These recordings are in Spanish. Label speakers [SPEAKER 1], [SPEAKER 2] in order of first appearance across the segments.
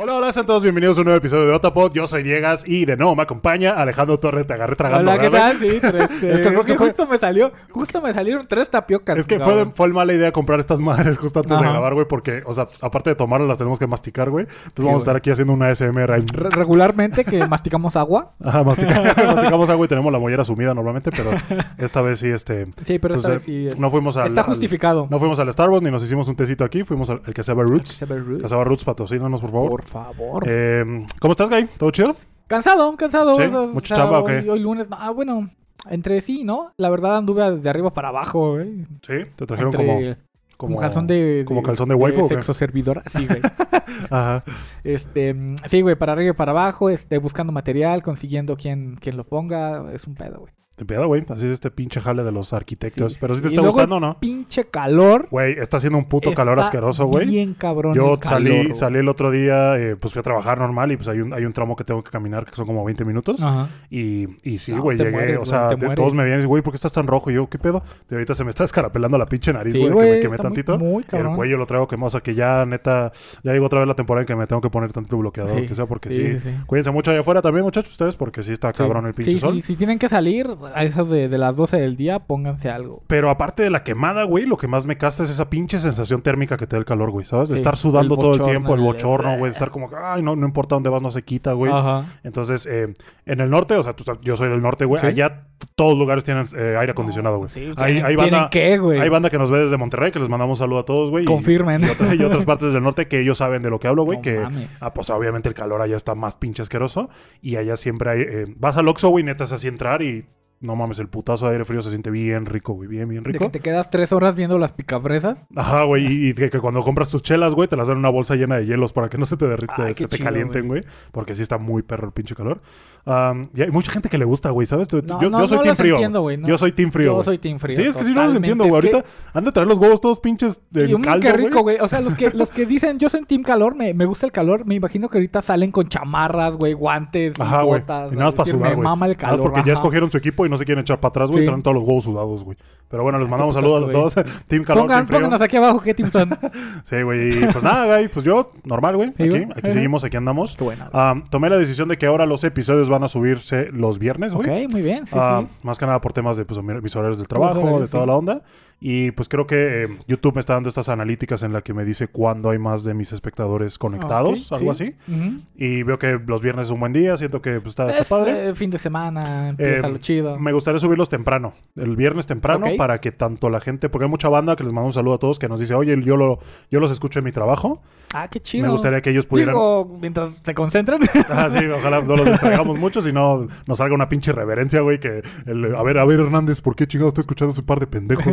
[SPEAKER 1] Hola, hola, sean todos bienvenidos a un nuevo episodio de Otapod. Yo soy Diegas y de nuevo me acompaña Alejandro Torres. Te agarré tragando.
[SPEAKER 2] Hola, ¿qué
[SPEAKER 1] ¿verdad?
[SPEAKER 2] tal? Sí, pero este,
[SPEAKER 1] Es que creo
[SPEAKER 2] es
[SPEAKER 1] que
[SPEAKER 2] que
[SPEAKER 1] fue-
[SPEAKER 2] justo me salió, justo me salieron tres tapiocas.
[SPEAKER 1] Es que fue,
[SPEAKER 2] cabrón.
[SPEAKER 1] fue mala idea comprar estas madres justo antes de
[SPEAKER 2] Ajá.
[SPEAKER 1] grabar, güey, porque, o sea, aparte de tomarlas, las tenemos que masticar, güey. Entonces vamos a
[SPEAKER 2] güey.
[SPEAKER 1] estar aquí haciendo una SMR. ahí.
[SPEAKER 2] Re- regularmente que masticamos agua.
[SPEAKER 1] Ajá, mastica- masticamos agua y tenemos la mollera sumida normalmente, pero esta vez sí, este.
[SPEAKER 2] Sí, pero esta
[SPEAKER 1] pues,
[SPEAKER 2] vez sí
[SPEAKER 1] eh,
[SPEAKER 2] es-
[SPEAKER 1] No fuimos al.
[SPEAKER 2] está
[SPEAKER 1] al-
[SPEAKER 2] justificado.
[SPEAKER 1] no fuimos al Starbucks ni nos hicimos un tecito aquí, fuimos al, al Casaba Roots.
[SPEAKER 2] Casaba Roots.
[SPEAKER 1] Casaba Roots, patrocínanos, por favor.
[SPEAKER 2] Por favor.
[SPEAKER 1] Eh, ¿Cómo estás, Guy? ¿Todo chido?
[SPEAKER 2] Cansado, cansado.
[SPEAKER 1] Sí,
[SPEAKER 2] o sea,
[SPEAKER 1] mucha
[SPEAKER 2] o sea,
[SPEAKER 1] chamba, ¿o qué?
[SPEAKER 2] hoy, hoy lunes, no, ah, bueno, entre sí, ¿no? La verdad anduve desde arriba para abajo, güey.
[SPEAKER 1] Sí, te trajeron
[SPEAKER 2] Entre
[SPEAKER 1] como,
[SPEAKER 2] como, calzón de,
[SPEAKER 1] como calzón de waifu, ¿o qué?
[SPEAKER 2] sexo servidor, sí, güey.
[SPEAKER 1] Ajá.
[SPEAKER 2] Este, mm, sí, güey, para arriba y para abajo, este, buscando material, consiguiendo quien, quien lo ponga, es un pedo, güey.
[SPEAKER 1] Te pedo, güey. Así es este pinche jale de los arquitectos.
[SPEAKER 2] Sí,
[SPEAKER 1] Pero si te
[SPEAKER 2] sí.
[SPEAKER 1] está
[SPEAKER 2] Y luego
[SPEAKER 1] gustando, ¿no?
[SPEAKER 2] Pinche calor.
[SPEAKER 1] Güey, está haciendo un puto calor
[SPEAKER 2] Está
[SPEAKER 1] asqueroso, güey.
[SPEAKER 2] Bien cabrón.
[SPEAKER 1] Yo
[SPEAKER 2] el calor,
[SPEAKER 1] salí,
[SPEAKER 2] güey.
[SPEAKER 1] salí el otro día, eh, pues fui a trabajar normal y pues hay un, hay un tramo que tengo que caminar que son como 20 minutos.
[SPEAKER 2] Ajá.
[SPEAKER 1] Y, y sí,
[SPEAKER 2] Ah. No,
[SPEAKER 1] güey,
[SPEAKER 2] te
[SPEAKER 1] llegué,
[SPEAKER 2] mueres,
[SPEAKER 1] o
[SPEAKER 2] güey,
[SPEAKER 1] sea,
[SPEAKER 2] te
[SPEAKER 1] de-
[SPEAKER 2] mueres.
[SPEAKER 1] todos me vienen y dicen, güey, ¿por qué estás tan rojo? Y yo, ¿qué pedo? Y ahorita se me está escarapelando la pinche nariz,
[SPEAKER 2] Sí,
[SPEAKER 1] güey, que me
[SPEAKER 2] güey,
[SPEAKER 1] quemé
[SPEAKER 2] está muy-
[SPEAKER 1] tantito.
[SPEAKER 2] muy
[SPEAKER 1] y el
[SPEAKER 2] cabrón.
[SPEAKER 1] cuello lo traigo quemado, o sea que ya, neta, ya llegó otra vez la temporada en que me tengo que poner tanto bloqueador,
[SPEAKER 2] Sí,
[SPEAKER 1] que sea, porque sí.
[SPEAKER 2] sí, sí, sí.
[SPEAKER 1] Cuídense mucho allá afuera también, muchachos, ustedes, porque sí está cabrón el pinche
[SPEAKER 2] Sí,
[SPEAKER 1] sol.
[SPEAKER 2] sí, si tienen que salir a esas de, de las 12 del día, pónganse algo.
[SPEAKER 1] Pero aparte de la quemada, güey, lo que más me casta es esa pinche sensación térmica que te da el calor, güey, ¿sabes? De
[SPEAKER 2] Sí,
[SPEAKER 1] estar sudando
[SPEAKER 2] el
[SPEAKER 1] todo el
[SPEAKER 2] bochorno,
[SPEAKER 1] tiempo, el
[SPEAKER 2] el-
[SPEAKER 1] bochorno, güey, de estar como, que, ay, no, no importa dónde vas, no se quita, güey.
[SPEAKER 2] Ajá.
[SPEAKER 1] Entonces, eh, en el norte, o sea, tú sab- yo soy del norte, güey,
[SPEAKER 2] Sí.
[SPEAKER 1] allá t- todos lugares tienen eh, aire acondicionado, güey.
[SPEAKER 2] Sí,
[SPEAKER 1] hay,
[SPEAKER 2] tienen-
[SPEAKER 1] hay
[SPEAKER 2] ¿Tienen
[SPEAKER 1] banda,
[SPEAKER 2] qué, güey?
[SPEAKER 1] hay banda que nos ve desde Monterrey, que les mandamos saludo a todos, güey. y-
[SPEAKER 2] Confirmen.
[SPEAKER 1] Y, otra- y otras partes del norte que ellos saben de lo que hablo, güey,
[SPEAKER 2] No
[SPEAKER 1] que...
[SPEAKER 2] mames.
[SPEAKER 1] Ah, pues obviamente el calor allá está más pinche asqueroso. Y allá siempre hay. eh, vas al Oxxo, güey, neta es así entrar y. No mames, el putazo de aire frío se siente bien rico, güey. Bien, bien
[SPEAKER 2] De
[SPEAKER 1] rico.
[SPEAKER 2] que te quedas tres horas viendo las picafresas.
[SPEAKER 1] Ajá, güey. Y, y que, que cuando compras tus chelas, güey, te las dan en una bolsa llena de hielos para que no se te derrite,
[SPEAKER 2] Ay, qué
[SPEAKER 1] se te
[SPEAKER 2] chido,
[SPEAKER 1] calienten, güey. Porque sí está muy perro el pinche calor. Am, y hay mucha gente que le gusta, güey, ¿sabes? Tú- tú-
[SPEAKER 2] No,
[SPEAKER 1] yo,
[SPEAKER 2] no,
[SPEAKER 1] yo soy
[SPEAKER 2] no
[SPEAKER 1] team
[SPEAKER 2] los
[SPEAKER 1] frío.
[SPEAKER 2] entiendo, güey, no.
[SPEAKER 1] Yo soy team frío.
[SPEAKER 2] Yo
[SPEAKER 1] güey.
[SPEAKER 2] soy team frío.
[SPEAKER 1] Sí, es que sí no los entiendo, güey.
[SPEAKER 2] totalmente.
[SPEAKER 1] Ahorita han de traer los huevos todos pinches
[SPEAKER 2] Es que-
[SPEAKER 1] de
[SPEAKER 2] y un
[SPEAKER 1] caldo,
[SPEAKER 2] qué rico,
[SPEAKER 1] güey.
[SPEAKER 2] güey. O sea, los que, los que dicen yo soy team calor, me, me gusta el calor. Me imagino que ahorita salen con chamarras, güey, guantes, y
[SPEAKER 1] Ajá, güey.
[SPEAKER 2] botas.
[SPEAKER 1] Y nada más
[SPEAKER 2] a
[SPEAKER 1] para
[SPEAKER 2] decir,
[SPEAKER 1] sudar,
[SPEAKER 2] Me
[SPEAKER 1] güey.
[SPEAKER 2] mama el
[SPEAKER 1] Nada más
[SPEAKER 2] calor.
[SPEAKER 1] porque ya
[SPEAKER 2] ajá.
[SPEAKER 1] escogieron su equipo y no se quieren echar para atrás, güey.
[SPEAKER 2] Sí.
[SPEAKER 1] Traen todos los huevos sudados, güey. Pero bueno, les
[SPEAKER 2] Ah,
[SPEAKER 1] mandamos
[SPEAKER 2] qué
[SPEAKER 1] saludos a
[SPEAKER 2] putas,
[SPEAKER 1] todos. team Calor,
[SPEAKER 2] Pongan,
[SPEAKER 1] Team Frío.
[SPEAKER 2] pónganos aquí abajo qué team son.
[SPEAKER 1] Sí, güey. Y pues nada, güey. Pues yo, normal, güey.
[SPEAKER 2] Sí,
[SPEAKER 1] Aquí,
[SPEAKER 2] güey.
[SPEAKER 1] aquí
[SPEAKER 2] Ajá.
[SPEAKER 1] seguimos, aquí andamos.
[SPEAKER 2] Qué buena.
[SPEAKER 1] Ah, tomé la decisión de que ahora los episodios van a subirse los viernes, güey.
[SPEAKER 2] ok, muy bien. Sí,
[SPEAKER 1] Ah,
[SPEAKER 2] sí.
[SPEAKER 1] Más que nada por temas de pues, mis horarios del trabajo,
[SPEAKER 2] horarios,
[SPEAKER 1] de toda
[SPEAKER 2] sí.
[SPEAKER 1] la onda. Y pues creo que eh, YouTube me está dando estas analíticas en la que me dice cuándo hay más de mis espectadores conectados,
[SPEAKER 2] Ok,
[SPEAKER 1] algo
[SPEAKER 2] sí.
[SPEAKER 1] así.
[SPEAKER 2] Ujú.
[SPEAKER 1] Y veo que los viernes es un buen día, siento que pues, está, está
[SPEAKER 2] Es,
[SPEAKER 1] padre.
[SPEAKER 2] eh, fin de semana, empieza
[SPEAKER 1] Eh,
[SPEAKER 2] lo chido.
[SPEAKER 1] Me gustaría subirlos temprano, el viernes temprano,
[SPEAKER 2] Ok.
[SPEAKER 1] para que tanto la gente, porque hay mucha banda que les manda un saludo a todos que nos dice, oye, yo, lo, yo los escucho en mi trabajo.
[SPEAKER 2] Ah, qué chido.
[SPEAKER 1] Me gustaría que ellos pudieran...
[SPEAKER 2] Digo, mientras se concentran.
[SPEAKER 1] Ah, sí, ojalá no los distraigamos mucho, si no nos salga una pinche reverencia, güey, que... el- a ver, a ver, Hernández, ¿por qué chingados está escuchando ese par de pendejos?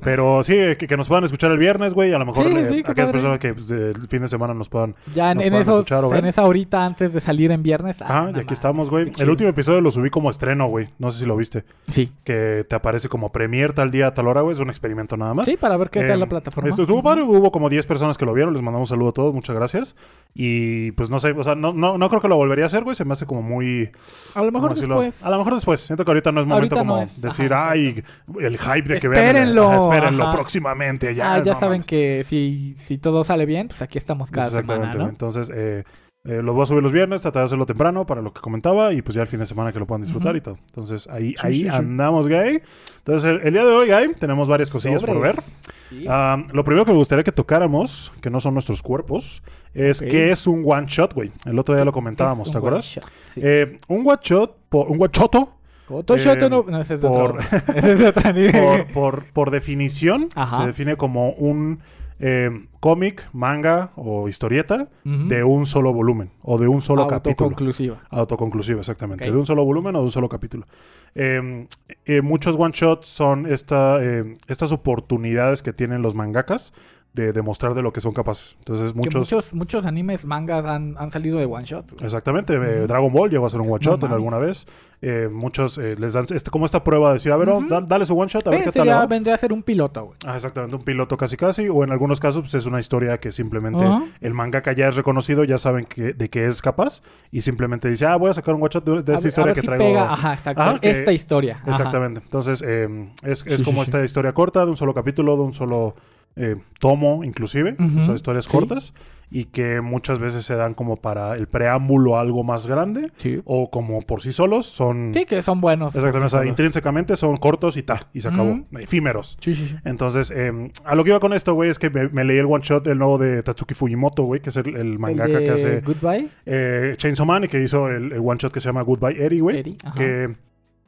[SPEAKER 1] Pero sí, que, que nos puedan escuchar el viernes, güey, a lo mejor
[SPEAKER 2] Sí,
[SPEAKER 1] le-
[SPEAKER 2] sí, qué
[SPEAKER 1] aquellas
[SPEAKER 2] padre.
[SPEAKER 1] personas que pues, el fin de semana nos puedan...
[SPEAKER 2] ya en,
[SPEAKER 1] Nos
[SPEAKER 2] en
[SPEAKER 1] pueden
[SPEAKER 2] esos,
[SPEAKER 1] escuchar o ver.
[SPEAKER 2] en esa horita antes de salir en viernes.
[SPEAKER 1] Ah, y
[SPEAKER 2] no
[SPEAKER 1] aquí
[SPEAKER 2] mames,
[SPEAKER 1] estamos,
[SPEAKER 2] qué
[SPEAKER 1] güey. El
[SPEAKER 2] chido.
[SPEAKER 1] último episodio lo subí como estreno, güey. No sé si lo viste.
[SPEAKER 2] Sí.
[SPEAKER 1] Que te aparece como premier tal día, tal hora, güey. Es un experimento nada más.
[SPEAKER 2] Sí, para ver qué
[SPEAKER 1] Eh,
[SPEAKER 2] tal la plataforma.
[SPEAKER 1] Esto estuvo padre, hubo como 10 personas que lo vieron, les mandamos un saludo a todos, muchas gracias. Y pues no sé, o sea, no, no, no creo que lo volvería a hacer, güey, se me hace como muy...
[SPEAKER 2] A lo
[SPEAKER 1] ¿cómo
[SPEAKER 2] mejor
[SPEAKER 1] decirlo?
[SPEAKER 2] después.
[SPEAKER 1] A lo mejor después, siento que ahorita no es momento
[SPEAKER 2] Ahorita
[SPEAKER 1] como
[SPEAKER 2] no es,
[SPEAKER 1] decir,
[SPEAKER 2] ajá,
[SPEAKER 1] ay, el hype de que
[SPEAKER 2] Espérenlo,
[SPEAKER 1] vean... Ajá, espérenlo,
[SPEAKER 2] ajá.
[SPEAKER 1] próximamente, ya.
[SPEAKER 2] ah, ya
[SPEAKER 1] no
[SPEAKER 2] saben
[SPEAKER 1] mames.
[SPEAKER 2] que si, si todo sale bien, pues aquí estamos cada
[SPEAKER 1] Exactamente,
[SPEAKER 2] semana,
[SPEAKER 1] güey.
[SPEAKER 2] ¿no?
[SPEAKER 1] entonces... Eh, eh, los voy a subir los viernes, tratar de hacerlo temprano para lo que comentaba y pues ya el fin de semana que lo puedan disfrutar
[SPEAKER 2] Ujú.
[SPEAKER 1] y todo. Entonces ahí,
[SPEAKER 2] Sí,
[SPEAKER 1] ahí
[SPEAKER 2] sí, sí.
[SPEAKER 1] andamos, Guy. Entonces el, el día de hoy, Guy, tenemos varias cosillas Pues por ver.
[SPEAKER 2] Sobres. Sí.
[SPEAKER 1] Ah, lo primero que me gustaría que tocáramos, que no son nuestros cuerpos, es
[SPEAKER 2] Ok.
[SPEAKER 1] que es un one shot, güey. El otro día lo comentábamos,
[SPEAKER 2] Es
[SPEAKER 1] ¿te
[SPEAKER 2] un
[SPEAKER 1] acuerdas?
[SPEAKER 2] one shot, Sí.
[SPEAKER 1] Eh, un one shot, por, un one shoto,
[SPEAKER 2] Otro
[SPEAKER 1] eh,
[SPEAKER 2] shot, no, no, ese es de
[SPEAKER 1] por-
[SPEAKER 2] otro. Ese es de otra
[SPEAKER 1] por, por, por definición,
[SPEAKER 2] Ajá.
[SPEAKER 1] se define como un eh, cómic, manga o historieta
[SPEAKER 2] Ujú.
[SPEAKER 1] de un solo volumen o de un solo capítulo.
[SPEAKER 2] Autoconclusiva.
[SPEAKER 1] Autoconclusivo, exactamente.
[SPEAKER 2] Ok.
[SPEAKER 1] De un solo volumen o de un solo capítulo. Eh, eh, muchos one-shots son esta, eh, estas oportunidades que tienen los mangakas de demostrar de lo que son capaces. Entonces,
[SPEAKER 2] Que
[SPEAKER 1] muchos...
[SPEAKER 2] muchos, muchos animes, mangas han, han salido de one shot.
[SPEAKER 1] Exactamente, eh, Dragon Ball llegó a ser un one shot en
[SPEAKER 2] mames.
[SPEAKER 1] alguna vez. Eh, muchos eh, les dan este, como esta prueba de decir, a ver, oh,
[SPEAKER 2] Ujú.
[SPEAKER 1] da- dale su one shot, a ver
[SPEAKER 2] Eh,
[SPEAKER 1] qué tal. le
[SPEAKER 2] sería-
[SPEAKER 1] va.
[SPEAKER 2] vendría a ser un piloto, güey.
[SPEAKER 1] Ah, exactamente, un piloto casi casi, o en algunos casos pues, es una historia que simplemente
[SPEAKER 2] Ajá.
[SPEAKER 1] el mangaka ya es reconocido, ya saben que, de qué es capaz, y simplemente dice, ah, voy a sacar un one shot de, de
[SPEAKER 2] A
[SPEAKER 1] esta
[SPEAKER 2] ver-
[SPEAKER 1] historia
[SPEAKER 2] a ver
[SPEAKER 1] que
[SPEAKER 2] si
[SPEAKER 1] traigo. Ah,
[SPEAKER 2] pega, ajá, exacto.
[SPEAKER 1] Ajá, que-
[SPEAKER 2] Esta historia. ajá.
[SPEAKER 1] Exactamente. Entonces, eh, es, es
[SPEAKER 2] Sí,
[SPEAKER 1] como
[SPEAKER 2] sí, sí.
[SPEAKER 1] esta historia corta de un solo capítulo, de un solo eh, tomo, inclusive,
[SPEAKER 2] Ujú,
[SPEAKER 1] o sea, historias
[SPEAKER 2] sí.
[SPEAKER 1] cortas, y que muchas veces se dan como para el preámbulo a algo más grande,
[SPEAKER 2] Sí.
[SPEAKER 1] o como por sí solos, son...
[SPEAKER 2] Sí, que son buenos.
[SPEAKER 1] Exactamente, o sea,
[SPEAKER 2] Son buenos.
[SPEAKER 1] intrínsecamente son cortos y ta, y se acabó.
[SPEAKER 2] Ujú.
[SPEAKER 1] Efímeros.
[SPEAKER 2] Sí, sí, sí.
[SPEAKER 1] Entonces, eh, a lo que iba con esto, güey, es que me, me leí el one shot, el nuevo de Tatsuki Fujimoto, güey, que es el, el mangaka
[SPEAKER 2] El de
[SPEAKER 1] que hace
[SPEAKER 2] Goodbye.
[SPEAKER 1] eh, Chainsaw Man y que hizo el, el one shot que se llama Goodbye Eddie, güey.
[SPEAKER 2] Eri, ajá.
[SPEAKER 1] Que este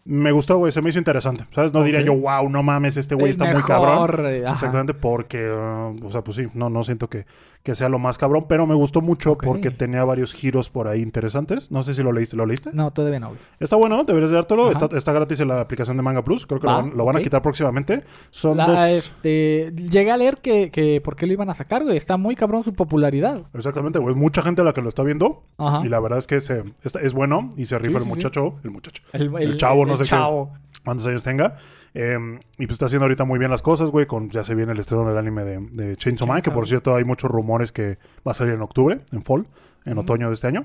[SPEAKER 1] me gustó, güey, se me hizo interesante. ¿Sabes? No diría
[SPEAKER 2] Ok.
[SPEAKER 1] yo, wow, no mames, este güey
[SPEAKER 2] El
[SPEAKER 1] está muy cabrón.
[SPEAKER 2] mejor, eh, ajá.
[SPEAKER 1] Exactamente, porque, ah, o sea, pues sí, no, no siento que, que sea lo más cabrón, pero me gustó mucho
[SPEAKER 2] Ok.
[SPEAKER 1] porque tenía varios giros por ahí interesantes. No sé si lo leíste, ¿lo leíste?
[SPEAKER 2] No, todavía no, güey.
[SPEAKER 1] Está bueno, deberías de dártelo.
[SPEAKER 2] Ajá.
[SPEAKER 1] Está, está gratis en la aplicación de Manga Plus. Creo que lo,
[SPEAKER 2] Va,
[SPEAKER 1] van, lo van
[SPEAKER 2] ok.
[SPEAKER 1] a quitar próximamente. Son
[SPEAKER 2] La,
[SPEAKER 1] dos.
[SPEAKER 2] este, llegué a leer que, que por qué lo iban a sacar, güey. Está muy cabrón su popularidad.
[SPEAKER 1] Exactamente, güey. Mucha gente a la que lo está viendo.
[SPEAKER 2] Ajá.
[SPEAKER 1] Y la verdad es que se, está- es bueno y se rifa
[SPEAKER 2] Sí,
[SPEAKER 1] el
[SPEAKER 2] sí, sí.
[SPEAKER 1] muchacho. El muchacho.
[SPEAKER 2] el,
[SPEAKER 1] el chavo, no
[SPEAKER 2] el
[SPEAKER 1] sé qué.
[SPEAKER 2] chavo.
[SPEAKER 1] Cuántos años tenga. Eh, y pues está haciendo ahorita muy bien las cosas, güey. Con, ya se viene el estreno del anime de, de Chainsaw Man. Que
[SPEAKER 2] Chainsaw.
[SPEAKER 1] por cierto, hay muchos rumores que va a salir en octubre, en fall, en otoño de este año.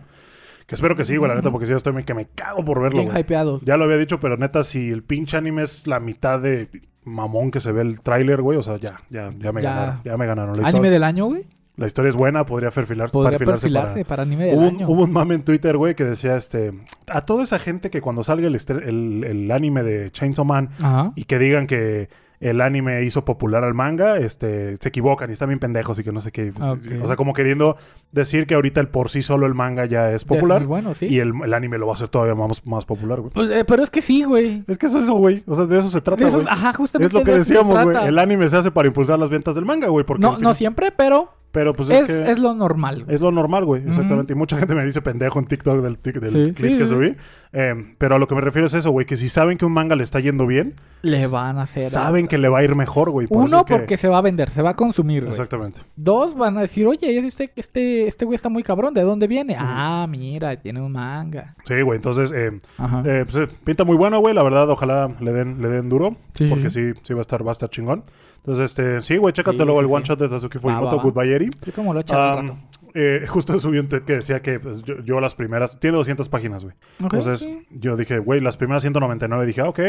[SPEAKER 1] Que espero que sí, güey, la neta, porque si yo estoy me- que me cago por verlo,
[SPEAKER 2] Bien
[SPEAKER 1] güey.
[SPEAKER 2] hypeados.
[SPEAKER 1] Ya lo había dicho, pero neta, si el pinche anime es la mitad de mamón que se ve el tráiler, güey, o sea, ya, ya, ya me
[SPEAKER 2] Ya.
[SPEAKER 1] ganaron. Ya me ganaron. La,
[SPEAKER 2] Anime
[SPEAKER 1] historia,
[SPEAKER 2] del año, güey.
[SPEAKER 1] la historia es buena, podría perfilar,
[SPEAKER 2] Podría
[SPEAKER 1] perfilarse
[SPEAKER 2] perfilarse,
[SPEAKER 1] para-
[SPEAKER 2] para... anime del
[SPEAKER 1] Hubo un,
[SPEAKER 2] año.
[SPEAKER 1] hubo un mame en Twitter, güey, que decía, este, a toda esa gente que cuando salga el, estre- el, el anime de Chainsaw Man
[SPEAKER 2] Ajá.
[SPEAKER 1] y que digan que el anime hizo popular al manga, este, se equivocan y están bien pendejos y que no sé qué.
[SPEAKER 2] Ah, ok.
[SPEAKER 1] O sea, como queriendo decir que ahorita el por sí solo el manga ya es
[SPEAKER 2] Ya
[SPEAKER 1] popular
[SPEAKER 2] es muy bueno, sí.
[SPEAKER 1] y el, el anime lo va a hacer todavía más, más popular, güey.
[SPEAKER 2] Pues, eh, pero es que sí, güey.
[SPEAKER 1] Es que eso es eso, güey. O sea, de eso se trata,
[SPEAKER 2] De esos-
[SPEAKER 1] güey.
[SPEAKER 2] ajá, justamente
[SPEAKER 1] Es lo que
[SPEAKER 2] de eso se
[SPEAKER 1] decíamos, güey.
[SPEAKER 2] trata.
[SPEAKER 1] El anime se hace para impulsar las ventas del manga, güey. Porque
[SPEAKER 2] No,
[SPEAKER 1] al
[SPEAKER 2] no
[SPEAKER 1] final-
[SPEAKER 2] siempre, pero
[SPEAKER 1] Pero pues es,
[SPEAKER 2] es,
[SPEAKER 1] que
[SPEAKER 2] es lo normal. güey.
[SPEAKER 1] es lo normal, güey. Exactamente. Y mucha gente me dice pendejo en TikTok del, tic- del
[SPEAKER 2] Sí,
[SPEAKER 1] clip
[SPEAKER 2] sí,
[SPEAKER 1] que
[SPEAKER 2] sí.
[SPEAKER 1] subí. Eh, pero a lo que me refiero es eso, güey. Que si saben que un manga le está yendo bien,
[SPEAKER 2] Le van a hacer.
[SPEAKER 1] saben que le va a ir mejor, güey. Por
[SPEAKER 2] Uno,
[SPEAKER 1] eso es que-
[SPEAKER 2] porque se va a vender, se va a consumir. güey.
[SPEAKER 1] Exactamente.
[SPEAKER 2] Dos, van a decir, oye, este, este, este güey está muy cabrón, ¿de dónde viene? Ah, mira, tiene un manga.
[SPEAKER 1] Sí, güey. Entonces, eh,
[SPEAKER 2] Ajá.
[SPEAKER 1] eh, pues, eh, pinta muy bueno, güey. La verdad, ojalá le den, le den duro.
[SPEAKER 2] Sí,
[SPEAKER 1] porque
[SPEAKER 2] sí.
[SPEAKER 1] sí, sí va a estar, va a estar chingón. Entonces, este, sí, güey, chécate
[SPEAKER 2] Sí,
[SPEAKER 1] luego
[SPEAKER 2] sí,
[SPEAKER 1] el
[SPEAKER 2] sí.
[SPEAKER 1] one shot de Tatsuki
[SPEAKER 2] va,
[SPEAKER 1] Fujimoto,
[SPEAKER 2] va.
[SPEAKER 1] Goodbye Eri.
[SPEAKER 2] Yo como lo he
[SPEAKER 1] Am,
[SPEAKER 2] echado un rato.
[SPEAKER 1] eh, justo subí un tweet que decía que pues, yo, yo las primeras. Tiene 200 páginas, güey.
[SPEAKER 2] Ok,
[SPEAKER 1] Entonces
[SPEAKER 2] sí.
[SPEAKER 1] yo dije, güey, las primeras 199. Dije, ah, ok,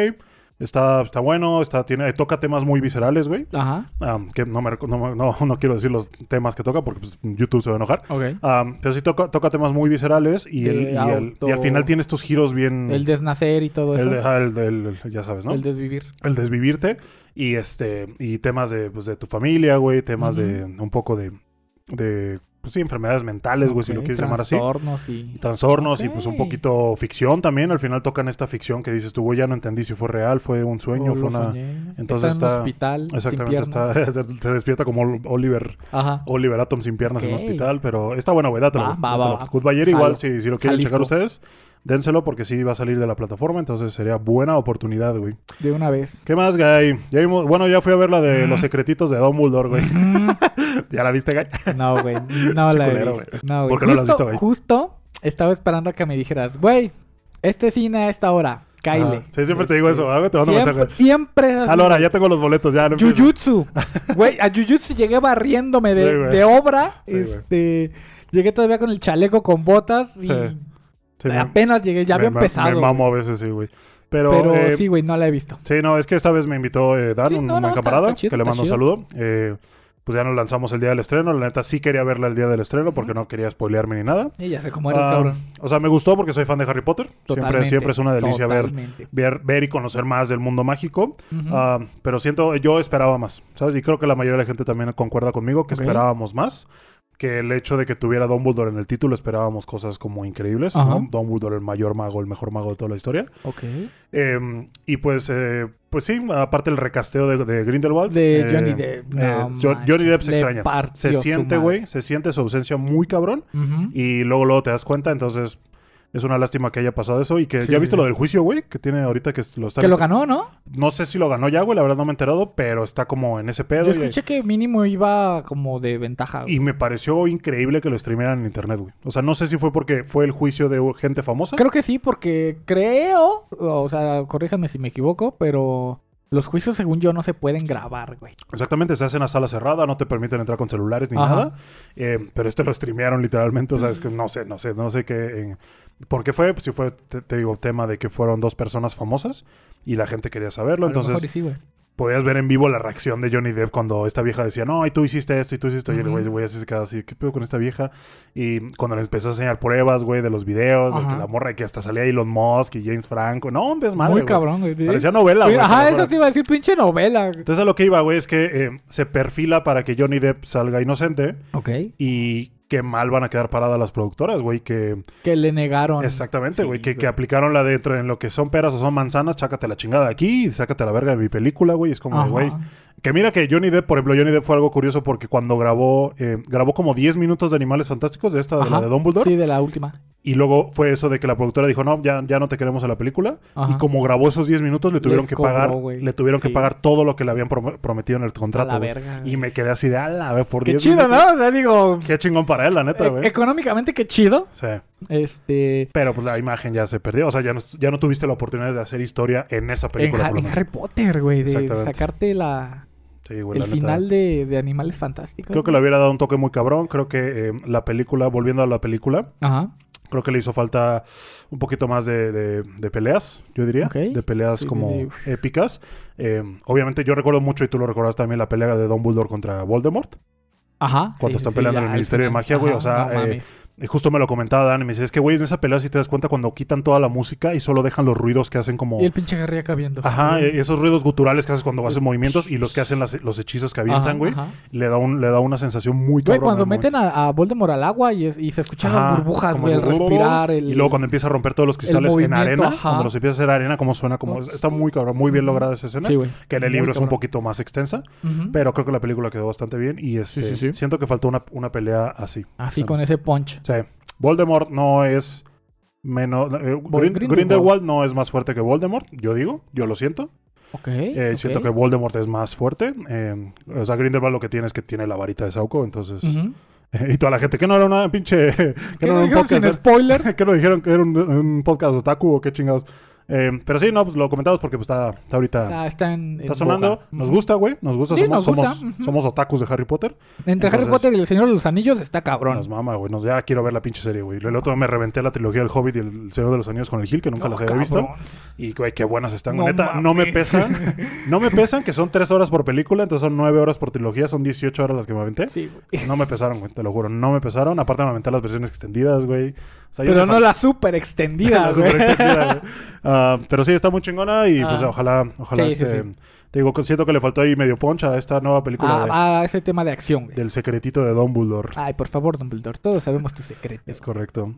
[SPEAKER 1] está, está bueno, está, tiene, toca temas muy viscerales, güey.
[SPEAKER 2] Ajá.
[SPEAKER 1] Am, que no, me recu- no, me- no, no quiero decir los temas que toca porque pues, YouTube se va a enojar.
[SPEAKER 2] Ok.
[SPEAKER 1] Am, pero sí toca, toca temas muy viscerales y,
[SPEAKER 2] De
[SPEAKER 1] el, y, el- y al
[SPEAKER 2] auto-
[SPEAKER 1] final tiene estos giros bien.
[SPEAKER 2] Um, El desnacer y todo eso.
[SPEAKER 1] el de- ajá, el del- ya sabes, ¿no?
[SPEAKER 2] El desvivir.
[SPEAKER 1] el desvivirte y este y temas de, pues, de tu familia, güey, temas de un poco de de pues, sí, enfermedades mentales, güey, si lo
[SPEAKER 2] Ok,
[SPEAKER 1] quieres llamar así.
[SPEAKER 2] Trastornos y...
[SPEAKER 1] Trastornos y
[SPEAKER 2] Ok.
[SPEAKER 1] pues un poquito ficción también, al final tocan esta ficción que dices tú, güey, ya no entendí si fue real, fue un sueño,
[SPEAKER 2] Oh, lo
[SPEAKER 1] fue una
[SPEAKER 2] soñé.
[SPEAKER 1] entonces
[SPEAKER 2] está en
[SPEAKER 1] está-
[SPEAKER 2] un hospital
[SPEAKER 1] Exactamente,
[SPEAKER 2] sin piernas.
[SPEAKER 1] está, se despierta como Ol- Oliver,
[SPEAKER 2] Ajá.
[SPEAKER 1] Oliver Atom sin piernas en
[SPEAKER 2] Ok.
[SPEAKER 1] un hospital, pero está bueno, güey, dátelo.
[SPEAKER 2] Va,
[SPEAKER 1] güey,
[SPEAKER 2] va, va,
[SPEAKER 1] dátelo.
[SPEAKER 2] va.
[SPEAKER 1] Goodbye, Jerry,
[SPEAKER 2] Jalo. Ah,
[SPEAKER 1] igual, si, si lo quieren
[SPEAKER 2] Jalisco.
[SPEAKER 1] checar ustedes, dénselo porque sí va a salir de la plataforma, entonces sería buena oportunidad, güey.
[SPEAKER 2] De una vez.
[SPEAKER 1] ¿Qué más, Guy? Ya vimos, bueno, ya fui a ver la de los secretitos de Dumbledore, güey. ¿Ya la viste, Guy?
[SPEAKER 2] No, güey. No la he
[SPEAKER 1] culero,
[SPEAKER 2] visto.
[SPEAKER 1] güey.
[SPEAKER 2] No, güey.
[SPEAKER 1] ¿Por qué no la has
[SPEAKER 2] Justo-
[SPEAKER 1] visto, güey?
[SPEAKER 2] Justo estaba esperando a que me dijeras, güey, este cine a esta hora. Kyle.
[SPEAKER 1] Ajá. Sí, siempre te digo eso, a ver, Ah, te mando
[SPEAKER 2] Este, Siempre,
[SPEAKER 1] mensajes.
[SPEAKER 2] siempre es así.
[SPEAKER 1] A la hora, ya tengo los boletos, ya. no empieces.
[SPEAKER 2] Jujutsu. Güey, a Jujutsu llegué barriéndome de,
[SPEAKER 1] Sí, güey.
[SPEAKER 2] de obra.
[SPEAKER 1] Sí, güey.
[SPEAKER 2] este, llegué todavía con el chaleco con botas y
[SPEAKER 1] Sí. Sí, me-
[SPEAKER 2] apenas llegué, ya
[SPEAKER 1] me-
[SPEAKER 2] había
[SPEAKER 1] me-
[SPEAKER 2] empezado.
[SPEAKER 1] Me
[SPEAKER 2] güey.
[SPEAKER 1] mamo a veces, sí, güey. Pero,
[SPEAKER 2] Pero
[SPEAKER 1] eh, sí.
[SPEAKER 2] sí, güey, no la he visto.
[SPEAKER 1] no, es que esta vez me invitó eh, Dan,
[SPEAKER 2] Sí,
[SPEAKER 1] un
[SPEAKER 2] no,
[SPEAKER 1] buen
[SPEAKER 2] no, está-
[SPEAKER 1] camarada,
[SPEAKER 2] está chido,
[SPEAKER 1] que le
[SPEAKER 2] está
[SPEAKER 1] mando un
[SPEAKER 2] chido.
[SPEAKER 1] saludo. Eh, pues ya nos lanzamos el día del estreno. La neta, sí quería verla el día del estreno porque no quería spoilearme ni nada.
[SPEAKER 2] Y ya sé cómo eres,
[SPEAKER 1] Ah,
[SPEAKER 2] cabrón.
[SPEAKER 1] O sea, me gustó porque soy fan de Harry Potter. Siempre,
[SPEAKER 2] Totalmente,
[SPEAKER 1] siempre es una delicia ver,
[SPEAKER 2] totalmente.
[SPEAKER 1] ver, ver y conocer más del mundo mágico.
[SPEAKER 2] Ujú.
[SPEAKER 1] Ah, pero siento, yo esperaba más, ¿sabes? Y creo que la mayoría de la gente también concuerda conmigo que
[SPEAKER 2] Ok.
[SPEAKER 1] esperábamos más. Que el hecho de que tuviera Dumbledore en el título esperábamos cosas como increíbles.
[SPEAKER 2] Ajá.
[SPEAKER 1] ¿no? Dumbledore, el mayor mago, el mejor mago de toda la historia.
[SPEAKER 2] Ok.
[SPEAKER 1] Eh, y pues, eh, pues sí, aparte el recasteo de, de Grindelwald.
[SPEAKER 2] De
[SPEAKER 1] eh,
[SPEAKER 2] Johnny Depp.
[SPEAKER 1] eh,
[SPEAKER 2] No
[SPEAKER 1] Jo- Johnny
[SPEAKER 2] manches,
[SPEAKER 1] Depp se
[SPEAKER 2] le
[SPEAKER 1] extraña.
[SPEAKER 2] partió
[SPEAKER 1] Se
[SPEAKER 2] su
[SPEAKER 1] siente,
[SPEAKER 2] madre.
[SPEAKER 1] güey, se siente su ausencia muy cabrón.
[SPEAKER 2] Ujú.
[SPEAKER 1] Y luego, luego te das cuenta, entonces... Es una lástima que haya pasado eso y que...
[SPEAKER 2] Sí,
[SPEAKER 1] ¿Ya
[SPEAKER 2] sí,
[SPEAKER 1] viste
[SPEAKER 2] sí.
[SPEAKER 1] lo del juicio, güey? Que tiene ahorita que lo está...
[SPEAKER 2] Que lo ganó, ¿no?
[SPEAKER 1] No sé si lo ganó ya, güey, la verdad no me he enterado, pero está como en ese pedo.
[SPEAKER 2] Yo
[SPEAKER 1] y-
[SPEAKER 2] escuché que mínimo iba como de ventaja. güey.
[SPEAKER 1] y, me pareció increíble que lo streamearan en internet, güey. O sea, no sé si fue porque fue el juicio de gente famosa.
[SPEAKER 2] Creo que sí, porque creo, o sea, corríjame si me equivoco, pero los juicios según yo no se pueden grabar, güey.
[SPEAKER 1] Exactamente, se hacen a sala cerrada, no te permiten entrar con celulares ni
[SPEAKER 2] Ajá.
[SPEAKER 1] nada. Eh, pero este lo streamearon literalmente, o sea, es que no sé, no sé, no sé qué... eh, ¿Por qué fue? Pues si fue, te, te digo, tema de que fueron dos personas famosas y la gente quería saberlo,
[SPEAKER 2] A lo
[SPEAKER 1] entonces...
[SPEAKER 2] mejor y sí, güey.
[SPEAKER 1] podías ver en vivo la reacción de Johnny Depp cuando esta vieja decía, no, y tú hiciste esto, y tú hiciste, esto", y el
[SPEAKER 2] Ujú.
[SPEAKER 1] güey, el güey así se quedaba así, ¿qué pedo con esta vieja? Y cuando le empezó a enseñar pruebas, güey, de los videos, de que
[SPEAKER 2] Ajá.
[SPEAKER 1] la morra, que hasta salía Elon Musk y James Franco, no, un desmadre,
[SPEAKER 2] Muy
[SPEAKER 1] güey.
[SPEAKER 2] cabrón, güey.
[SPEAKER 1] Parecía novela, güey. te
[SPEAKER 2] Ajá,
[SPEAKER 1] lo
[SPEAKER 2] eso
[SPEAKER 1] juro.
[SPEAKER 2] te iba a decir, pinche novela.
[SPEAKER 1] Entonces a lo que iba, güey, es que eh, se perfila para que Johnny Depp salga inocente
[SPEAKER 2] Ok.
[SPEAKER 1] y qué mal van a quedar paradas las productoras, güey, que...
[SPEAKER 2] Que le negaron.
[SPEAKER 1] Exactamente,
[SPEAKER 2] Sí,
[SPEAKER 1] güey, que, que aplicaron la de entre- en lo que son peras o son manzanas, chácate la chingada de aquí, y sácate la verga de mi película, güey, es como, de,
[SPEAKER 2] Ajá.
[SPEAKER 1] güey. Que mira que Johnny Depp, por ejemplo, Johnny Depp fue algo curioso porque cuando grabó, eh, grabó como 10 minutos de Animales Fantásticos, de esta, de la
[SPEAKER 2] Ajá.
[SPEAKER 1] de Dumbledore,
[SPEAKER 2] Sí, de la última.
[SPEAKER 1] y luego fue eso de que la productora dijo, no, ya, ya no te queremos en la película,
[SPEAKER 2] Ajá.
[SPEAKER 1] y como grabó esos 10 minutos, le tuvieron
[SPEAKER 2] Les
[SPEAKER 1] que pagar,
[SPEAKER 2] cobró, güey.
[SPEAKER 1] le tuvieron que
[SPEAKER 2] Sí.
[SPEAKER 1] pagar todo lo que le habían prom- prometido en el
[SPEAKER 2] A
[SPEAKER 1] contrato,
[SPEAKER 2] la
[SPEAKER 1] güey.
[SPEAKER 2] verga.
[SPEAKER 1] Y me quedé así de, ala, güey, por
[SPEAKER 2] Qué
[SPEAKER 1] 10
[SPEAKER 2] chido,
[SPEAKER 1] minutos".
[SPEAKER 2] ¿no? O sea, digo.
[SPEAKER 1] Qué chingón para él, la neta,
[SPEAKER 2] e-
[SPEAKER 1] güey.
[SPEAKER 2] económicamente, qué chido.
[SPEAKER 1] Sí.
[SPEAKER 2] Este.
[SPEAKER 1] Pero pues la imagen ya se perdió. O sea, ya no, ya no tuviste la oportunidad de hacer historia en esa
[SPEAKER 2] En,
[SPEAKER 1] película.
[SPEAKER 2] Ha-
[SPEAKER 1] por lo
[SPEAKER 2] en
[SPEAKER 1] menos.
[SPEAKER 2] Harry Potter, güey. De
[SPEAKER 1] Exactamente.
[SPEAKER 2] sacarte la,
[SPEAKER 1] Sí, güey,
[SPEAKER 2] el
[SPEAKER 1] la neta.
[SPEAKER 2] final de, de Animales Fantásticos.
[SPEAKER 1] Creo que le hubiera dado un toque muy cabrón. Creo que eh, la película, volviendo a la película,
[SPEAKER 2] Ajá.
[SPEAKER 1] creo que le hizo falta un poquito más de, de- de peleas, yo diría.
[SPEAKER 2] Ok.
[SPEAKER 1] De peleas
[SPEAKER 2] Sí,
[SPEAKER 1] como
[SPEAKER 2] de-
[SPEAKER 1] épicas. Eh, obviamente yo recuerdo mucho, y tú lo recordas también, la pelea de Dumbledore contra Voldemort.
[SPEAKER 2] Ajá.
[SPEAKER 1] Cuando están peleando en el
[SPEAKER 2] al
[SPEAKER 1] Ministerio de
[SPEAKER 2] final.
[SPEAKER 1] Magia, güey, o sea,
[SPEAKER 2] no
[SPEAKER 1] eh,
[SPEAKER 2] mames.
[SPEAKER 1] Y justo me lo comentaba Dan y me dice, es que güey, en esa pelea si te das cuenta cuando quitan toda la música y solo dejan los ruidos que hacen como...
[SPEAKER 2] Y el pinche Harry acá viendo.
[SPEAKER 1] Ajá,
[SPEAKER 2] Ajá,
[SPEAKER 1] y esos ruidos guturales que haces cuando haces movimientos y los que hacen las- los hechizos que avientan, güey.
[SPEAKER 2] ajá.
[SPEAKER 1] le da un, le da una sensación muy
[SPEAKER 2] Güey,
[SPEAKER 1] cabrona.
[SPEAKER 2] cuando
[SPEAKER 1] al
[SPEAKER 2] meten
[SPEAKER 1] momento.
[SPEAKER 2] a, a Voldemort al agua y, es- y se escuchan
[SPEAKER 1] Ajá,
[SPEAKER 2] las burbujas,
[SPEAKER 1] como
[SPEAKER 2] güey, el
[SPEAKER 1] su-
[SPEAKER 2] respirar, el...
[SPEAKER 1] y luego cuando empieza a romper todos los cristales en
[SPEAKER 2] movimiento,
[SPEAKER 1] arena,
[SPEAKER 2] ajá.
[SPEAKER 1] cuando los empieza a hacer arena, como suena, como
[SPEAKER 2] Oh,
[SPEAKER 1] está muy cabrón, muy bien
[SPEAKER 2] Ujú.
[SPEAKER 1] lograda esa escena.
[SPEAKER 2] Sí, güey.
[SPEAKER 1] Que en el
[SPEAKER 2] Muy
[SPEAKER 1] libro es un
[SPEAKER 2] cabrón.
[SPEAKER 1] poquito más extensa,
[SPEAKER 2] Ujú.
[SPEAKER 1] pero creo que la película quedó bastante bien y este,
[SPEAKER 2] Sí, sí, sí.
[SPEAKER 1] siento que faltó una, una pelea así.
[SPEAKER 2] Así
[SPEAKER 1] Claro.
[SPEAKER 2] con ese punch.
[SPEAKER 1] O sea, Voldemort no es menos... eh, Grin-
[SPEAKER 2] Grindelwald.
[SPEAKER 1] Grindelwald no es más fuerte que Voldemort, yo digo, yo lo siento.
[SPEAKER 2] Ok.
[SPEAKER 1] Eh,
[SPEAKER 2] ok.
[SPEAKER 1] Siento que Voldemort es más fuerte. eh, o sea, Grindelwald lo que tiene es que tiene la varita de Sauco, entonces...
[SPEAKER 2] Ujú.
[SPEAKER 1] Y toda la gente, que no era una pinche. Que
[SPEAKER 2] ¿Qué
[SPEAKER 1] pues, no era un
[SPEAKER 2] dijeron sin
[SPEAKER 1] podcast.
[SPEAKER 2] spoiler?
[SPEAKER 1] ¿Qué no dijeron que era un, un podcast otaku o qué chingados? Eh, pero sí, no, pues lo comentamos porque pues, está, está ahorita.
[SPEAKER 2] O sea, está en...
[SPEAKER 1] está
[SPEAKER 2] en
[SPEAKER 1] sonando.
[SPEAKER 2] boga.
[SPEAKER 1] Nos
[SPEAKER 2] Ujú.
[SPEAKER 1] gusta, güey. Nos gusta.
[SPEAKER 2] Sí,
[SPEAKER 1] somos,
[SPEAKER 2] nos gusta,
[SPEAKER 1] Somos,
[SPEAKER 2] ujú.
[SPEAKER 1] somos otakus de Harry Potter.
[SPEAKER 2] Entre Harry
[SPEAKER 1] Entonces-
[SPEAKER 2] Potter y El Señor de los Anillos está cabrón.
[SPEAKER 1] Nos mama, güey. Nos, ya quiero ver la pinche serie, güey. El otro día me reventé la trilogía del Hobbit y el Señor de los Anillos con el Gil, que nunca
[SPEAKER 2] No,
[SPEAKER 1] las había
[SPEAKER 2] Oh, cabrón.
[SPEAKER 1] visto. Y, güey, qué buenas están.
[SPEAKER 2] No
[SPEAKER 1] Neta, no me
[SPEAKER 2] mames.
[SPEAKER 1] pesan. no me pesan, que son tres horas por película, entonces son nueve horas por trilogía, son 18 horas las que me aventé.
[SPEAKER 2] Sí, güey.
[SPEAKER 1] No me pesaron, güey, te lo juro, no me pesaron. Aparte me aventé las versiones extendidas, güey. O sea, yo
[SPEAKER 2] Pero
[SPEAKER 1] soy
[SPEAKER 2] no
[SPEAKER 1] fan-
[SPEAKER 2] la super extendida,
[SPEAKER 1] la
[SPEAKER 2] güey.
[SPEAKER 1] super extendida, güey. Ah, pero sí, está muy chingona y pues
[SPEAKER 2] Ah.
[SPEAKER 1] ojalá, ojalá
[SPEAKER 2] Sí, sí,
[SPEAKER 1] este...
[SPEAKER 2] sí.
[SPEAKER 1] Te digo, siento que le faltó ahí medio poncha a esta nueva película
[SPEAKER 2] Ah,
[SPEAKER 1] de-
[SPEAKER 2] va a ese tema de acción, güey.
[SPEAKER 1] del secretito de Dumbledore.
[SPEAKER 2] Ay, por favor, Dumbledore, todos sabemos tu secreto.
[SPEAKER 1] Es correcto.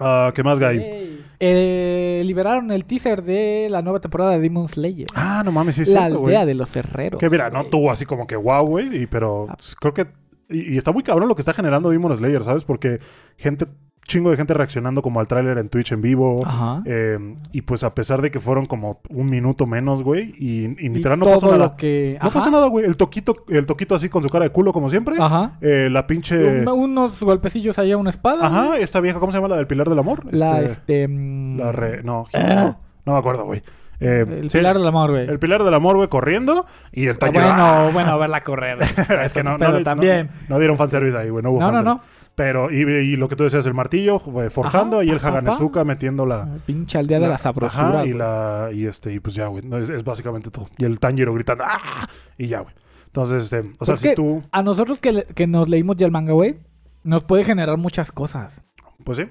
[SPEAKER 1] Ah, ¿Qué más, Guy?
[SPEAKER 2] Ey. Eh, liberaron el teaser de la nueva temporada de Demon Slayer.
[SPEAKER 1] Ah, no mames, sí, es
[SPEAKER 2] la
[SPEAKER 1] cierto,
[SPEAKER 2] aldea
[SPEAKER 1] güey.
[SPEAKER 2] de los herreros.
[SPEAKER 1] Que mira, no
[SPEAKER 2] güey.
[SPEAKER 1] tuvo así como que wow, güey, y- pero
[SPEAKER 2] Ah.
[SPEAKER 1] creo que... Y, y está muy cabrón lo que está generando Demon Slayer, ¿sabes? Porque gente, chingo de gente reaccionando como al tráiler en Twitch en vivo.
[SPEAKER 2] Ajá.
[SPEAKER 1] Eh, y pues a pesar de que fueron como un minuto menos, güey, y, y
[SPEAKER 2] Y
[SPEAKER 1] literal no
[SPEAKER 2] todo
[SPEAKER 1] pasó nada.
[SPEAKER 2] lo que...
[SPEAKER 1] No
[SPEAKER 2] Ajá.
[SPEAKER 1] pasa nada, güey. El toquito, el toquito así con su cara de culo, como siempre.
[SPEAKER 2] Ajá.
[SPEAKER 1] Eh, la pinche.
[SPEAKER 2] Un- unos golpecillos ahí a una espada.
[SPEAKER 1] Ajá, esta vieja, ¿cómo se llama? La del Pilar del Amor.
[SPEAKER 2] La,
[SPEAKER 1] Este,
[SPEAKER 2] este... mm,
[SPEAKER 1] la re- No,
[SPEAKER 2] Ah.
[SPEAKER 1] no, no me acuerdo, güey. Eh,
[SPEAKER 2] El
[SPEAKER 1] sí,
[SPEAKER 2] pilar del amor, güey.
[SPEAKER 1] el Pilar del Amor, güey, corriendo. Y el
[SPEAKER 2] Ah,
[SPEAKER 1] taller.
[SPEAKER 2] Bueno, bueno, a verla correr.
[SPEAKER 1] es que no, no
[SPEAKER 2] Pero
[SPEAKER 1] le- no-
[SPEAKER 2] también.
[SPEAKER 1] No, dieron fanservice ahí, güey. No, hubo
[SPEAKER 2] No, no,
[SPEAKER 1] fanservice.
[SPEAKER 2] no.
[SPEAKER 1] Pero, y, y lo que tú decías, el martillo, güey, forjando,
[SPEAKER 2] Ajá,
[SPEAKER 1] y el
[SPEAKER 2] pa, pa, pa.
[SPEAKER 1] Haganezuka metiendo la.
[SPEAKER 2] Pinche aldea de la,
[SPEAKER 1] Ajá,
[SPEAKER 2] sabrosura.
[SPEAKER 1] y
[SPEAKER 2] güey.
[SPEAKER 1] la y este y pues ya, güey, no, es, es básicamente todo. Y el Tanjiro gritando ¡Ah! y ya, güey. Entonces, este, o sea,
[SPEAKER 2] Pues
[SPEAKER 1] si
[SPEAKER 2] que-
[SPEAKER 1] tú
[SPEAKER 2] A nosotros que, le- que nos leímos ya el manga, güey, nos puede generar muchas cosas.
[SPEAKER 1] pues sí,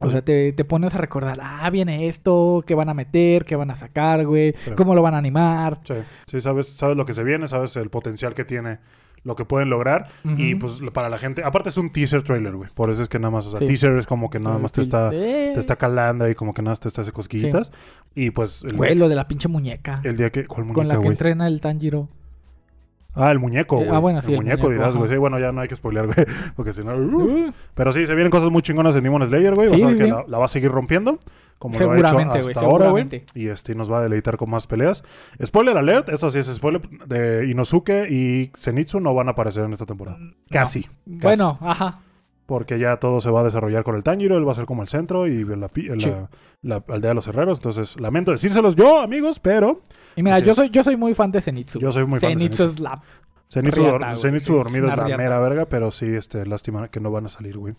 [SPEAKER 2] O sea, te, te pones a recordar, ah, viene esto, qué van a meter, qué van a sacar, güey,
[SPEAKER 1] Claro.
[SPEAKER 2] cómo lo van a animar.
[SPEAKER 1] sí, sí, sabes sabes lo que se viene, sabes el potencial que tiene lo que pueden lograr
[SPEAKER 2] Ujú.
[SPEAKER 1] y pues lo- para la gente, aparte es un teaser trailer, güey. Por eso es que nada más, o sea,
[SPEAKER 2] Sí.
[SPEAKER 1] teaser es como que nada
[SPEAKER 2] El
[SPEAKER 1] más te está
[SPEAKER 2] fil-
[SPEAKER 1] te
[SPEAKER 2] Eh,
[SPEAKER 1] está calando y como que nada más te está hace cosquillitas y pues el,
[SPEAKER 2] Güey, lo de la pinche muñeca.
[SPEAKER 1] el día que ¿cuál
[SPEAKER 2] con la
[SPEAKER 1] muñeca,
[SPEAKER 2] que
[SPEAKER 1] güey?
[SPEAKER 2] entrena el Tanjiro.
[SPEAKER 1] Ah, el muñeco,
[SPEAKER 2] Eh,
[SPEAKER 1] güey.
[SPEAKER 2] ah, bueno, sí,
[SPEAKER 1] el,
[SPEAKER 2] el
[SPEAKER 1] muñeco,
[SPEAKER 2] muñeco,
[SPEAKER 1] dirás, güey.
[SPEAKER 2] ajá.
[SPEAKER 1] Sí, bueno, ya no hay que spoilear, güey, porque si no uh.
[SPEAKER 2] Uh,
[SPEAKER 1] Pero sí, se vienen cosas muy chingonas en Demon Slayer, güey. Vas
[SPEAKER 2] Sí,
[SPEAKER 1] a ver
[SPEAKER 2] sí,
[SPEAKER 1] que
[SPEAKER 2] sí.
[SPEAKER 1] la, la va a seguir rompiendo. Como
[SPEAKER 2] Seguramente,
[SPEAKER 1] lo ha
[SPEAKER 2] güey,
[SPEAKER 1] hecho hasta ahora, güey.
[SPEAKER 2] seguramente.
[SPEAKER 1] Y este, y nos va a deleitar con más peleas. Spoiler alert, eso sí es spoiler. De Inosuke y Zenitsu no van a aparecer en esta temporada.
[SPEAKER 2] Mm,
[SPEAKER 1] Casi.
[SPEAKER 2] Bueno, ajá.
[SPEAKER 1] Porque ya todo se va a desarrollar con el Tanjiro. Él va a ser como el centro y la, fi- la-
[SPEAKER 2] Sí.
[SPEAKER 1] la aldea de los herreros. Entonces, lamento decírselos yo, amigos, pero
[SPEAKER 2] Y mira,
[SPEAKER 1] Así
[SPEAKER 2] yo
[SPEAKER 1] es.
[SPEAKER 2] soy, yo soy muy fan de Zenitsu.
[SPEAKER 1] Yo soy muy fan de
[SPEAKER 2] Zenitsu. es la...
[SPEAKER 1] Zenitsu,
[SPEAKER 2] Riata,
[SPEAKER 1] dor-
[SPEAKER 2] güey.
[SPEAKER 1] Zenitsu
[SPEAKER 2] Es
[SPEAKER 1] dormido es
[SPEAKER 2] una
[SPEAKER 1] la
[SPEAKER 2] riata.
[SPEAKER 1] mera verga. Pero sí, este, lástima que no van a salir, güey.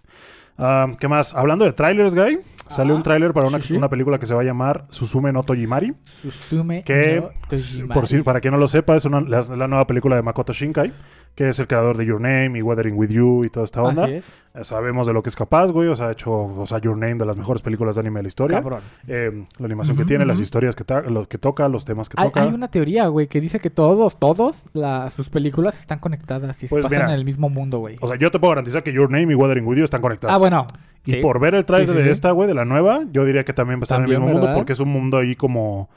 [SPEAKER 1] Ah, ¿Qué más? Hablando de trailers, Guy, salió
[SPEAKER 2] Ajá.
[SPEAKER 1] un tráiler para una,
[SPEAKER 2] Ah, Sí, sí.
[SPEAKER 1] una película que se va a llamar Susume no Tojimari.
[SPEAKER 2] Susume
[SPEAKER 1] Que,
[SPEAKER 2] no
[SPEAKER 1] s-
[SPEAKER 2] Tojimari.
[SPEAKER 1] por si, para quien no lo sepa, es una- la, la nueva película de Makoto Shinkai, que es el creador de Your Name y Weathering With You y toda esta onda.
[SPEAKER 2] Así es.
[SPEAKER 1] Eh, Sabemos de lo que es capaz, güey. O sea, ha hecho o sea, Your Name de las mejores películas de anime de la historia.
[SPEAKER 2] Cabrón.
[SPEAKER 1] Eh, la animación que
[SPEAKER 2] Ujú,
[SPEAKER 1] tiene, las
[SPEAKER 2] ujú.
[SPEAKER 1] historias que, ta- lo que toca, los temas que
[SPEAKER 2] Hay,
[SPEAKER 1] toca.
[SPEAKER 2] hay una teoría, güey, que dice que todos, todos, la- sus películas están conectadas y se
[SPEAKER 1] Pues
[SPEAKER 2] pasan
[SPEAKER 1] mira.
[SPEAKER 2] en el mismo mundo, güey.
[SPEAKER 1] O sea, yo te puedo garantizar que Your Name y Weathering With You están conectadas.
[SPEAKER 2] Ah, bueno.
[SPEAKER 1] Y
[SPEAKER 2] sí.
[SPEAKER 1] por ver el trailer
[SPEAKER 2] Sí, sí,
[SPEAKER 1] de
[SPEAKER 2] sí.
[SPEAKER 1] esta, güey, de la nueva, yo diría que también va a estar en el
[SPEAKER 2] También,
[SPEAKER 1] mismo mundo
[SPEAKER 2] ¿verdad?
[SPEAKER 1] porque es un mundo ahí como,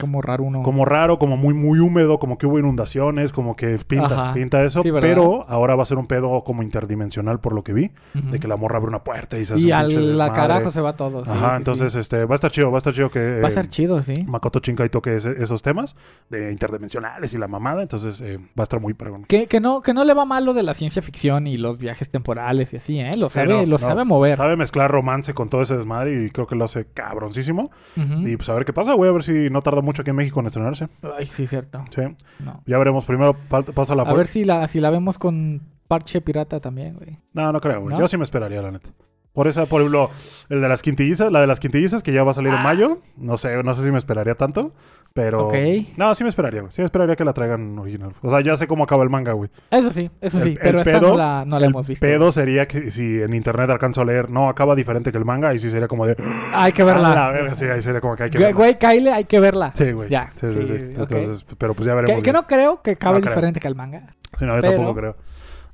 [SPEAKER 2] Como raro uno.
[SPEAKER 1] como raro, como muy, muy húmedo, como que hubo inundaciones, como que pinta,
[SPEAKER 2] Ajá.
[SPEAKER 1] pinta eso.
[SPEAKER 2] Sí, ¿verdad?
[SPEAKER 1] pero ahora va a ser un pedo como interdimensional por lo que vi,
[SPEAKER 2] Ujú.
[SPEAKER 1] de que la morra abre una puerta y se hace
[SPEAKER 2] Y
[SPEAKER 1] un pinche
[SPEAKER 2] al la
[SPEAKER 1] desmadre.
[SPEAKER 2] carajo se va todo. sí,
[SPEAKER 1] Ajá,
[SPEAKER 2] sí, sí.
[SPEAKER 1] entonces este va a estar chido, va a estar chido que
[SPEAKER 2] Va a
[SPEAKER 1] eh,
[SPEAKER 2] estar chido, sí.
[SPEAKER 1] Makoto Shinkai toque ese- esos temas de interdimensionales y la mamada, entonces eh, va a estar muy pregón.
[SPEAKER 2] Que, que, no, que no le va mal lo de la ciencia ficción y los viajes temporales y así, ¿eh? Lo
[SPEAKER 1] Sí,
[SPEAKER 2] sabe,
[SPEAKER 1] no,
[SPEAKER 2] lo
[SPEAKER 1] no.
[SPEAKER 2] sabe mover.
[SPEAKER 1] Sabe mezclar romance con todo ese desmadre y creo que lo hace cabroncísimo.
[SPEAKER 2] Ujú.
[SPEAKER 1] Y pues a ver qué pasa, güey, a ver si no tarda mucho aquí en México en estrenarse.
[SPEAKER 2] Ay, sí, cierto.
[SPEAKER 1] Sí,
[SPEAKER 2] No.
[SPEAKER 1] ya veremos. Primero falta, pasa la
[SPEAKER 2] A
[SPEAKER 1] fuerza.
[SPEAKER 2] ver si la, si la vemos con parche pirata también, güey.
[SPEAKER 1] No, no creo, güey.
[SPEAKER 2] ¿No?
[SPEAKER 1] Yo sí me esperaría, la neta. Por esa, por ejemplo, el de las quintillizas, la de las quintillizas que ya va a salir en
[SPEAKER 2] Ah.
[SPEAKER 1] mayo. No sé, no sé si me esperaría tanto, pero...
[SPEAKER 2] Ok.
[SPEAKER 1] No, sí me esperaría, güey. Sí me esperaría que la traigan original. O sea, ya sé cómo acaba el manga, güey.
[SPEAKER 2] Eso sí, eso
[SPEAKER 1] El-
[SPEAKER 2] sí.
[SPEAKER 1] el
[SPEAKER 2] pero esta
[SPEAKER 1] pedo-
[SPEAKER 2] no la, no la
[SPEAKER 1] el
[SPEAKER 2] hemos visto.
[SPEAKER 1] pedo sería que si en internet alcanzo a leer, no, acaba diferente que el manga, y sí sería como de...
[SPEAKER 2] Hay que
[SPEAKER 1] "Ah,
[SPEAKER 2] verla.
[SPEAKER 1] la verga", sí, ahí sería como que hay que
[SPEAKER 2] Güey,
[SPEAKER 1] verla.
[SPEAKER 2] Güey, Kyle, hay que verla.
[SPEAKER 1] Sí, güey.
[SPEAKER 2] Ya.
[SPEAKER 1] Sí, sí, sí.
[SPEAKER 2] ok.
[SPEAKER 1] Entonces, pero pues ya
[SPEAKER 2] Que-
[SPEAKER 1] veremos.
[SPEAKER 2] que,
[SPEAKER 1] güey.
[SPEAKER 2] no creo que cabe
[SPEAKER 1] No creo.
[SPEAKER 2] diferente que el manga.
[SPEAKER 1] Sí, no, yo
[SPEAKER 2] Pero-
[SPEAKER 1] tampoco creo.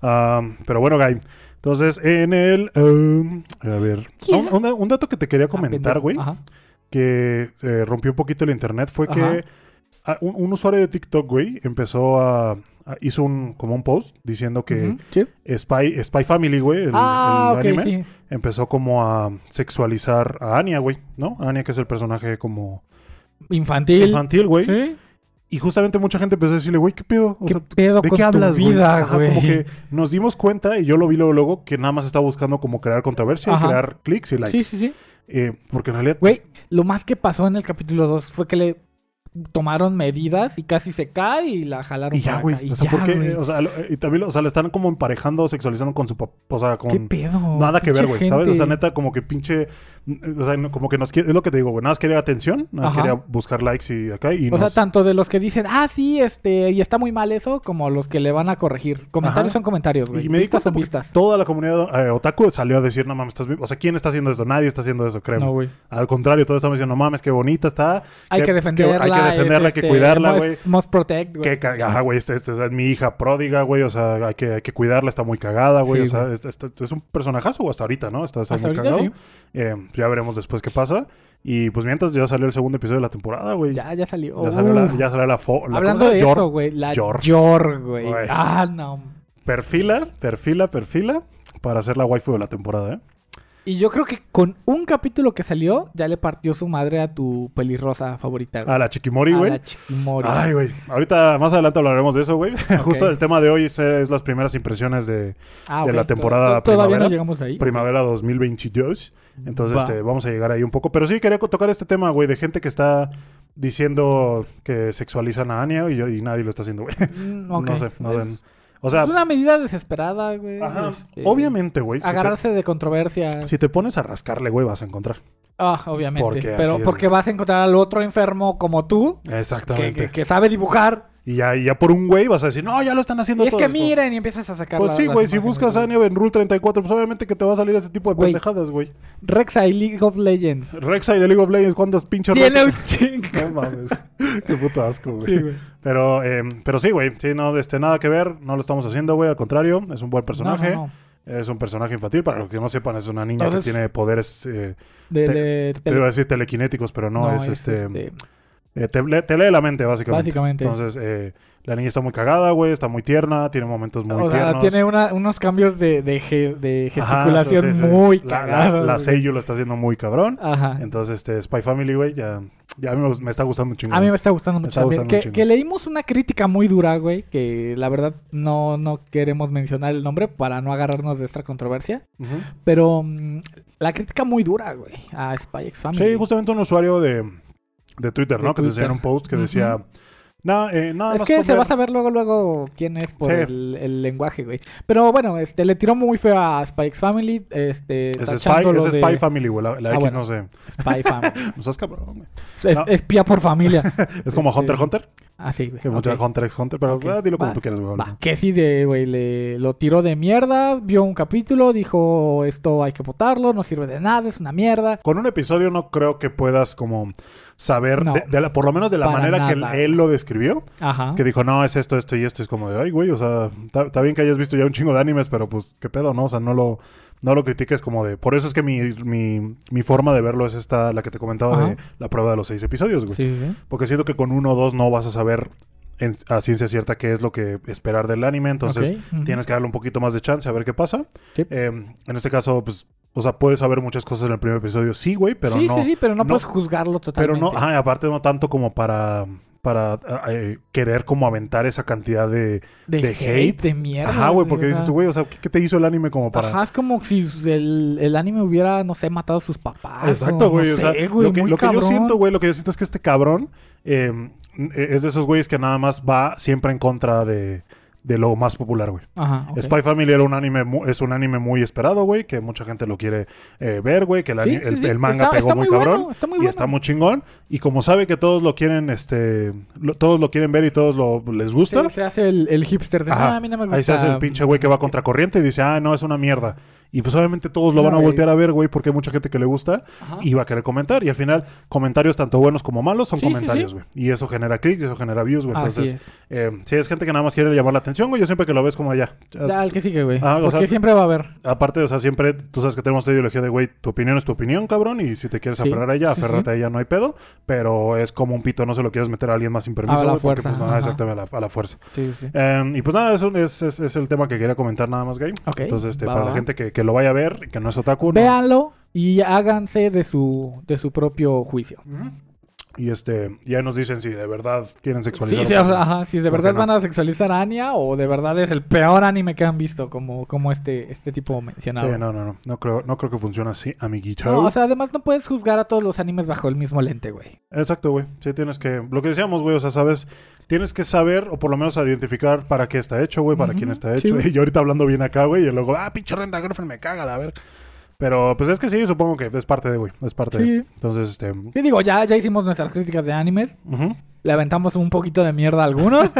[SPEAKER 1] Am, pero bueno, Guy. Entonces, en el. am, a ver.
[SPEAKER 2] ¿Qué?
[SPEAKER 1] Un, un- un dato que te quería comentar,
[SPEAKER 2] Ah,
[SPEAKER 1] güey,
[SPEAKER 2] Ajá.
[SPEAKER 1] que eh, rompió un poquito el internet, fue
[SPEAKER 2] Ajá.
[SPEAKER 1] que ah, un, un usuario de TikTok, güey, empezó a. a- hizo un, como un post diciendo que
[SPEAKER 2] Ujú. Sí.
[SPEAKER 1] Spy, Spy Family, güey, el,
[SPEAKER 2] ah,
[SPEAKER 1] el
[SPEAKER 2] ok,
[SPEAKER 1] anime,
[SPEAKER 2] sí.
[SPEAKER 1] empezó como a sexualizar a Anya, güey, ¿no? Anya, que es el personaje como
[SPEAKER 2] Infantil.
[SPEAKER 1] infantil, güey.
[SPEAKER 2] Sí.
[SPEAKER 1] Y justamente mucha gente empezó a decirle, güey, ¿qué pedo? O
[SPEAKER 2] ¿Qué
[SPEAKER 1] sea,
[SPEAKER 2] pedo
[SPEAKER 1] ¿De
[SPEAKER 2] con
[SPEAKER 1] qué hablas,
[SPEAKER 2] tu
[SPEAKER 1] güey?
[SPEAKER 2] vida,
[SPEAKER 1] Ajá,
[SPEAKER 2] güey?
[SPEAKER 1] Como que nos dimos cuenta, y yo lo vi luego, luego que nada más estaba buscando como crear controversia
[SPEAKER 2] Ajá.
[SPEAKER 1] y crear clics y likes.
[SPEAKER 2] Sí, sí, sí.
[SPEAKER 1] Eh, porque en realidad,
[SPEAKER 2] Güey, lo más que pasó en el capítulo 2 fue que le tomaron medidas y casi se cae y la jalaron.
[SPEAKER 1] y ya,
[SPEAKER 2] para acá.
[SPEAKER 1] güey.
[SPEAKER 2] Y
[SPEAKER 1] O sea,
[SPEAKER 2] ya,
[SPEAKER 1] porque,
[SPEAKER 2] güey.
[SPEAKER 1] eh, o sea, lo- eh, y también, o sea, le están como emparejando, sexualizando con su papá, o sea,
[SPEAKER 2] ¿Qué
[SPEAKER 1] con...
[SPEAKER 2] pedo?
[SPEAKER 1] Nada que ver,
[SPEAKER 2] Pinche
[SPEAKER 1] güey, ¿sabes? O sea,
[SPEAKER 2] gente.
[SPEAKER 1] neta, como que pinche... O sea, no- como que nos quiere... Es lo que te digo, güey. Nada más quería atención. Nada más
[SPEAKER 2] Ajá.
[SPEAKER 1] quería buscar likes y acá y
[SPEAKER 2] O sea,
[SPEAKER 1] nos-
[SPEAKER 2] tanto de los que dicen, ah, sí, este, y está muy mal eso, como los que le van a corregir. Comentarios
[SPEAKER 1] Ajá.
[SPEAKER 2] son comentarios, güey.
[SPEAKER 1] Y me di cuenta
[SPEAKER 2] Vistas son
[SPEAKER 1] porque
[SPEAKER 2] vistas.
[SPEAKER 1] toda la comunidad eh, otaku salió a decir, no mames, estás... bien". O sea, ¿quién está haciendo eso? Nadie está haciendo eso, créeme.
[SPEAKER 2] No, güey.
[SPEAKER 1] Al contrario, todos estamos diciendo, no mames, qué bonita está. qué-
[SPEAKER 2] Hay que
[SPEAKER 1] qué- Hay
[SPEAKER 2] defenderla.
[SPEAKER 1] que
[SPEAKER 2] es,
[SPEAKER 1] defenderla, hay que
[SPEAKER 2] este,
[SPEAKER 1] cuidarla,
[SPEAKER 2] must-
[SPEAKER 1] güey.
[SPEAKER 2] Must protect, güey.
[SPEAKER 1] Que ca- ajá, güey, este, esta esta es mi hija pródiga, güey, o sea, hay que, hay que cuidarla, está muy cagada, güey,
[SPEAKER 2] Sí,
[SPEAKER 1] o sea,
[SPEAKER 2] güey.
[SPEAKER 1] es, es- es un personajazo hasta ahorita, ¿no? Está, está
[SPEAKER 2] Hasta
[SPEAKER 1] muy
[SPEAKER 2] ahorita
[SPEAKER 1] cagado.
[SPEAKER 2] sí.
[SPEAKER 1] Eh, ya veremos después qué pasa. Y pues mientras ya salió el segundo episodio de la temporada, güey. Ya,
[SPEAKER 2] Ya, ya salió.
[SPEAKER 1] salió la,
[SPEAKER 2] Uf.
[SPEAKER 1] ya salió la fo- la-
[SPEAKER 2] Hablando
[SPEAKER 1] ¿cómo se
[SPEAKER 2] de
[SPEAKER 1] llama?
[SPEAKER 2] eso,
[SPEAKER 1] Yor.
[SPEAKER 2] güey. La
[SPEAKER 1] Yor.
[SPEAKER 2] Yor, güey.
[SPEAKER 1] Güey.
[SPEAKER 2] Ah, no.
[SPEAKER 1] Perfila, perfila, perfila para hacer la waifu de la temporada, ¿eh?
[SPEAKER 2] Y yo creo que con un capítulo que salió, ya le partió su madre a tu pelirrosa favorita, güey.
[SPEAKER 1] A la Chiquimori,
[SPEAKER 2] A
[SPEAKER 1] güey.
[SPEAKER 2] la Chikimori.
[SPEAKER 1] Ay, güey. Ahorita, más adelante hablaremos de eso, güey. Justo el tema de hoy es- es las primeras impresiones de,
[SPEAKER 2] Ah,
[SPEAKER 1] de
[SPEAKER 2] ok.
[SPEAKER 1] la
[SPEAKER 2] To-
[SPEAKER 1] temporada
[SPEAKER 2] to- Todavía
[SPEAKER 1] primavera.
[SPEAKER 2] no llegamos ahí.
[SPEAKER 1] Primavera 2022. Entonces,
[SPEAKER 2] Va.
[SPEAKER 1] este, vamos a llegar ahí un poco. Pero sí, quería co- tocar este tema, güey, de gente que está diciendo que sexualizan a Anya y, yo- y nadie lo está haciendo, güey.
[SPEAKER 2] Mm, ok.
[SPEAKER 1] No sé, no
[SPEAKER 2] Es-
[SPEAKER 1] sé. O sea,
[SPEAKER 2] es una medida desesperada, güey.
[SPEAKER 1] ajá,
[SPEAKER 2] este,
[SPEAKER 1] obviamente, güey. si te-
[SPEAKER 2] Agarrarse de controversia.
[SPEAKER 1] Si te, pones a rascarle, güey, vas a encontrar.
[SPEAKER 2] Ah, obviamente.
[SPEAKER 1] Porque así
[SPEAKER 2] pero
[SPEAKER 1] es,
[SPEAKER 2] porque vas a encontrar al otro enfermo como tú, que,
[SPEAKER 1] Exactamente.
[SPEAKER 2] que, que sabe dibujar.
[SPEAKER 1] Y, ya, y ya por un güey vas a decir, no, ya lo están haciendo
[SPEAKER 2] y es
[SPEAKER 1] todos,
[SPEAKER 2] que
[SPEAKER 1] güey".
[SPEAKER 2] miren y empiezas a sacar
[SPEAKER 1] Pues
[SPEAKER 2] la-
[SPEAKER 1] sí,
[SPEAKER 2] las
[SPEAKER 1] güey, si
[SPEAKER 2] imágenes,
[SPEAKER 1] buscas a
[SPEAKER 2] güey.
[SPEAKER 1] Anya en Rule 34, pues obviamente que te va a salir ese tipo de
[SPEAKER 2] Güey.
[SPEAKER 1] pendejadas, güey.
[SPEAKER 2] Rek'Sai League of Legends.
[SPEAKER 1] Rek'Sai de League of Legends, ¿cuántas pinches
[SPEAKER 2] Tiene un
[SPEAKER 1] retas?
[SPEAKER 2] chingo.
[SPEAKER 1] No mames. Qué puto asco, güey.
[SPEAKER 2] Sí, güey.
[SPEAKER 1] Pero, eh, pero sí, güey. Sí, no, este, nada que ver. No lo estamos haciendo, güey. Al contrario, es un buen personaje.
[SPEAKER 2] No, no, no.
[SPEAKER 1] Es un personaje infantil. Para los que no sepan, es una niña
[SPEAKER 2] Entonces-
[SPEAKER 1] que tiene poderes, eh,
[SPEAKER 2] De-
[SPEAKER 1] Te-
[SPEAKER 2] de-
[SPEAKER 1] te
[SPEAKER 2] tele-
[SPEAKER 1] iba a decir telequinéticos, pero no,
[SPEAKER 2] no,
[SPEAKER 1] es, este... eh, te, le- te lee la mente, básicamente.
[SPEAKER 2] Básicamente.
[SPEAKER 1] Entonces, eh, la niña está muy cagada, güey. Está muy tierna. Tiene momentos muy
[SPEAKER 2] o sea,
[SPEAKER 1] tiernos.
[SPEAKER 2] tiene una- unos cambios de, de, ge- de
[SPEAKER 1] Ajá, sí,
[SPEAKER 2] gesticulación
[SPEAKER 1] sí, sí.
[SPEAKER 2] muy
[SPEAKER 1] La- la-
[SPEAKER 2] cagados.
[SPEAKER 1] La,
[SPEAKER 2] güey.
[SPEAKER 1] Seiyu lo está haciendo muy cabrón.
[SPEAKER 2] Ajá.
[SPEAKER 1] Entonces, este, Spy Family, güey, ya... Ya a mí me, gus- me está gustando un chingo.
[SPEAKER 2] A mí me está gustando mucho.
[SPEAKER 1] está
[SPEAKER 2] también.
[SPEAKER 1] gustando un
[SPEAKER 2] que,
[SPEAKER 1] chingo.
[SPEAKER 2] que leímos una crítica muy dura, güey, que la verdad no, no queremos mencionar el nombre para no agarrarnos de esta controversia.
[SPEAKER 1] Ujú.
[SPEAKER 2] Pero mm, la crítica muy dura, güey, a Spy X Family.
[SPEAKER 1] Sí, justamente un usuario de, de Twitter,
[SPEAKER 2] Ah, De
[SPEAKER 1] ¿no? Que te
[SPEAKER 2] Twitter.
[SPEAKER 1] enseñaron un post que decía... No, eh, nada
[SPEAKER 2] Es
[SPEAKER 1] más
[SPEAKER 2] que
[SPEAKER 1] con
[SPEAKER 2] se
[SPEAKER 1] ver-
[SPEAKER 2] va a saber luego, luego quién es por
[SPEAKER 1] Sí.
[SPEAKER 2] el, el lenguaje, güey. Pero bueno, este, le tiró muy feo a Spike's Family. Este,
[SPEAKER 1] Es Spy,
[SPEAKER 2] tachando lo
[SPEAKER 1] es
[SPEAKER 2] de-
[SPEAKER 1] Spy Family, güey. La, la
[SPEAKER 2] Ah,
[SPEAKER 1] X
[SPEAKER 2] bueno.
[SPEAKER 1] no sé.
[SPEAKER 2] Spy Family.
[SPEAKER 1] No seas cabrón, güey.
[SPEAKER 2] Es-
[SPEAKER 1] No.
[SPEAKER 2] Espía por familia.
[SPEAKER 1] Es como
[SPEAKER 2] Este-
[SPEAKER 1] Hunter x Hunter.
[SPEAKER 2] Ah, sí, güey.
[SPEAKER 1] Que mucho
[SPEAKER 2] Ok.
[SPEAKER 1] Hunter x Hunter. Pero
[SPEAKER 2] Ok,
[SPEAKER 1] ah, dilo como
[SPEAKER 2] va.
[SPEAKER 1] tú quieras, güey.
[SPEAKER 2] Va, que sí, de, güey, le lo tiró de mierda, vio un capítulo, dijo, esto hay que votarlo, no sirve de nada, es una mierda.
[SPEAKER 1] Con un episodio no creo que puedas como saber,
[SPEAKER 2] No.
[SPEAKER 1] de, de la- por lo menos de la
[SPEAKER 2] Para
[SPEAKER 1] manera que él,
[SPEAKER 2] nada.
[SPEAKER 1] él lo describió,
[SPEAKER 2] Ajá.
[SPEAKER 1] que dijo, no, es esto, esto y esto, es como de, ay, güey, o sea, está está bien que hayas visto ya un chingo de animes, pero pues, qué pedo, ¿no? O sea, no lo, no lo critiques como de, por eso es que mi, mi, mi forma de verlo es esta, la que te comentaba de
[SPEAKER 2] Ajá.
[SPEAKER 1] la prueba de los seis episodios, güey.
[SPEAKER 2] Sí, sí, sí.
[SPEAKER 1] Porque siento que con uno o dos no vas a saber en- a ciencia cierta qué es lo que esperar del anime. Entonces
[SPEAKER 2] Ok, ujú.
[SPEAKER 1] tienes que darle un poquito más de chance a ver qué pasa.
[SPEAKER 2] Sí.
[SPEAKER 1] Eh, en este caso, pues, o sea, puedes saber muchas cosas en el primer episodio. Sí, güey, pero
[SPEAKER 2] sí,
[SPEAKER 1] no.
[SPEAKER 2] sí, sí, pero no,
[SPEAKER 1] no-
[SPEAKER 2] puedes juzgarlo
[SPEAKER 1] pero
[SPEAKER 2] totalmente.
[SPEAKER 1] no, ajá, y aparte no tanto como para para eh, querer como aventar esa cantidad de...
[SPEAKER 2] de,
[SPEAKER 1] de
[SPEAKER 2] hate,
[SPEAKER 1] hate.
[SPEAKER 2] de mierda.
[SPEAKER 1] Ajá, güey, porque
[SPEAKER 2] o
[SPEAKER 1] dices
[SPEAKER 2] sea,
[SPEAKER 1] tú, güey, o sea, ¿qué, qué te hizo el anime como para...?
[SPEAKER 2] Ajá, es como si el, el anime hubiera, no sé, matado a sus papás.
[SPEAKER 1] Exacto,
[SPEAKER 2] o
[SPEAKER 1] güey.
[SPEAKER 2] no
[SPEAKER 1] o sea,
[SPEAKER 2] sé, güey,
[SPEAKER 1] lo que,
[SPEAKER 2] muy
[SPEAKER 1] lo que yo
[SPEAKER 2] cabrón.
[SPEAKER 1] siento, güey, lo que yo siento es que este cabrón eh, es de esos güeyes que nada más va siempre en contra de, de lo más popular, güey.
[SPEAKER 2] Ajá, ok.
[SPEAKER 1] Spy Family era un anime, mu- es un anime muy esperado, güey, que mucha gente lo quiere eh, ver, güey, que el,
[SPEAKER 2] Sí,
[SPEAKER 1] ani-
[SPEAKER 2] sí,
[SPEAKER 1] el-
[SPEAKER 2] sí.
[SPEAKER 1] el manga
[SPEAKER 2] Está-
[SPEAKER 1] pegó
[SPEAKER 2] está
[SPEAKER 1] muy,
[SPEAKER 2] muy
[SPEAKER 1] cabrón
[SPEAKER 2] bueno, está muy
[SPEAKER 1] y
[SPEAKER 2] bueno.
[SPEAKER 1] está muy chingón. Y como sabe que todos lo quieren, este, lo- todos lo quieren ver y todos lo, les gusta,
[SPEAKER 2] Sí, se hace el, el hipster de,
[SPEAKER 1] Ajá.
[SPEAKER 2] "Ah, a mí no me gusta.
[SPEAKER 1] Ahí se hace el pinche güey que va contra corriente y dice, ah, no, es una mierda. Y pues obviamente todos lo
[SPEAKER 2] No,
[SPEAKER 1] van a
[SPEAKER 2] güey.
[SPEAKER 1] voltear a ver, güey, porque hay mucha gente que le gusta
[SPEAKER 2] Ajá.
[SPEAKER 1] y va a querer comentar. Y al final, comentarios tanto buenos como malos son
[SPEAKER 2] Sí, sí,
[SPEAKER 1] comentarios,
[SPEAKER 2] sí.
[SPEAKER 1] güey. Y eso genera clics y eso genera views, güey.
[SPEAKER 2] Así
[SPEAKER 1] Entonces,
[SPEAKER 2] es.
[SPEAKER 1] eh, si es gente que nada más quiere llamar la atención, güey, yo siempre que lo ves como allá.
[SPEAKER 2] Ya, el que sigue, güey.
[SPEAKER 1] Ah, o
[SPEAKER 2] Porque
[SPEAKER 1] sea-
[SPEAKER 2] siempre va a haber.
[SPEAKER 1] Aparte, o sea, siempre tú sabes que tenemos esta ideología de, güey, tu opinión es tu opinión, cabrón, y si te quieres
[SPEAKER 2] Sí,
[SPEAKER 1] aferrar a ella,
[SPEAKER 2] sí,
[SPEAKER 1] aférrate a ella, no hay pedo, pero es como un pito, no se lo quieres meter a alguien más sin permiso,
[SPEAKER 2] la
[SPEAKER 1] güey, porque
[SPEAKER 2] fuerza,
[SPEAKER 1] pues no,
[SPEAKER 2] ajá.
[SPEAKER 1] exactamente, a la- a la fuerza.
[SPEAKER 2] Sí, sí.
[SPEAKER 1] Em, y pues nada, eso es, es- es el tema que quería comentar nada más, Game.
[SPEAKER 2] Ok,
[SPEAKER 1] Entonces, este,
[SPEAKER 2] va,
[SPEAKER 1] para
[SPEAKER 2] va,
[SPEAKER 1] la
[SPEAKER 2] va.
[SPEAKER 1] gente que, que lo vaya a ver, que no es otaku, no.
[SPEAKER 2] Véanlo y háganse de su, de su propio juicio.
[SPEAKER 1] y este, ya nos dicen si de verdad quieren
[SPEAKER 2] Sí,
[SPEAKER 1] sexualizar.
[SPEAKER 2] sí,
[SPEAKER 1] o
[SPEAKER 2] o sea,
[SPEAKER 1] no.
[SPEAKER 2] ajá, si de
[SPEAKER 1] ¿Por
[SPEAKER 2] verdad
[SPEAKER 1] qué no?
[SPEAKER 2] van a sexualizar a Anya o de verdad es el peor anime que han visto, como, como este, este tipo mencionado.
[SPEAKER 1] Sí, no, no, no. No creo, no creo que funcione así, amiguito.
[SPEAKER 2] No, o sea, además no puedes juzgar a todos los animes bajo el mismo lente, güey.
[SPEAKER 1] Exacto, güey. Sí, tienes que. Lo que decíamos, güey, o sea, sabes, tienes que saber o por lo menos identificar para qué está hecho, güey, para
[SPEAKER 2] Ujú,
[SPEAKER 1] quién está
[SPEAKER 2] sí,
[SPEAKER 1] hecho.
[SPEAKER 2] güey.
[SPEAKER 1] y yo ahorita hablando bien acá, güey, y luego, ah, pinche renta girlfriend me caga, la ver. Pero pues es que sí, supongo que es parte de, güey. Es parte de.
[SPEAKER 2] Sí.
[SPEAKER 1] Entonces, este.
[SPEAKER 2] Y digo, ya, ya hicimos nuestras críticas de animes,
[SPEAKER 1] ujú.
[SPEAKER 2] le aventamos un poquito de mierda a algunos,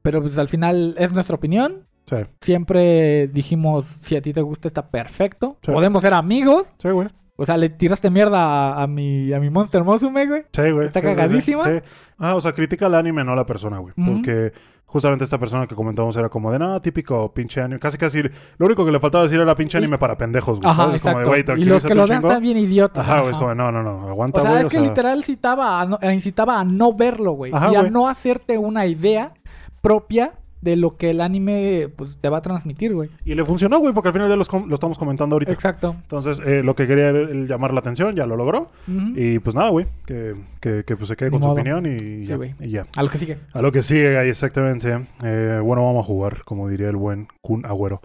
[SPEAKER 2] pero pues al final es nuestra opinión.
[SPEAKER 1] Sí,
[SPEAKER 2] Siempre dijimos, si a ti te gusta, está perfecto.
[SPEAKER 1] Sí.
[SPEAKER 2] Podemos ser amigos.
[SPEAKER 1] sí, güey.
[SPEAKER 2] O sea, le tiraste mierda a, a mi, a mi Monster Musume, güey.
[SPEAKER 1] Sí, güey.
[SPEAKER 2] Está
[SPEAKER 1] Sí, sí, sí.
[SPEAKER 2] cagadísima.
[SPEAKER 1] Sí. Ah, o sea, critica al anime, no a la persona, güey.
[SPEAKER 2] Ujú.
[SPEAKER 1] Porque justamente esta persona que comentamos era como de, no, típico pinche anime. Casi, casi. Lo único que le faltaba decir era pinche
[SPEAKER 2] Y-
[SPEAKER 1] anime para pendejos, güey.
[SPEAKER 2] Ajá,
[SPEAKER 1] Pues, ¿sabes? Como de,
[SPEAKER 2] exacto.
[SPEAKER 1] güey,
[SPEAKER 2] y los que
[SPEAKER 1] tranquilízate
[SPEAKER 2] lo
[SPEAKER 1] un
[SPEAKER 2] vean
[SPEAKER 1] chingo.
[SPEAKER 2] están bien idiotas.
[SPEAKER 1] Ajá, güey, es
[SPEAKER 2] Ajá.
[SPEAKER 1] como, no, no, no, aguanta,
[SPEAKER 2] O
[SPEAKER 1] güey.
[SPEAKER 2] sea, es que literal citaba a no- eh, incitaba a no verlo, güey.
[SPEAKER 1] Ajá,
[SPEAKER 2] y a
[SPEAKER 1] güey.
[SPEAKER 2] no hacerte una idea propia de lo que el anime pues, te va a transmitir, güey.
[SPEAKER 1] Y le funcionó, güey, porque al final de los com- lo estamos comentando ahorita.
[SPEAKER 2] Exacto.
[SPEAKER 1] Entonces, eh, lo que quería era el llamar la atención, ya lo logró.
[SPEAKER 2] Ujú.
[SPEAKER 1] Y pues nada, güey, que, que, que, pues, se quede
[SPEAKER 2] Ni
[SPEAKER 1] con su
[SPEAKER 2] modo.
[SPEAKER 1] opinión y ya.
[SPEAKER 2] güey.
[SPEAKER 1] y ya.
[SPEAKER 2] A lo que sigue.
[SPEAKER 1] A lo que sigue, ahí exactamente. Eh, bueno, vamos a jugar, como diría el buen Kun Agüero.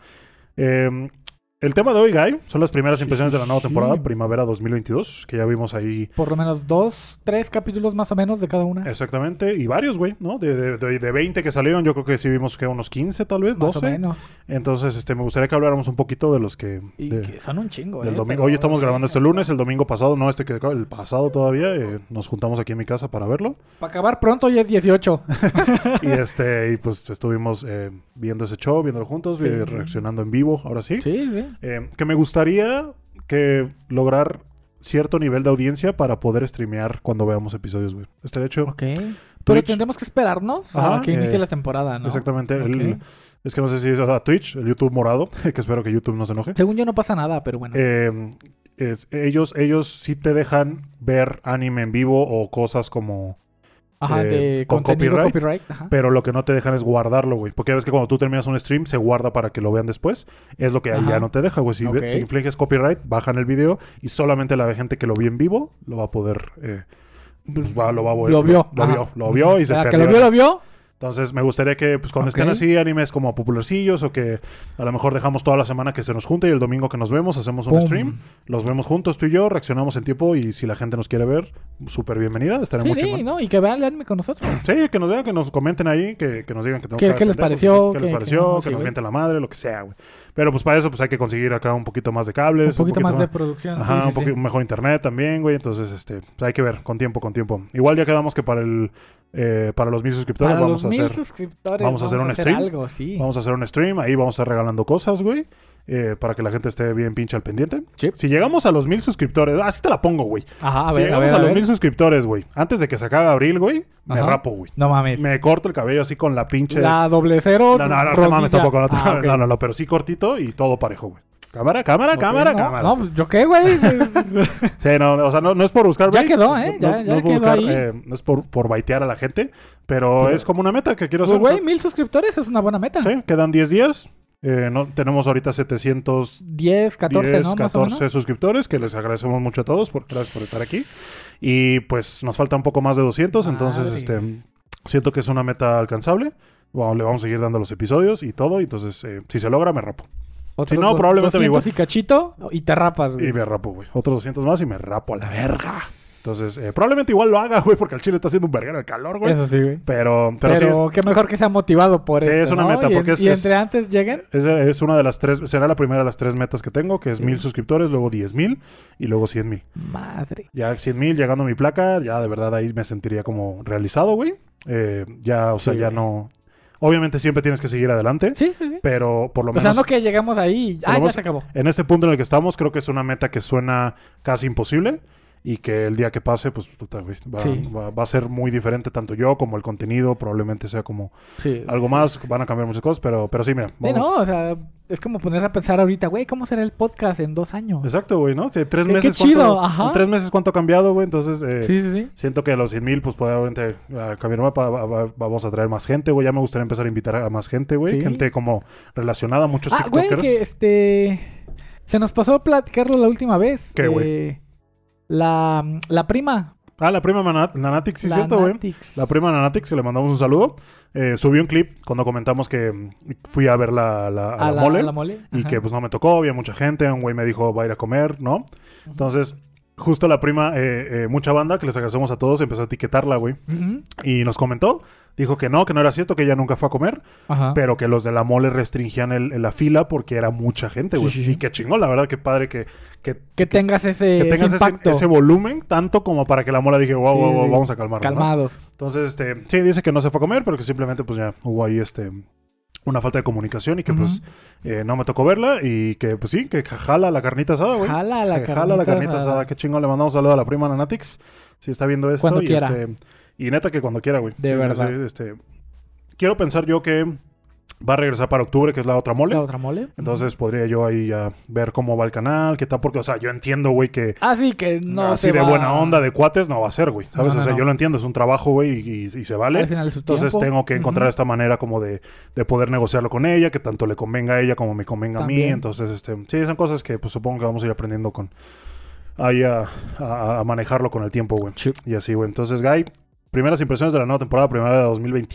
[SPEAKER 1] Eh, el tema de hoy, Guy, son las primeras impresiones de la nueva
[SPEAKER 2] sí.
[SPEAKER 1] temporada, primavera 2022, que ya vimos ahí
[SPEAKER 2] Por lo menos dos, tres capítulos más o menos de cada una.
[SPEAKER 1] exactamente, y varios, güey, ¿no? De, de, de- de 20 que salieron, yo creo que sí vimos que unos 15 tal vez,
[SPEAKER 2] más o
[SPEAKER 1] 12.
[SPEAKER 2] menos.
[SPEAKER 1] Entonces, este, me gustaría que habláramos un poquito de los que...
[SPEAKER 2] Y
[SPEAKER 1] de-
[SPEAKER 2] que son un chingo,
[SPEAKER 1] del
[SPEAKER 2] eh,
[SPEAKER 1] domingo.
[SPEAKER 2] pero- pues,
[SPEAKER 1] Hoy estamos grabando este esto el lunes, el domingo pasado, no este que acaba- el pasado todavía, eh, nos juntamos aquí en mi casa para verlo.
[SPEAKER 2] Para acabar pronto ya es 18.
[SPEAKER 1] Y este, y pues estuvimos eh, viendo ese show, viéndolo juntos,
[SPEAKER 2] Sí.
[SPEAKER 1] eh, reaccionando en vivo, ahora sí.
[SPEAKER 2] sí, sí.
[SPEAKER 1] Eh, que me gustaría que lograr cierto nivel de audiencia para poder streamear cuando veamos episodios, güey. Este hecho,
[SPEAKER 2] Ok. Pero
[SPEAKER 1] Twitch.
[SPEAKER 2] tendremos que esperarnos
[SPEAKER 1] Ajá,
[SPEAKER 2] a que inicie
[SPEAKER 1] eh,
[SPEAKER 2] la temporada, Ah, ¿no?
[SPEAKER 1] exactamente.
[SPEAKER 2] Ok.
[SPEAKER 1] el- es que no sé si es o sea, Twitch, el YouTube morado, que espero que YouTube no se enoje.
[SPEAKER 2] Según yo no pasa nada, pero bueno.
[SPEAKER 1] Eh, es- ellos, ellos sí te dejan ver anime en vivo o cosas como
[SPEAKER 2] Ajá,
[SPEAKER 1] eh,
[SPEAKER 2] de
[SPEAKER 1] con
[SPEAKER 2] contenido
[SPEAKER 1] copyright.
[SPEAKER 2] copyright. Ajá.
[SPEAKER 1] Pero lo que no te dejan es guardarlo, güey. Porque ya ves que cuando tú terminas un stream, se guarda para que lo vean después. Es lo que ahí
[SPEAKER 2] Ajá.
[SPEAKER 1] ya no te deja, güey. Si, ve-
[SPEAKER 2] Ok.
[SPEAKER 1] si infliges copyright, bajan el video y solamente la gente que lo vio en vivo lo va a poder. eh, pues va- lo va a poder-
[SPEAKER 2] Lo vio,
[SPEAKER 1] Lo,
[SPEAKER 2] ajá.
[SPEAKER 1] vio. Lo vio y se
[SPEAKER 2] Para
[SPEAKER 1] perdió.
[SPEAKER 2] que lo vio, lo vio.
[SPEAKER 1] Entonces me gustaría que pues, cuando
[SPEAKER 2] Ok.
[SPEAKER 1] estén así animes como popularcillos o que a lo mejor dejamos toda la semana que se nos junte y el domingo que nos vemos hacemos un
[SPEAKER 2] Pum.
[SPEAKER 1] stream, los vemos juntos tú y yo, reaccionamos en tiempo y si la gente nos quiere ver, súper bienvenida, estaré
[SPEAKER 2] Sí,
[SPEAKER 1] muy
[SPEAKER 2] sí,
[SPEAKER 1] chingón.
[SPEAKER 2] ¿no? Y que vean el anime con nosotros.
[SPEAKER 1] Sí, que nos vean, que nos comenten ahí, que, que nos digan que tengo
[SPEAKER 2] ¿Qué-
[SPEAKER 1] cara de
[SPEAKER 2] qué les
[SPEAKER 1] pendejo,
[SPEAKER 2] pareció?
[SPEAKER 1] ¿Qué
[SPEAKER 2] ¿Qué-
[SPEAKER 1] les
[SPEAKER 2] qué
[SPEAKER 1] pareció?
[SPEAKER 2] no?
[SPEAKER 1] Que
[SPEAKER 2] Sí,
[SPEAKER 1] nos
[SPEAKER 2] güey.
[SPEAKER 1] mienten la madre, lo que sea, güey. Pero pues para eso pues hay que conseguir acá un poquito más de
[SPEAKER 2] Un
[SPEAKER 1] cables,
[SPEAKER 2] poquito, más de
[SPEAKER 1] de
[SPEAKER 2] producción.
[SPEAKER 1] Ajá,
[SPEAKER 2] sí,
[SPEAKER 1] un
[SPEAKER 2] sí, sí.
[SPEAKER 1] poquito mejor internet también, güey. Entonces, este, pues, hay que ver, con tiempo, con tiempo. Igual ya quedamos que para el eh, para los mil suscriptores
[SPEAKER 2] Para
[SPEAKER 1] vamos
[SPEAKER 2] los
[SPEAKER 1] a
[SPEAKER 2] mil
[SPEAKER 1] hacer
[SPEAKER 2] suscriptores
[SPEAKER 1] vamos a hacer un stream.
[SPEAKER 2] algo, sí.
[SPEAKER 1] vamos a hacer un stream, ahí vamos a estar regalando cosas, güey. eh, para que la gente esté bien pinche al pendiente.
[SPEAKER 2] Sí.
[SPEAKER 1] Si llegamos a los mil suscriptores, así te la pongo, güey.
[SPEAKER 2] Ajá, a
[SPEAKER 1] si
[SPEAKER 2] ver, a
[SPEAKER 1] llegamos
[SPEAKER 2] ver,
[SPEAKER 1] a,
[SPEAKER 2] a
[SPEAKER 1] los
[SPEAKER 2] ver.
[SPEAKER 1] mil suscriptores, güey, antes de que se acabe abril, güey, me
[SPEAKER 2] Ajá.
[SPEAKER 1] rapo, güey.
[SPEAKER 2] No mames.
[SPEAKER 1] Me corto el cabello así con la pinche.
[SPEAKER 2] La doble cero.
[SPEAKER 1] No, no, no, no
[SPEAKER 2] rodilla.
[SPEAKER 1] mames tampoco. No, te-
[SPEAKER 2] Ah, ok.
[SPEAKER 1] no, no, no, pero sí cortito y todo parejo, güey. Cámara, cámara,
[SPEAKER 2] Ok,
[SPEAKER 1] cámara,
[SPEAKER 2] no,
[SPEAKER 1] cámara.
[SPEAKER 2] No, pues, ¿yo qué, güey?
[SPEAKER 1] Sí, no, no, o sea, no, no es por buscar.
[SPEAKER 2] Ya
[SPEAKER 1] bait,
[SPEAKER 2] quedó, ¿eh?
[SPEAKER 1] No,
[SPEAKER 2] Ya-
[SPEAKER 1] no
[SPEAKER 2] ya
[SPEAKER 1] es por
[SPEAKER 2] quedó
[SPEAKER 1] buscar,
[SPEAKER 2] ahí.
[SPEAKER 1] eh, no es por, por baitear a la gente, pero,
[SPEAKER 2] Pero-
[SPEAKER 1] es como una meta que quiero
[SPEAKER 2] Pues,
[SPEAKER 1] hacer.
[SPEAKER 2] güey, mil suscriptores es una buena meta.
[SPEAKER 1] Sí, quedan 10 días. Eh, no, tenemos ahorita 700
[SPEAKER 2] 10, 14,
[SPEAKER 1] 10,
[SPEAKER 2] ¿no? Más o
[SPEAKER 1] 14
[SPEAKER 2] menos.
[SPEAKER 1] suscriptores, que les agradecemos mucho a todos, por, gracias por estar aquí. Y pues nos falta un poco más de 200, entonces este,
[SPEAKER 2] Madres.
[SPEAKER 1] siento que es una meta alcanzable. Wow, le vamos a seguir dando los episodios y todo, entonces eh, si se logra me rapo.
[SPEAKER 2] Otros
[SPEAKER 1] Si no,
[SPEAKER 2] dos-
[SPEAKER 1] probablemente me
[SPEAKER 2] 200 y cachito y te rapas, güey.
[SPEAKER 1] Y me rapo, güey. Otros 200 más y me rapo a la verga. Entonces, eh, probablemente igual lo haga, güey, porque el chile está haciendo un verguero de calor, güey.
[SPEAKER 2] Eso sí, güey.
[SPEAKER 1] Pero, pero,
[SPEAKER 2] Pero,
[SPEAKER 1] sí,
[SPEAKER 2] qué mejor que sea motivado por
[SPEAKER 1] Sí,
[SPEAKER 2] eso.
[SPEAKER 1] es una meta,
[SPEAKER 2] Y, en-
[SPEAKER 1] porque es-
[SPEAKER 2] y
[SPEAKER 1] es-
[SPEAKER 2] entre antes lleguen.
[SPEAKER 1] Es, es una de las tres, será la primera de las tres metas que tengo, que es
[SPEAKER 2] Sí.
[SPEAKER 1] mil suscriptores, luego diez mil y luego cien mil.
[SPEAKER 2] Madre.
[SPEAKER 1] Ya cien mil llegando a mi placa, ya de verdad ahí me sentiría como realizado, güey. Eh, ya, o sea,
[SPEAKER 2] Sí,
[SPEAKER 1] ya
[SPEAKER 2] güey.
[SPEAKER 1] no... Obviamente siempre tienes que seguir adelante,
[SPEAKER 2] Sí, sí, sí.
[SPEAKER 1] pero por lo
[SPEAKER 2] O
[SPEAKER 1] menos...
[SPEAKER 2] sea, no que llegamos ahí. y- Ah, ya
[SPEAKER 1] menos-
[SPEAKER 2] se acabó.
[SPEAKER 1] En este punto en el que estamos, creo que es una meta que suena casi imposible y que el día que pase, pues puta, güey, va,
[SPEAKER 2] Sí.
[SPEAKER 1] va- va a ser muy diferente tanto yo como el contenido, probablemente sea como
[SPEAKER 2] Sí.
[SPEAKER 1] algo
[SPEAKER 2] sí,
[SPEAKER 1] más,
[SPEAKER 2] sí.
[SPEAKER 1] van a cambiar muchas cosas, pero, pero sí, mira,
[SPEAKER 2] Sí,
[SPEAKER 1] vamos.
[SPEAKER 2] no, o sea, es como ponerse a pensar ahorita, güey, ¿cómo será el podcast en dos años?
[SPEAKER 1] Exacto, güey, ¿no? O sea, tres
[SPEAKER 2] Qué- qué
[SPEAKER 1] meses.
[SPEAKER 2] chido,
[SPEAKER 1] cuánto,
[SPEAKER 2] ajá.
[SPEAKER 1] En tres meses cuánto ha cambiado, güey. Entonces, eh,
[SPEAKER 2] Sí, sí, sí.
[SPEAKER 1] siento que a los 100 mil, pues probablemente a cambiar mapa va- va- vamos a traer más gente, güey. Ya me gustaría empezar a invitar a más gente, güey.
[SPEAKER 2] Sí.
[SPEAKER 1] Gente como relacionada a muchos
[SPEAKER 2] Ah, güey,
[SPEAKER 1] TikTokers.
[SPEAKER 2] que este. Se nos pasó a platicarlo la última vez.
[SPEAKER 1] ¿Qué, güey?
[SPEAKER 2] Eh, la, la prima.
[SPEAKER 1] Ah, la prima Mana- Nanatix, sí,
[SPEAKER 2] la
[SPEAKER 1] cierto, güey.
[SPEAKER 2] Natix.
[SPEAKER 1] La prima Nanatix, que le mandamos un saludo, eh, subió un clip cuando comentamos que mm, fui a ver la, la- a la mole
[SPEAKER 2] a la mole.
[SPEAKER 1] y
[SPEAKER 2] ajá.
[SPEAKER 1] que pues no me tocó, había mucha gente, un güey me dijo va a ir a comer, ¿no? Entonces, justo la prima, eh, eh, mucha banda, que les agradecemos a todos, empezó a etiquetarla, güey.
[SPEAKER 2] Ujú,
[SPEAKER 1] Y nos comentó, dijo que no, que no era cierto, que ella nunca fue a comer,
[SPEAKER 2] Ajá.
[SPEAKER 1] pero que los de la mole restringían el- el- la fila porque era mucha gente,
[SPEAKER 2] Sí,
[SPEAKER 1] güey.
[SPEAKER 2] sí, sí.
[SPEAKER 1] Y qué chingón, la verdad, qué padre que, que,
[SPEAKER 2] que tengas ese,
[SPEAKER 1] que tengas
[SPEAKER 2] ese
[SPEAKER 1] ese,
[SPEAKER 2] impacto.
[SPEAKER 1] ese volumen, tanto como para que la mole dije, wow,
[SPEAKER 2] Sí,
[SPEAKER 1] wow, wow,
[SPEAKER 2] sí.
[SPEAKER 1] vamos a calmarnos. ¿no?
[SPEAKER 2] calmados.
[SPEAKER 1] Entonces, este, sí, dice que no se fue a comer, pero que simplemente pues ya hubo ahí este una falta de comunicación y que pues
[SPEAKER 2] Ujú.
[SPEAKER 1] eh, no me tocó verla y que pues sí, que jala la carnita asada, güey.
[SPEAKER 2] Jala la
[SPEAKER 1] Que jala Eh, la
[SPEAKER 2] carnita
[SPEAKER 1] carnita
[SPEAKER 2] asada.
[SPEAKER 1] asada, qué chingón, le mandamos un saludo a la prima Nanatix, si está viendo esto
[SPEAKER 2] Cuando
[SPEAKER 1] y
[SPEAKER 2] quiera.
[SPEAKER 1] este y neta que cuando quiera, güey.
[SPEAKER 2] De
[SPEAKER 1] Sí,
[SPEAKER 2] verdad.
[SPEAKER 1] sí, este quiero pensar yo que va a regresar para octubre, que es la otra mole.
[SPEAKER 2] La otra mole.
[SPEAKER 1] Entonces podría yo ahí ya ver cómo va el canal, qué tal, porque, o sea, yo entiendo, güey, que
[SPEAKER 2] Ah, sí, que no
[SPEAKER 1] así
[SPEAKER 2] se
[SPEAKER 1] de
[SPEAKER 2] va-
[SPEAKER 1] buena onda de cuates no va a ser, güey. ¿Sabes?
[SPEAKER 2] No, no,
[SPEAKER 1] o sea,
[SPEAKER 2] no.
[SPEAKER 1] yo lo entiendo, es un trabajo, güey, y, y- y se vale.
[SPEAKER 2] Al final de su
[SPEAKER 1] Entonces
[SPEAKER 2] tiempo.
[SPEAKER 1] tengo que encontrar
[SPEAKER 2] Ujú.
[SPEAKER 1] esta manera como de, de poder negociarlo con ella, que tanto le convenga a ella como me convenga a mí.
[SPEAKER 2] También.
[SPEAKER 1] Entonces, este, sí, son cosas que pues supongo que vamos a ir aprendiendo con ahí a, a- a manejarlo con el tiempo, güey.
[SPEAKER 2] Sí.
[SPEAKER 1] Y así, güey. Entonces, Guy, primeras impresiones de la nueva temporada, primera de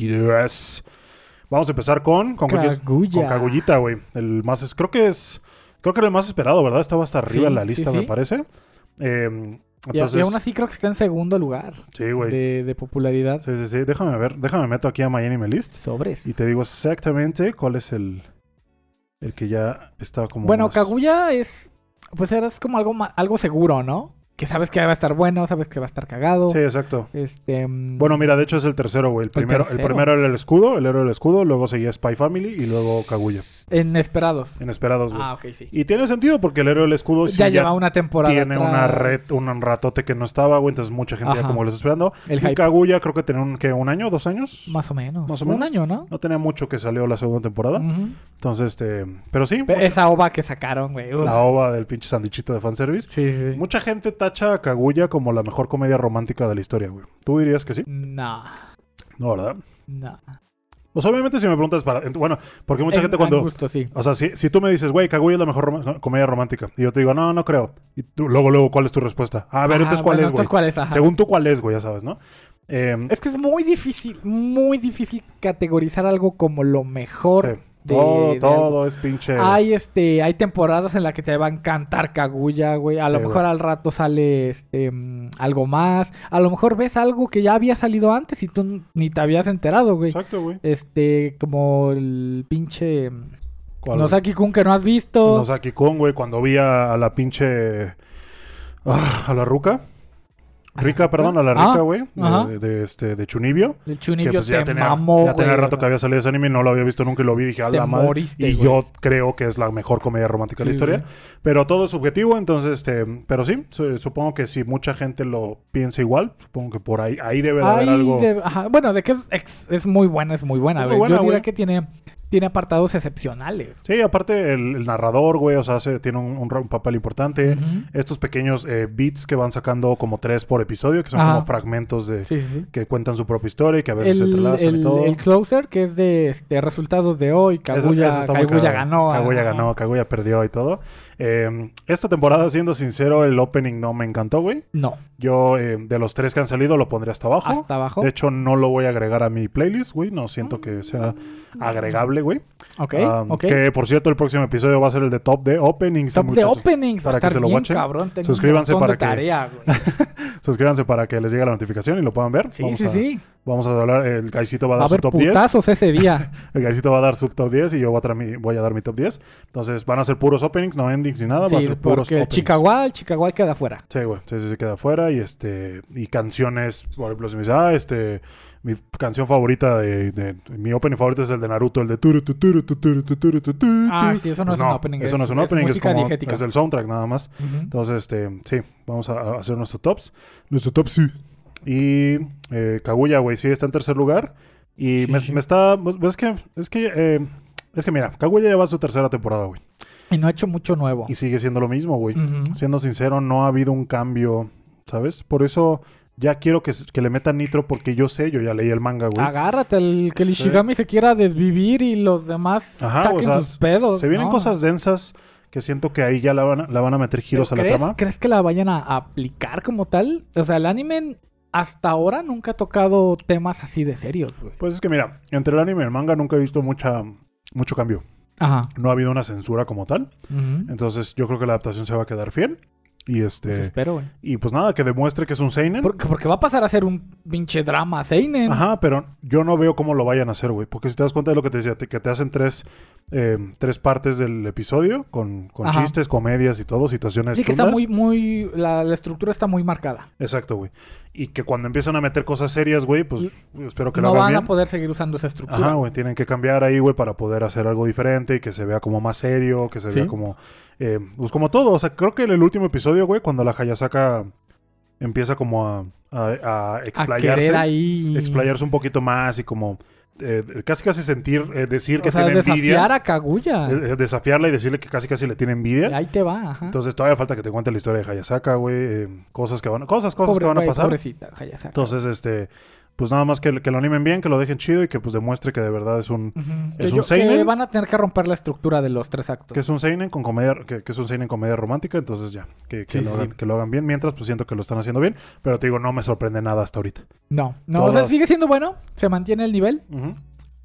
[SPEAKER 1] 2022. Vamos a empezar con con, cualquier-
[SPEAKER 2] Kaguya.
[SPEAKER 1] con Cagullita, güey. El más es- creo que es creo que era el más esperado, ¿verdad? Estaba hasta arriba
[SPEAKER 2] Sí,
[SPEAKER 1] en la
[SPEAKER 2] sí,
[SPEAKER 1] lista,
[SPEAKER 2] sí.
[SPEAKER 1] me parece. Eh,
[SPEAKER 2] Y- y
[SPEAKER 1] entonces,
[SPEAKER 2] aún así creo que está en segundo lugar
[SPEAKER 1] sí, güey.
[SPEAKER 2] de, de popularidad. este.
[SPEAKER 1] Sí, sí, sí. Déjame ver, déjame meto aquí a My Anime List
[SPEAKER 2] Sobres.
[SPEAKER 1] y te digo exactamente cuál es el el que ya está como
[SPEAKER 2] Bueno,
[SPEAKER 1] más-
[SPEAKER 2] Kaguya es. Pues era es como algo, ma- algo seguro, ¿no? Que sabes que va a estar bueno, sabes que va a estar cagado.
[SPEAKER 1] Sí, exacto.
[SPEAKER 2] Este. mm,
[SPEAKER 1] Bueno, mira, de hecho es el tercero, güey. El primero, el
[SPEAKER 2] tercero.
[SPEAKER 1] primero era el escudo, el héroe del escudo, luego seguía Spy Family y luego Kaguya.
[SPEAKER 2] En Esperados.
[SPEAKER 1] En esperados, güey.
[SPEAKER 2] Ah, ok, sí.
[SPEAKER 1] Y tiene sentido porque el héroe del escudo sí
[SPEAKER 2] ya lleva una temporada.
[SPEAKER 1] tiene una red,
[SPEAKER 2] atrás.
[SPEAKER 1] un ratote que no estaba, güey. Entonces mucha gente ya
[SPEAKER 2] Ajá.
[SPEAKER 1] como lo está esperando.
[SPEAKER 2] El
[SPEAKER 1] y
[SPEAKER 2] hype.
[SPEAKER 1] Kaguya creo que tenía un, ¿qué? ¿Un año? ¿Dos años?
[SPEAKER 2] Más o menos.
[SPEAKER 1] Más o
[SPEAKER 2] Un
[SPEAKER 1] menos.
[SPEAKER 2] año, ¿no?
[SPEAKER 1] No tenía mucho que salió la segunda temporada.
[SPEAKER 2] Ujú.
[SPEAKER 1] Entonces, este... Pero sí,
[SPEAKER 2] Pero Esa ova que sacaron, güey. Uf.
[SPEAKER 1] la ova del pinche sandichito de fanservice.
[SPEAKER 2] Sí, sí. sí.
[SPEAKER 1] Mucha gente tacha a Kaguya como la mejor comedia romántica de la historia, güey. ¿Tú dirías que sí?
[SPEAKER 2] No,
[SPEAKER 1] No, ¿verdad?
[SPEAKER 2] no.
[SPEAKER 1] O sea, obviamente si me preguntas para... ent- Bueno, porque mucha
[SPEAKER 2] En-
[SPEAKER 1] gente
[SPEAKER 2] en
[SPEAKER 1] cuando...
[SPEAKER 2] gusto, sí.
[SPEAKER 1] O sea, si, si tú me dices, güey, Kaguya es la mejor rom- comedia romántica. Y yo te digo, no, no creo. Y tú, luego, luego, ¿cuál es tu respuesta? "Ah, A ver,
[SPEAKER 2] Ajá,
[SPEAKER 1] entonces, ¿cuál
[SPEAKER 2] bueno,
[SPEAKER 1] es, güey?
[SPEAKER 2] entonces, ¿cuál es? Ajá.
[SPEAKER 1] Según tú, ¿cuál es, güey? Ya sabes, ¿no? Eh,
[SPEAKER 2] Es que es muy difícil, muy difícil categorizar algo como lo mejor.
[SPEAKER 1] sí.
[SPEAKER 2] de-
[SPEAKER 1] todo,
[SPEAKER 2] de algo.
[SPEAKER 1] todo es pinche.
[SPEAKER 2] Hay este, hay temporadas en las que te va a encantar Kaguya, güey. A
[SPEAKER 1] Sí,
[SPEAKER 2] lo
[SPEAKER 1] güey.
[SPEAKER 2] mejor al rato sale este mm, algo más. A lo mejor ves algo que ya había salido antes y tú n- ni te habías enterado, güey.
[SPEAKER 1] Exacto, güey.
[SPEAKER 2] Este, como el pinche mm,
[SPEAKER 1] ¿Cuál, güey?
[SPEAKER 2] Nosaki Kun que no has visto.
[SPEAKER 1] Nosaki Kun, güey, cuando vi a, a la pinche. ah, a la ruca. Rica, perdón, a la
[SPEAKER 2] Ah,
[SPEAKER 1] rica, güey. de-
[SPEAKER 2] ajá.
[SPEAKER 1] de, de este, de Chunibio.
[SPEAKER 2] El
[SPEAKER 1] Que
[SPEAKER 2] Chunibyo
[SPEAKER 1] pues ya
[SPEAKER 2] te
[SPEAKER 1] tenía,
[SPEAKER 2] mamó,
[SPEAKER 1] ya tenía
[SPEAKER 2] güey.
[SPEAKER 1] rato que había salido ese anime, no lo había visto nunca y lo vi y dije, a
[SPEAKER 2] Te
[SPEAKER 1] la madre.
[SPEAKER 2] moriste,
[SPEAKER 1] y
[SPEAKER 2] güey.
[SPEAKER 1] yo creo que es la mejor comedia romántica de la
[SPEAKER 2] Sí,
[SPEAKER 1] historia.
[SPEAKER 2] güey.
[SPEAKER 1] Pero todo es subjetivo, entonces, este, pero sí, su- supongo que si mucha gente lo piensa igual, supongo que por ahí, ahí debe de haber
[SPEAKER 2] Ay,
[SPEAKER 1] algo.
[SPEAKER 2] de- ajá. Bueno, de que es, ex- es muy buena, es muy buena.
[SPEAKER 1] Es muy
[SPEAKER 2] güey.
[SPEAKER 1] buena,
[SPEAKER 2] Yo diría
[SPEAKER 1] güey.
[SPEAKER 2] que tiene, tiene apartados excepcionales.
[SPEAKER 1] Sí, aparte el, el narrador, güey, o sea, hace- tiene un, un ra- un papel importante.
[SPEAKER 2] Ujú.
[SPEAKER 1] Estos pequeños eh, beats que van sacando como tres por episodio, que son
[SPEAKER 2] Ajá.
[SPEAKER 1] como fragmentos de
[SPEAKER 2] Sí, sí, sí.
[SPEAKER 1] que cuentan su propia historia y que a veces se
[SPEAKER 2] El,
[SPEAKER 1] entrelazan y
[SPEAKER 2] el-
[SPEAKER 1] todo.
[SPEAKER 2] el closer, que es de este, resultados de hoy,
[SPEAKER 1] Eso-
[SPEAKER 2] Kaguya,
[SPEAKER 1] eso está muy
[SPEAKER 2] Kaguya
[SPEAKER 1] cagado.
[SPEAKER 2] ganó. ah,
[SPEAKER 1] Kaguya
[SPEAKER 2] ajá.
[SPEAKER 1] ganó, Kaguya perdió y todo. Eh, esta temporada, siendo sincero, el opening no me encantó, güey.
[SPEAKER 2] No,
[SPEAKER 1] Yo, eh, de los tres que han salido, lo pondré hasta abajo.
[SPEAKER 2] hasta abajo. Ah.
[SPEAKER 1] De hecho, no lo voy a agregar a mi playlist, güey. No siento que sea agregable, güey.
[SPEAKER 2] ok,
[SPEAKER 1] Ah,
[SPEAKER 2] ok.
[SPEAKER 1] Que, por cierto, el próximo episodio va a ser el de top de openings.
[SPEAKER 2] Top de
[SPEAKER 1] muchachos.
[SPEAKER 2] openings, va a
[SPEAKER 1] para que
[SPEAKER 2] estar
[SPEAKER 1] se lo
[SPEAKER 2] bien,
[SPEAKER 1] watchen.
[SPEAKER 2] cabrón. Tengo
[SPEAKER 1] Suscríbanse
[SPEAKER 2] un montón
[SPEAKER 1] para
[SPEAKER 2] de
[SPEAKER 1] que-
[SPEAKER 2] tarea, güey.
[SPEAKER 1] Suscríbanse para que les llegue la notificación y lo puedan ver.
[SPEAKER 2] Sí,
[SPEAKER 1] Vamos
[SPEAKER 2] sí,
[SPEAKER 1] a-
[SPEAKER 2] sí.
[SPEAKER 1] Vamos a hablar. El Gaisito va a
[SPEAKER 2] Va
[SPEAKER 1] dar
[SPEAKER 2] a
[SPEAKER 1] su
[SPEAKER 2] haber
[SPEAKER 1] top 10.
[SPEAKER 2] putazos ese día.
[SPEAKER 1] El Gaisito va a dar su top 10 y yo voy a, traer mi- voy a dar mi top 10. Entonces, van a ser puros openings, no endings ni nada. va a
[SPEAKER 2] sí,
[SPEAKER 1] ser puros
[SPEAKER 2] porque
[SPEAKER 1] openings.
[SPEAKER 2] Chicago, el Chicago queda afuera.
[SPEAKER 1] Sí, güey. Sí, sí, se queda afuera. Y este. Y canciones. Por ejemplo, si me dice, ah, este. Mi canción favorita de, de- Mi opening favorito es el de Naruto, el de turu, tu, turu, tu, turu, tu, turu, tu, tu,
[SPEAKER 2] Ah,
[SPEAKER 1] tu.
[SPEAKER 2] sí, eso no
[SPEAKER 1] Pues
[SPEAKER 2] es un opening,
[SPEAKER 1] Eso no es
[SPEAKER 2] es-
[SPEAKER 1] un
[SPEAKER 2] es
[SPEAKER 1] opening, es,
[SPEAKER 2] música
[SPEAKER 1] como.
[SPEAKER 2] diegética.
[SPEAKER 1] Es el soundtrack nada más.
[SPEAKER 2] Ujú.
[SPEAKER 1] Entonces, este. Sí, vamos a, a hacer nuestro tops. Nuestro top, sí. Y. Eh, Kaguya, güey, sí, está en tercer lugar. Y
[SPEAKER 2] Sí,
[SPEAKER 1] me,
[SPEAKER 2] sí.
[SPEAKER 1] me está. pues, Es que. Es que. eh, es que mira, Kaguya ya va a su tercera temporada, güey.
[SPEAKER 2] Y no ha hecho mucho nuevo.
[SPEAKER 1] Y sigue siendo lo mismo, güey
[SPEAKER 2] Ujú.
[SPEAKER 1] siendo sincero, no ha habido un cambio, ¿sabes? Por eso ya quiero que, s- que le metan nitro porque yo sé, yo ya leí el manga, güey.
[SPEAKER 2] Agárrate, el que el
[SPEAKER 1] Sí.
[SPEAKER 2] Ishigami se quiera desvivir y los demás
[SPEAKER 1] Ajá,
[SPEAKER 2] saquen
[SPEAKER 1] o sea,
[SPEAKER 2] sus pedos.
[SPEAKER 1] se vienen
[SPEAKER 2] ¿no?
[SPEAKER 1] cosas densas que siento que ahí ya la van a, la van a meter
[SPEAKER 2] ¿Pero
[SPEAKER 1] giros a la
[SPEAKER 2] ¿crees,
[SPEAKER 1] trama.
[SPEAKER 2] ¿Crees que la vayan a aplicar como tal? O sea, el anime hasta ahora nunca ha tocado temas así de serios, güey.
[SPEAKER 1] Pues es que mira, entre el anime y el manga nunca he visto mucha mucho cambio.
[SPEAKER 2] Ajá.
[SPEAKER 1] No ha habido una censura como tal,
[SPEAKER 2] Ujú.
[SPEAKER 1] entonces yo creo que la adaptación se va a quedar fiel y
[SPEAKER 2] Pues
[SPEAKER 1] este
[SPEAKER 2] espero, güey.
[SPEAKER 1] y pues nada, que demuestre que es un seinen.
[SPEAKER 2] Porque, porque va a pasar a ser un pinche drama Seinen.
[SPEAKER 1] Ajá, pero yo no veo cómo lo vayan a hacer, güey. Porque si te das cuenta de lo que te decía, te- que te hacen tres, eh, tres partes del episodio con, con
[SPEAKER 2] Ajá.
[SPEAKER 1] chistes, comedias y todo, situaciones.
[SPEAKER 2] Así que está
[SPEAKER 1] chungas.
[SPEAKER 2] muy, muy. La, la estructura está muy marcada.
[SPEAKER 1] Exacto, güey. Y que cuando empiezan a meter cosas serias, güey, pues espero que lo
[SPEAKER 2] No
[SPEAKER 1] hagan
[SPEAKER 2] van
[SPEAKER 1] bien.
[SPEAKER 2] a poder seguir usando esa estructura.
[SPEAKER 1] Ajá, güey, tienen que cambiar ahí, güey, para poder hacer algo diferente y que se vea como más serio, que se
[SPEAKER 2] Sí.
[SPEAKER 1] vea como... eh, pues como todo, o sea, creo que en el último episodio, güey, cuando la Hayasaka empieza como a, a, a
[SPEAKER 2] a
[SPEAKER 1] explayarse
[SPEAKER 2] querer ahí.
[SPEAKER 1] explayarse un poquito más y como eh, casi casi sentir, eh, decir
[SPEAKER 2] o
[SPEAKER 1] que
[SPEAKER 2] sea,
[SPEAKER 1] tiene
[SPEAKER 2] desafiar
[SPEAKER 1] envidia,
[SPEAKER 2] a Kaguya.
[SPEAKER 1] eh, eh, desafiarla y decirle que casi casi le tiene envidia.
[SPEAKER 2] Ahí te va, ajá.
[SPEAKER 1] Entonces todavía falta que te cuente la historia de Hayasaka, güey, eh, cosas que van, cosas, cosas
[SPEAKER 2] Pobre
[SPEAKER 1] que van a
[SPEAKER 2] güey,
[SPEAKER 1] pasar.
[SPEAKER 2] Pobrecita, Hayasaka.
[SPEAKER 1] Entonces, este, pues nada más que, que lo animen bien, que lo dejen chido y que pues demuestre que de verdad es un
[SPEAKER 2] Ujú.
[SPEAKER 1] es
[SPEAKER 2] Yo-
[SPEAKER 1] un
[SPEAKER 2] que
[SPEAKER 1] seinen.
[SPEAKER 2] van a tener que romper la estructura de los tres actos.
[SPEAKER 1] que es un seinen con comedia, que, que es un seinen comedia romántica, entonces ya, que, que
[SPEAKER 2] Sí,
[SPEAKER 1] lo
[SPEAKER 2] sí,
[SPEAKER 1] hagan,
[SPEAKER 2] sí.
[SPEAKER 1] que lo hagan bien, mientras pues siento que lo están haciendo bien, pero te digo, no me sorprende nada hasta ahorita.
[SPEAKER 2] No, no,
[SPEAKER 1] Todo-
[SPEAKER 2] o sea, sigue siendo bueno, se mantiene el nivel,
[SPEAKER 1] Ujú.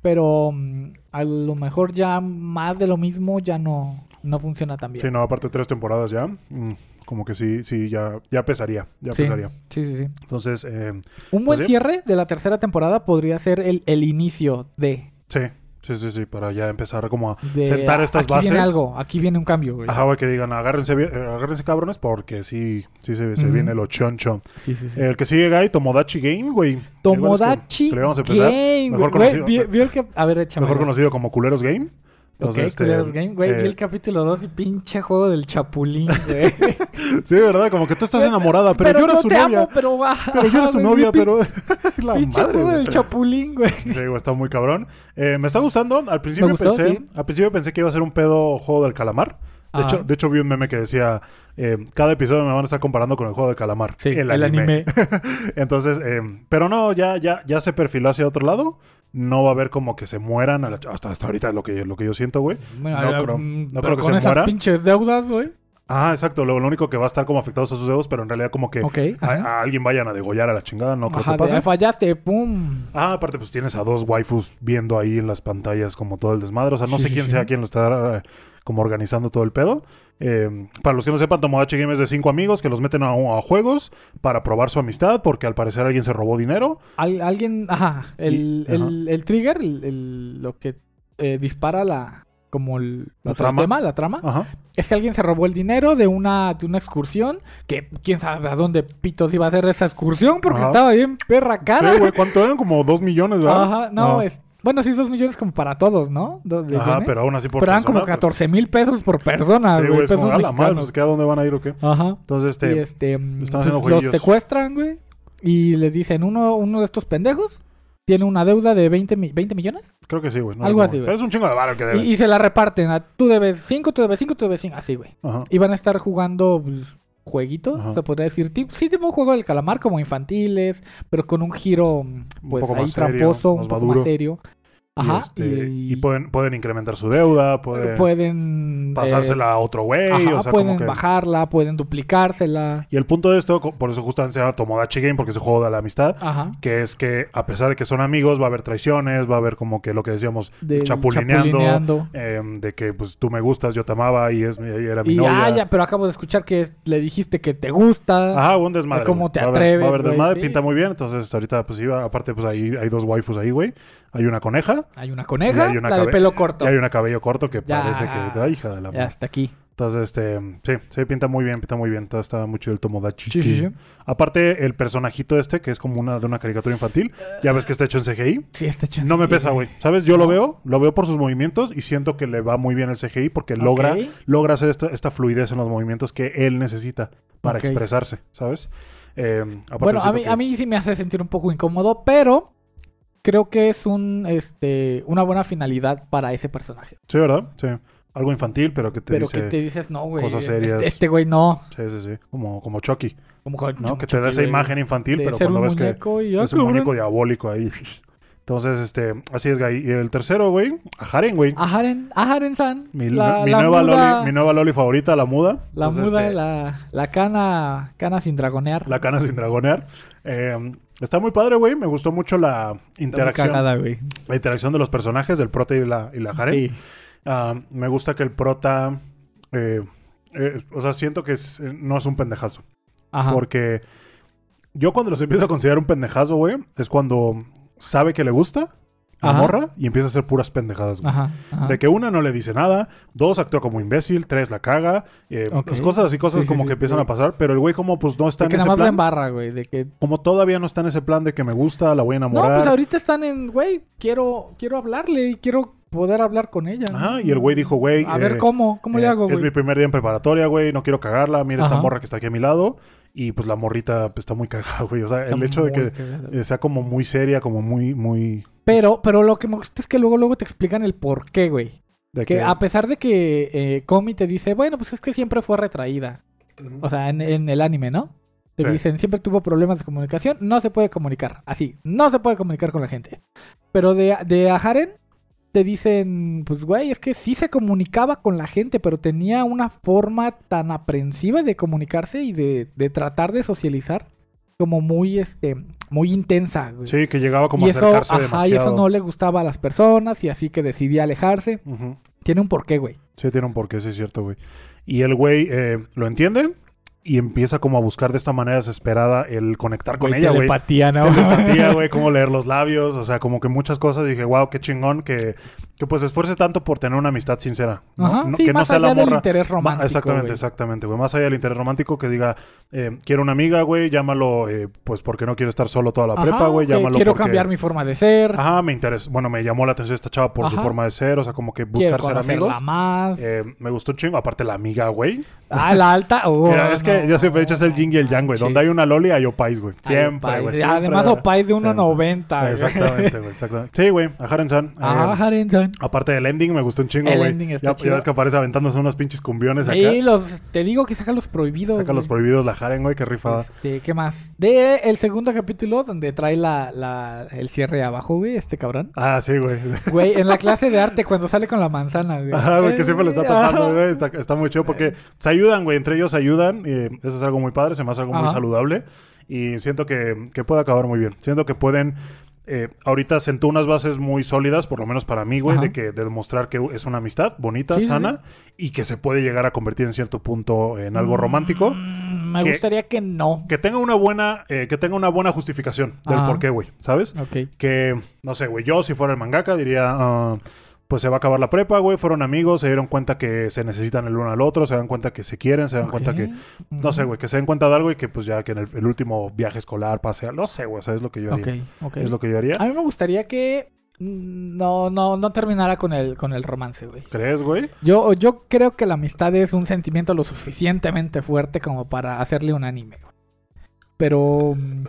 [SPEAKER 2] pero mm, a lo mejor ya más de lo mismo ya no, no funciona tan
[SPEAKER 1] Sí,
[SPEAKER 2] bien.
[SPEAKER 1] no, aparte tres temporadas ya, mm, como que sí, sí, ya, ya pesaría, ya
[SPEAKER 2] Sí,
[SPEAKER 1] pesaría.
[SPEAKER 2] sí, sí, sí.
[SPEAKER 1] Entonces, eh,
[SPEAKER 2] Un buen
[SPEAKER 1] sí.
[SPEAKER 2] cierre de la tercera temporada podría ser el, el inicio de,
[SPEAKER 1] sí, sí, sí, sí, para ya empezar como a...
[SPEAKER 2] de,
[SPEAKER 1] Sentar estas
[SPEAKER 2] aquí viene
[SPEAKER 1] bases.
[SPEAKER 2] algo, aquí viene un cambio, güey.
[SPEAKER 1] Ajá, güey, que digan, agárrense, bien- eh, agárrense cabrones porque sí, sí se, se
[SPEAKER 2] Ujú.
[SPEAKER 1] viene lo choncho.
[SPEAKER 2] Sí, sí, sí.
[SPEAKER 1] El que sigue, Guy, Tomodachi Game, güey.
[SPEAKER 2] Tomodachi
[SPEAKER 1] que le vamos a empezar,
[SPEAKER 2] Game,
[SPEAKER 1] mejor
[SPEAKER 2] güey. Güey,
[SPEAKER 1] conocido-
[SPEAKER 2] vi- vi el cap- A ver, échame.
[SPEAKER 1] Mejor
[SPEAKER 2] güey.
[SPEAKER 1] conocido como Culeros Game.
[SPEAKER 2] Ok,
[SPEAKER 1] Entonces, este,
[SPEAKER 2] Culeros Game, güey. vi
[SPEAKER 1] eh,
[SPEAKER 2] el capítulo 2 y pinche juego del chapulín, güey.
[SPEAKER 1] Sí, verdad, como que tú estás enamorada, pero, yo era su
[SPEAKER 2] te
[SPEAKER 1] novia.
[SPEAKER 2] amo, pero...
[SPEAKER 1] Pero yo era su novia, pero... la
[SPEAKER 2] Pinche
[SPEAKER 1] madre,
[SPEAKER 2] juego
[SPEAKER 1] güey.
[SPEAKER 2] del chapulín, güey.
[SPEAKER 1] Sí, güey, está muy cabrón. Eh, me está gustando. Al principio
[SPEAKER 2] Me gustó,
[SPEAKER 1] pensé,
[SPEAKER 2] sí.
[SPEAKER 1] al principio pensé que iba a ser un pedo juego del calamar. De
[SPEAKER 2] Ajá.
[SPEAKER 1] hecho, de hecho, vi un meme que decía, eh, cada episodio me van a estar comparando con el juego del calamar. Entonces, eh, pero no, ya, ya, ya se perfiló hacia otro lado. No va a haber como que se mueran. a la ch- hasta, hasta ahorita lo que, lo que yo siento, güey.
[SPEAKER 2] Bueno,
[SPEAKER 1] No
[SPEAKER 2] ah,
[SPEAKER 1] creo-
[SPEAKER 2] mm,
[SPEAKER 1] no
[SPEAKER 2] pero
[SPEAKER 1] creo que
[SPEAKER 2] con
[SPEAKER 1] se
[SPEAKER 2] esas
[SPEAKER 1] muera.
[SPEAKER 2] pinches deudas, güey.
[SPEAKER 1] Ah, exacto. Lo, lo único que va a estar como afectados a sus dedos, pero en realidad como que
[SPEAKER 2] Ok,
[SPEAKER 1] a,
[SPEAKER 2] ajá.
[SPEAKER 1] a alguien vayan a degollar a la chingada, no creo
[SPEAKER 2] Ajá,
[SPEAKER 1] ah, que
[SPEAKER 2] de,
[SPEAKER 1] pase.
[SPEAKER 2] "Ay, fallaste, pum.
[SPEAKER 1] Ah, aparte, pues tienes a dos waifus viendo ahí en las pantallas como todo el desmadre. O sea, no
[SPEAKER 2] Sí,
[SPEAKER 1] sé
[SPEAKER 2] sí,
[SPEAKER 1] quién
[SPEAKER 2] sí.
[SPEAKER 1] sea quien lo está eh, como organizando todo el pedo. Eh, para los que no sepan, Tomodachi Game es de cinco amigos que los meten a, a juegos para probar su amistad, porque al parecer alguien se robó dinero.
[SPEAKER 2] Al- alguien, ajá, el,
[SPEAKER 1] Y- ajá.
[SPEAKER 2] el- el trigger, el, el- lo que eh, dispara la como el,
[SPEAKER 1] La
[SPEAKER 2] pues, el
[SPEAKER 1] trama. Ah.
[SPEAKER 2] tema, la trama,
[SPEAKER 1] Ajá.
[SPEAKER 2] es que alguien se robó el dinero de una de una excursión que quién sabe a dónde pitos iba a hacer esa excursión porque
[SPEAKER 1] Ajá.
[SPEAKER 2] estaba bien perra cara.
[SPEAKER 1] Sí, güey, ¿cuánto eran? Como dos millones, ¿verdad?
[SPEAKER 2] Ah, Ajá, no,
[SPEAKER 1] Ah.
[SPEAKER 2] es bueno, sí, dos millones como para todos, ¿no? Do- de
[SPEAKER 1] Ajá,
[SPEAKER 2] yenes.
[SPEAKER 1] pero aún así por
[SPEAKER 2] Pero eran
[SPEAKER 1] persona,
[SPEAKER 2] como 14 mil pesos por
[SPEAKER 1] pues,
[SPEAKER 2] persona,
[SPEAKER 1] Sí,
[SPEAKER 2] güey,
[SPEAKER 1] güey, es
[SPEAKER 2] pesos
[SPEAKER 1] como, a la madre,
[SPEAKER 2] mexicanos.
[SPEAKER 1] pues, ¿qué, ¿a dónde van a ir o qué?
[SPEAKER 2] Ajá.
[SPEAKER 1] Entonces, este...
[SPEAKER 2] y este mm,
[SPEAKER 1] están haciendo
[SPEAKER 2] pues, los
[SPEAKER 1] jueguillos.
[SPEAKER 2] secuestran, güey, y les dicen, uno, uno de estos pendejos tiene una deuda de 20, mi- 20 millones
[SPEAKER 1] Creo que sí, güey. no
[SPEAKER 2] Algo
[SPEAKER 1] recuerdo.
[SPEAKER 2] así, güey.
[SPEAKER 1] Pero es un chingo de varo que
[SPEAKER 2] y,
[SPEAKER 1] debe.
[SPEAKER 2] y se la reparten. A, tú debes 5, tú debes 5, tú debes 5, así, güey.
[SPEAKER 1] Ajá.
[SPEAKER 2] Y van a estar jugando pues, jueguitos,
[SPEAKER 1] Ajá.
[SPEAKER 2] se podría decir, tipo, sí, tipo un juego del calamar, como infantiles, pero con un giro, mm, pues
[SPEAKER 1] poco
[SPEAKER 2] ahí
[SPEAKER 1] más serio,
[SPEAKER 2] tramposo, un
[SPEAKER 1] más
[SPEAKER 2] poco
[SPEAKER 1] maduro.
[SPEAKER 2] más serio. Ajá,
[SPEAKER 1] y, este,
[SPEAKER 2] y-
[SPEAKER 1] y pueden, pueden incrementar su deuda, pueden
[SPEAKER 2] pueden
[SPEAKER 1] pasársela a otro güey,
[SPEAKER 2] eh, ajá,
[SPEAKER 1] o sea,
[SPEAKER 2] pueden
[SPEAKER 1] como que...
[SPEAKER 2] bajarla, pueden duplicársela.
[SPEAKER 1] Y el punto de esto, co- por eso justamente se llama Tomodachi Game, porque se juega de la amistad,
[SPEAKER 2] Ajá.
[SPEAKER 1] que es que a pesar de que son amigos, va a haber traiciones, va a haber como que lo que decíamos,
[SPEAKER 2] del
[SPEAKER 1] chapulineando,
[SPEAKER 2] chapulineando.
[SPEAKER 1] eh, de que pues tú me gustas, yo te amaba y, es, mi- y era mi
[SPEAKER 2] Y
[SPEAKER 1] novia.
[SPEAKER 2] ah, ya, pero acabo de escuchar que le dijiste que te gusta.
[SPEAKER 1] Ajá, un desmadre.
[SPEAKER 2] ¿Cómo
[SPEAKER 1] güey.
[SPEAKER 2] te
[SPEAKER 1] Va a haber- Va a haber
[SPEAKER 2] atreves,
[SPEAKER 1] desmadre,
[SPEAKER 2] güey? Sí,
[SPEAKER 1] pinta
[SPEAKER 2] sí.
[SPEAKER 1] muy bien. Entonces, ahorita, pues iba. Aparte, pues ahí hay dos waifus ahí, güey. Hay una coneja
[SPEAKER 2] Hay una coneja,
[SPEAKER 1] Y hay una
[SPEAKER 2] la
[SPEAKER 1] cabe-
[SPEAKER 2] de pelo corto.
[SPEAKER 1] y hay una cabello corto que
[SPEAKER 2] Ya.
[SPEAKER 1] parece que. ¡Ay, hija de la
[SPEAKER 2] Ya
[SPEAKER 1] madre!
[SPEAKER 2] hasta aquí.
[SPEAKER 1] Entonces, este. Sí, sí, pinta muy bien, pinta muy bien. Todo está muy chido el Tomodachi.
[SPEAKER 2] Sí, sí, sí.
[SPEAKER 1] Aparte, el personajito este, que es como una de una caricatura infantil. Ya ves que está hecho en CGI.
[SPEAKER 2] Sí, este chance.
[SPEAKER 1] No me pesa, güey. ¿Sabes? Yo lo veo, lo veo por sus movimientos y siento que le va muy bien el CGI porque logra,
[SPEAKER 2] Ok.
[SPEAKER 1] logra hacer esta, esta fluidez en los movimientos que él necesita para
[SPEAKER 2] Ok.
[SPEAKER 1] expresarse, ¿sabes? Eh, aparte
[SPEAKER 2] Bueno, a
[SPEAKER 1] siento
[SPEAKER 2] mí,
[SPEAKER 1] que-
[SPEAKER 2] a mí sí me hace sentir un poco incómodo, pero creo que es un este una buena finalidad para ese personaje.
[SPEAKER 1] Sí, ¿verdad? Sí. Algo infantil, pero que te
[SPEAKER 2] pero
[SPEAKER 1] dice...
[SPEAKER 2] que te dices, no, güey.
[SPEAKER 1] cosas
[SPEAKER 2] es-
[SPEAKER 1] serias.
[SPEAKER 2] Este, este güey no.
[SPEAKER 1] Sí, sí, sí. Como, como Chucky,
[SPEAKER 2] Como que,
[SPEAKER 1] ¿no? que te da esa imagen infantil, pero
[SPEAKER 2] ser
[SPEAKER 1] cuando
[SPEAKER 2] un
[SPEAKER 1] ves que
[SPEAKER 2] muñeco y, ah,
[SPEAKER 1] es un
[SPEAKER 2] cabrón.
[SPEAKER 1] muñeco diabólico ahí. Entonces, este... Así es, Guy. Y el tercero, güey, a Haren, güey.
[SPEAKER 2] Ajaren, Ajaren-san.
[SPEAKER 1] Mi,
[SPEAKER 2] la,
[SPEAKER 1] mi
[SPEAKER 2] la
[SPEAKER 1] nueva
[SPEAKER 2] muda-
[SPEAKER 1] loli, mi nueva loli favorita, la muda.
[SPEAKER 2] La
[SPEAKER 1] Entonces,
[SPEAKER 2] muda,
[SPEAKER 1] este,
[SPEAKER 2] la, la cana, cana sin dragonear.
[SPEAKER 1] La cana sin dragonear. Eh, está muy padre, güey. Me gustó mucho la
[SPEAKER 2] Está muy
[SPEAKER 1] interacción.
[SPEAKER 2] cagada, güey.
[SPEAKER 1] la interacción de los personajes, del prota y la, y la Haren.
[SPEAKER 2] Sí.
[SPEAKER 1] Ah, me gusta que el prota... eh, eh, o sea, siento que es- eh, no es un pendejazo.
[SPEAKER 2] Ajá.
[SPEAKER 1] Porque yo cuando los empiezo a considerar un pendejazo, güey, es cuando sabe que le gusta la
[SPEAKER 2] Ajá.
[SPEAKER 1] morra y empieza a hacer puras pendejadas, güey.
[SPEAKER 2] Ajá. ajá.
[SPEAKER 1] De que una no le dice nada, dos actúa como imbécil, tres la caga, eh,
[SPEAKER 2] Ok.
[SPEAKER 1] pues cosas así, cosas
[SPEAKER 2] Sí, sí,
[SPEAKER 1] como
[SPEAKER 2] sí,
[SPEAKER 1] que empiezan
[SPEAKER 2] güey.
[SPEAKER 1] a pasar, pero el güey como pues no está
[SPEAKER 2] De
[SPEAKER 1] en
[SPEAKER 2] que
[SPEAKER 1] ese
[SPEAKER 2] nada más la
[SPEAKER 1] plan.
[SPEAKER 2] embarra, güey. De que.
[SPEAKER 1] Como todavía no está en ese plan de que me gusta, la voy a
[SPEAKER 2] No,
[SPEAKER 1] enamorar.
[SPEAKER 2] pues ahorita están en, güey, quiero, quiero hablarle y quiero poder hablar con ella. ¿no?
[SPEAKER 1] Ajá, y el güey dijo, güey...
[SPEAKER 2] A ver
[SPEAKER 1] eh,
[SPEAKER 2] cómo, cómo le
[SPEAKER 1] Eh,
[SPEAKER 2] hago,
[SPEAKER 1] Es mi
[SPEAKER 2] güey.
[SPEAKER 1] primer día en preparatoria, güey. No quiero cagarla. Mira esta
[SPEAKER 2] Ajá.
[SPEAKER 1] morra que está aquí a mi lado. Y pues la morrita pues, está muy cagada, güey. O sea,
[SPEAKER 2] Está
[SPEAKER 1] el hecho de
[SPEAKER 2] muy
[SPEAKER 1] que
[SPEAKER 2] cagada.
[SPEAKER 1] eh, sea como muy seria, como muy, muy.
[SPEAKER 2] Pero, pero lo que me gusta es que luego, luego te explican el por qué, güey.
[SPEAKER 1] De
[SPEAKER 2] Que a pesar de que eh, Komi te dice, bueno, pues es que siempre fue retraída. O sea, en, en el anime, ¿no? Te
[SPEAKER 1] Sí.
[SPEAKER 2] dicen, siempre tuvo problemas de comunicación, no se puede comunicar. Así, no se puede comunicar con la gente. Pero de, de Aharen te dicen, pues güey, es que sí se comunicaba con la gente, pero tenía una forma tan aprensiva de comunicarse y de, de tratar de socializar como muy, este, muy intensa, güey.
[SPEAKER 1] sí, que llegaba como
[SPEAKER 2] y
[SPEAKER 1] a
[SPEAKER 2] eso,
[SPEAKER 1] acercarse
[SPEAKER 2] ajá,
[SPEAKER 1] demasiado.
[SPEAKER 2] y eso no le gustaba a las personas y así que decidí alejarse.
[SPEAKER 1] Ujú.
[SPEAKER 2] Tiene un porqué, güey.
[SPEAKER 1] Sí, tiene un porqué, sí, es cierto, güey. Y el güey eh, lo entiende y empieza como a buscar de esta manera desesperada el conectar con
[SPEAKER 2] Güey,
[SPEAKER 1] ella, güey.
[SPEAKER 2] telepatía, ¿no?
[SPEAKER 1] Telepatía, güey, cómo leer los labios, o sea, como que muchas cosas. Dije, wow, qué chingón que, que pues se esfuerce tanto por tener una amistad sincera. ¿no?
[SPEAKER 2] Ajá,
[SPEAKER 1] No-
[SPEAKER 2] sí,
[SPEAKER 1] que no
[SPEAKER 2] más
[SPEAKER 1] sea la
[SPEAKER 2] allá del
[SPEAKER 1] morra.
[SPEAKER 2] interés
[SPEAKER 1] Ma-
[SPEAKER 2] romántico.
[SPEAKER 1] Exactamente,
[SPEAKER 2] güey.
[SPEAKER 1] exactamente, güey. Más allá del interés romántico que diga, eh, quiero una amiga, güey, llámalo, eh, pues porque no quiero estar solo toda la
[SPEAKER 2] Ajá,
[SPEAKER 1] prepa, güey,
[SPEAKER 2] que
[SPEAKER 1] llámalo
[SPEAKER 2] Quiero
[SPEAKER 1] porque... Ah,
[SPEAKER 2] cambiar mi forma de ser.
[SPEAKER 1] Ajá, me interesa, bueno, me llamó la atención esta chava por su
[SPEAKER 2] Ajá.
[SPEAKER 1] forma de ser, o sea, como que
[SPEAKER 2] quiero
[SPEAKER 1] buscar ser
[SPEAKER 2] conocerla
[SPEAKER 1] amigos.
[SPEAKER 2] más.
[SPEAKER 1] Eh, me gustó un chingo, aparte la amiga, güey.
[SPEAKER 2] ah, la alta. oh,
[SPEAKER 1] Mira, es que
[SPEAKER 2] no,
[SPEAKER 1] yo siempre he dicho es el
[SPEAKER 2] no
[SPEAKER 1] yin y el yang, güey.
[SPEAKER 2] manches.
[SPEAKER 1] Donde hay una loli hay opais, güey.
[SPEAKER 2] Ay,
[SPEAKER 1] Siempre,
[SPEAKER 2] Opais.
[SPEAKER 1] güey.
[SPEAKER 2] Y
[SPEAKER 1] siempre,
[SPEAKER 2] Además,
[SPEAKER 1] güey.
[SPEAKER 2] Opais de
[SPEAKER 1] Siempre.
[SPEAKER 2] 1.90. güey.
[SPEAKER 1] Exactamente, güey, exactamente. Sí, güey, a Haren-san. eh,
[SPEAKER 2] Ah, Haren-san.
[SPEAKER 1] Aparte del ending, me gustó un chingo,
[SPEAKER 2] El
[SPEAKER 1] güey.
[SPEAKER 2] ending está
[SPEAKER 1] Ya, ya
[SPEAKER 2] chido.
[SPEAKER 1] ves que aparece aventándose unos pinches cumbiones acá.
[SPEAKER 2] Y los, te digo que saca los prohibidos.
[SPEAKER 1] Saca los
[SPEAKER 2] güey.
[SPEAKER 1] prohibidos la Haren, güey, qué rifada.
[SPEAKER 2] Este, ¿Qué más? De el segundo capítulo, donde trae la, la- el cierre abajo, güey, este cabrón.
[SPEAKER 1] Ah, sí, güey.
[SPEAKER 2] Güey, en la clase de arte, cuando sale con la manzana, güey. Eh,
[SPEAKER 1] Ajá, güey, que siempre le está
[SPEAKER 2] Ajá.
[SPEAKER 1] tocando, güey. Está, está muy chido porque se ayudan, güey. Entre ellos se ayudan. Y eso es algo muy padre, se me hace algo muy
[SPEAKER 2] Ajá.
[SPEAKER 1] saludable. Y siento que, que puede acabar muy bien. Siento que pueden. eh, ahorita sentó unas bases muy sólidas, por lo menos para mí, güey,
[SPEAKER 2] Ajá.
[SPEAKER 1] de que de demostrar que es una amistad bonita,
[SPEAKER 2] Sí, sí,
[SPEAKER 1] sana, y que se puede llegar a convertir en cierto punto en algo romántico.
[SPEAKER 2] Mm, me
[SPEAKER 1] que-
[SPEAKER 2] gustaría que no.
[SPEAKER 1] Que tenga una buena, eh, que tenga una buena justificación del
[SPEAKER 2] Ajá.
[SPEAKER 1] por qué, güey, ¿sabes?
[SPEAKER 2] Ok.
[SPEAKER 1] que, no sé, güey, yo si fuera el mangaka diría, ah, pues se va a acabar la prepa, güey, fueron amigos, se dieron cuenta que se necesitan el uno al otro, se dan cuenta que se quieren, se dan cuenta que, no sé, güey, que se den cuenta de algo y que pues ya que en el, el último viaje escolar pase, a- no sé, güey, o sea, es lo que yo haría.
[SPEAKER 2] Ok, ok. Ah.
[SPEAKER 1] Es lo que yo haría.
[SPEAKER 2] A mí me gustaría que mm, no, no, no terminara con el, con el romance, güey.
[SPEAKER 1] ¿Crees, güey?
[SPEAKER 2] Yo, yo creo que la amistad es un sentimiento lo suficientemente fuerte como para hacerle un anime. güey. Pero mm,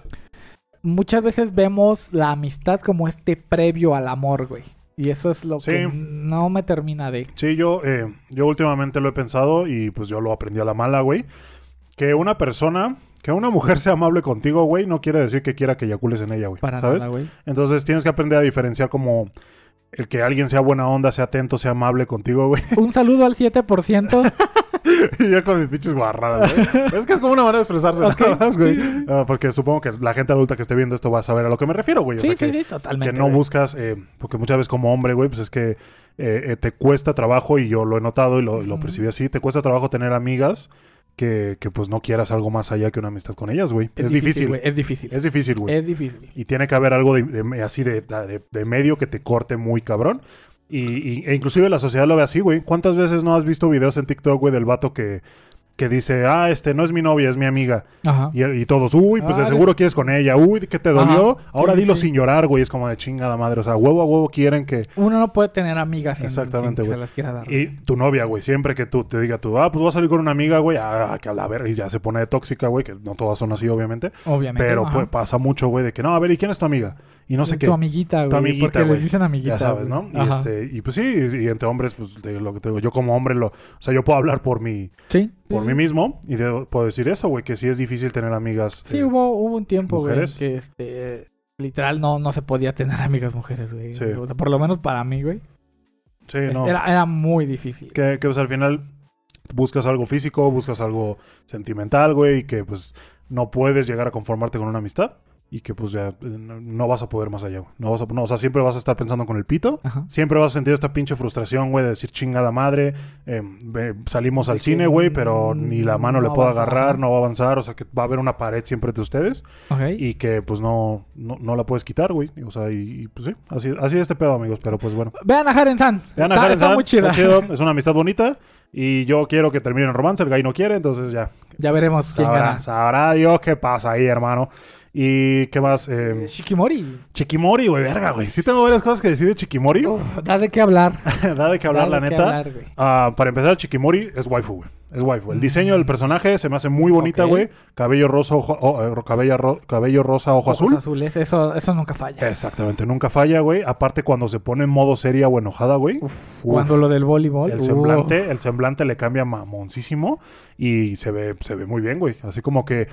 [SPEAKER 2] muchas veces vemos la amistad como este previo al amor, güey. Y eso es lo
[SPEAKER 1] Sí.
[SPEAKER 2] que no me termina de...
[SPEAKER 1] Sí, yo, eh, yo últimamente lo he pensado y pues yo lo aprendí a la mala, güey. Que una persona, que una mujer sea amable contigo, güey, no quiere decir que quiera que yacules en ella, güey.
[SPEAKER 2] Para
[SPEAKER 1] ¿Sabes?
[SPEAKER 2] nada, güey.
[SPEAKER 1] Entonces tienes que aprender a diferenciar como el que alguien sea buena onda, sea atento, sea amable contigo, güey.
[SPEAKER 2] Un saludo al 7%.
[SPEAKER 1] y ya con mis pinches guarradas, güey. es que es como una manera de expresarse nada más, güey. Ah, porque supongo que la gente adulta que esté viendo esto va a saber a lo que me refiero, güey. O
[SPEAKER 2] sí,
[SPEAKER 1] sea,
[SPEAKER 2] sí,
[SPEAKER 1] que,
[SPEAKER 2] sí,
[SPEAKER 1] que
[SPEAKER 2] totalmente.
[SPEAKER 1] no
[SPEAKER 2] güey.
[SPEAKER 1] buscas, eh, porque muchas veces como hombre, güey, pues es que eh, eh, te cuesta trabajo, y yo lo he notado y lo, lo
[SPEAKER 2] Ujú.
[SPEAKER 1] percibí así, te cuesta trabajo tener amigas que, que, pues no quieras algo más allá que una amistad con ellas, güey. Es, difícil,
[SPEAKER 2] güey, Es difícil.
[SPEAKER 1] es difícil, güey.
[SPEAKER 2] Es difícil.
[SPEAKER 1] Y tiene que haber algo de, de- así de, de- de medio que te corte muy cabrón. Y, y- e inclusive la sociedad lo ve así, güey. ¿Cuántas veces no has visto videos en TikTok, güey, del vato que, que dice, ah, este no es mi novia, es mi amiga?
[SPEAKER 2] Ajá.
[SPEAKER 1] Y, y todos, uy, pues
[SPEAKER 2] Ah,
[SPEAKER 1] de
[SPEAKER 2] eres-
[SPEAKER 1] seguro quieres con ella, uy, que te dolió.
[SPEAKER 2] Ajá.
[SPEAKER 1] Ahora
[SPEAKER 2] Sí,
[SPEAKER 1] dilo
[SPEAKER 2] sí.
[SPEAKER 1] sin llorar, güey. Es como de chingada madre. O sea, huevo a huevo quieren que.
[SPEAKER 2] Uno no puede tener amigas sin,
[SPEAKER 1] Exactamente,
[SPEAKER 2] sin que se
[SPEAKER 1] güey.
[SPEAKER 2] las quiera dar.
[SPEAKER 1] Y tu novia, güey, siempre que tú te diga tú, ah, pues voy a salir con una amiga, güey, ah, que a la verga, y ya se pone de tóxica, güey, que no todas son así, obviamente.
[SPEAKER 2] obviamente.
[SPEAKER 1] Pero
[SPEAKER 2] ajá.
[SPEAKER 1] pues pasa mucho, güey, de que no, a ver, ¿y quién es tu amiga? Y no sé qué.
[SPEAKER 2] Tu amiguita, güey.
[SPEAKER 1] Tu amiguita,
[SPEAKER 2] porque
[SPEAKER 1] güey.
[SPEAKER 2] les dicen amiguita.
[SPEAKER 1] Ya sabes,
[SPEAKER 2] güey.
[SPEAKER 1] ¿no? Y,
[SPEAKER 2] Ajá.
[SPEAKER 1] este, y pues sí, y, y entre hombres, pues de lo que te digo, yo como hombre, lo, o sea, yo puedo hablar por mí,
[SPEAKER 2] Sí.
[SPEAKER 1] por
[SPEAKER 2] sí,
[SPEAKER 1] mí
[SPEAKER 2] sí.
[SPEAKER 1] mismo y de- puedo decir eso, güey, que sí es difícil tener amigas.
[SPEAKER 2] Sí,
[SPEAKER 1] eh,
[SPEAKER 2] hubo, hubo un tiempo, güey,
[SPEAKER 1] ¿Mujeres?
[SPEAKER 2] que este, literal no, no se podía tener amigas mujeres, güey.
[SPEAKER 1] Sí.
[SPEAKER 2] O sea, por lo menos para mí, güey.
[SPEAKER 1] sí,
[SPEAKER 2] Este,
[SPEAKER 1] no.
[SPEAKER 2] Era, era muy difícil.
[SPEAKER 1] Que, que, pues, al final buscas algo físico, buscas algo sentimental, güey, y que pues no puedes llegar a conformarte con una amistad y que pues ya eh, no, no vas a poder más allá, güey. No vas a, no, o sea, siempre vas a estar pensando con el pito.
[SPEAKER 2] Ajá.
[SPEAKER 1] Siempre vas a sentir esta pinche frustración, güey, de decir chingada madre. eh, ve- salimos al
[SPEAKER 2] De que
[SPEAKER 1] cine, güey, pero ni la mano
[SPEAKER 2] no
[SPEAKER 1] le puedo
[SPEAKER 2] avanza,
[SPEAKER 1] agarrar,
[SPEAKER 2] ajá.
[SPEAKER 1] no va a avanzar. O sea, que va a haber una pared siempre entre ustedes
[SPEAKER 2] Ok.
[SPEAKER 1] y que, pues, no, no, no la puedes quitar, güey. O sea, y, y, pues sí, así, así es este pedo, amigos, pero pues bueno.
[SPEAKER 2] Vean a Haren San.
[SPEAKER 1] Vean a
[SPEAKER 2] está,
[SPEAKER 1] Karen
[SPEAKER 2] está
[SPEAKER 1] San,
[SPEAKER 2] muy chida.
[SPEAKER 1] está chido, es una amistad bonita y yo quiero que termine en romance, el gay no quiere, entonces ya.
[SPEAKER 2] Ya veremos quién
[SPEAKER 1] Sabrá,
[SPEAKER 2] gana.
[SPEAKER 1] sabrá Dios qué pasa ahí, hermano. ¿Y qué más? Eh,
[SPEAKER 2] Eh, Shikimori.
[SPEAKER 1] Chiquimori, güey, verga, güey. Sí tengo varias cosas que decir de Chiquimori.
[SPEAKER 2] Uf, da de qué hablar.
[SPEAKER 1] da de qué hablar, la
[SPEAKER 2] Da de qué
[SPEAKER 1] neta.
[SPEAKER 2] hablar, güey.
[SPEAKER 1] Ah, para empezar, Chiquimori es waifu, güey. Es waifu. El diseño del personaje se me hace muy bonita,
[SPEAKER 2] Mm. Ok.
[SPEAKER 1] güey. Cabello rosa, ojo, oh, eh, cabello, ro- cabello rosa, ojo
[SPEAKER 2] Ojos
[SPEAKER 1] azul. Eh,
[SPEAKER 2] azules, eso, eso nunca falla.
[SPEAKER 1] Exactamente, nunca falla, güey. Aparte, cuando se pone en modo seria o enojada, güey. uf,
[SPEAKER 2] Cuando lo del voleibol.
[SPEAKER 1] El
[SPEAKER 2] uh,
[SPEAKER 1] semblante, el semblante le cambia mamoncísimo y se ve, se ve muy bien, güey. Así como que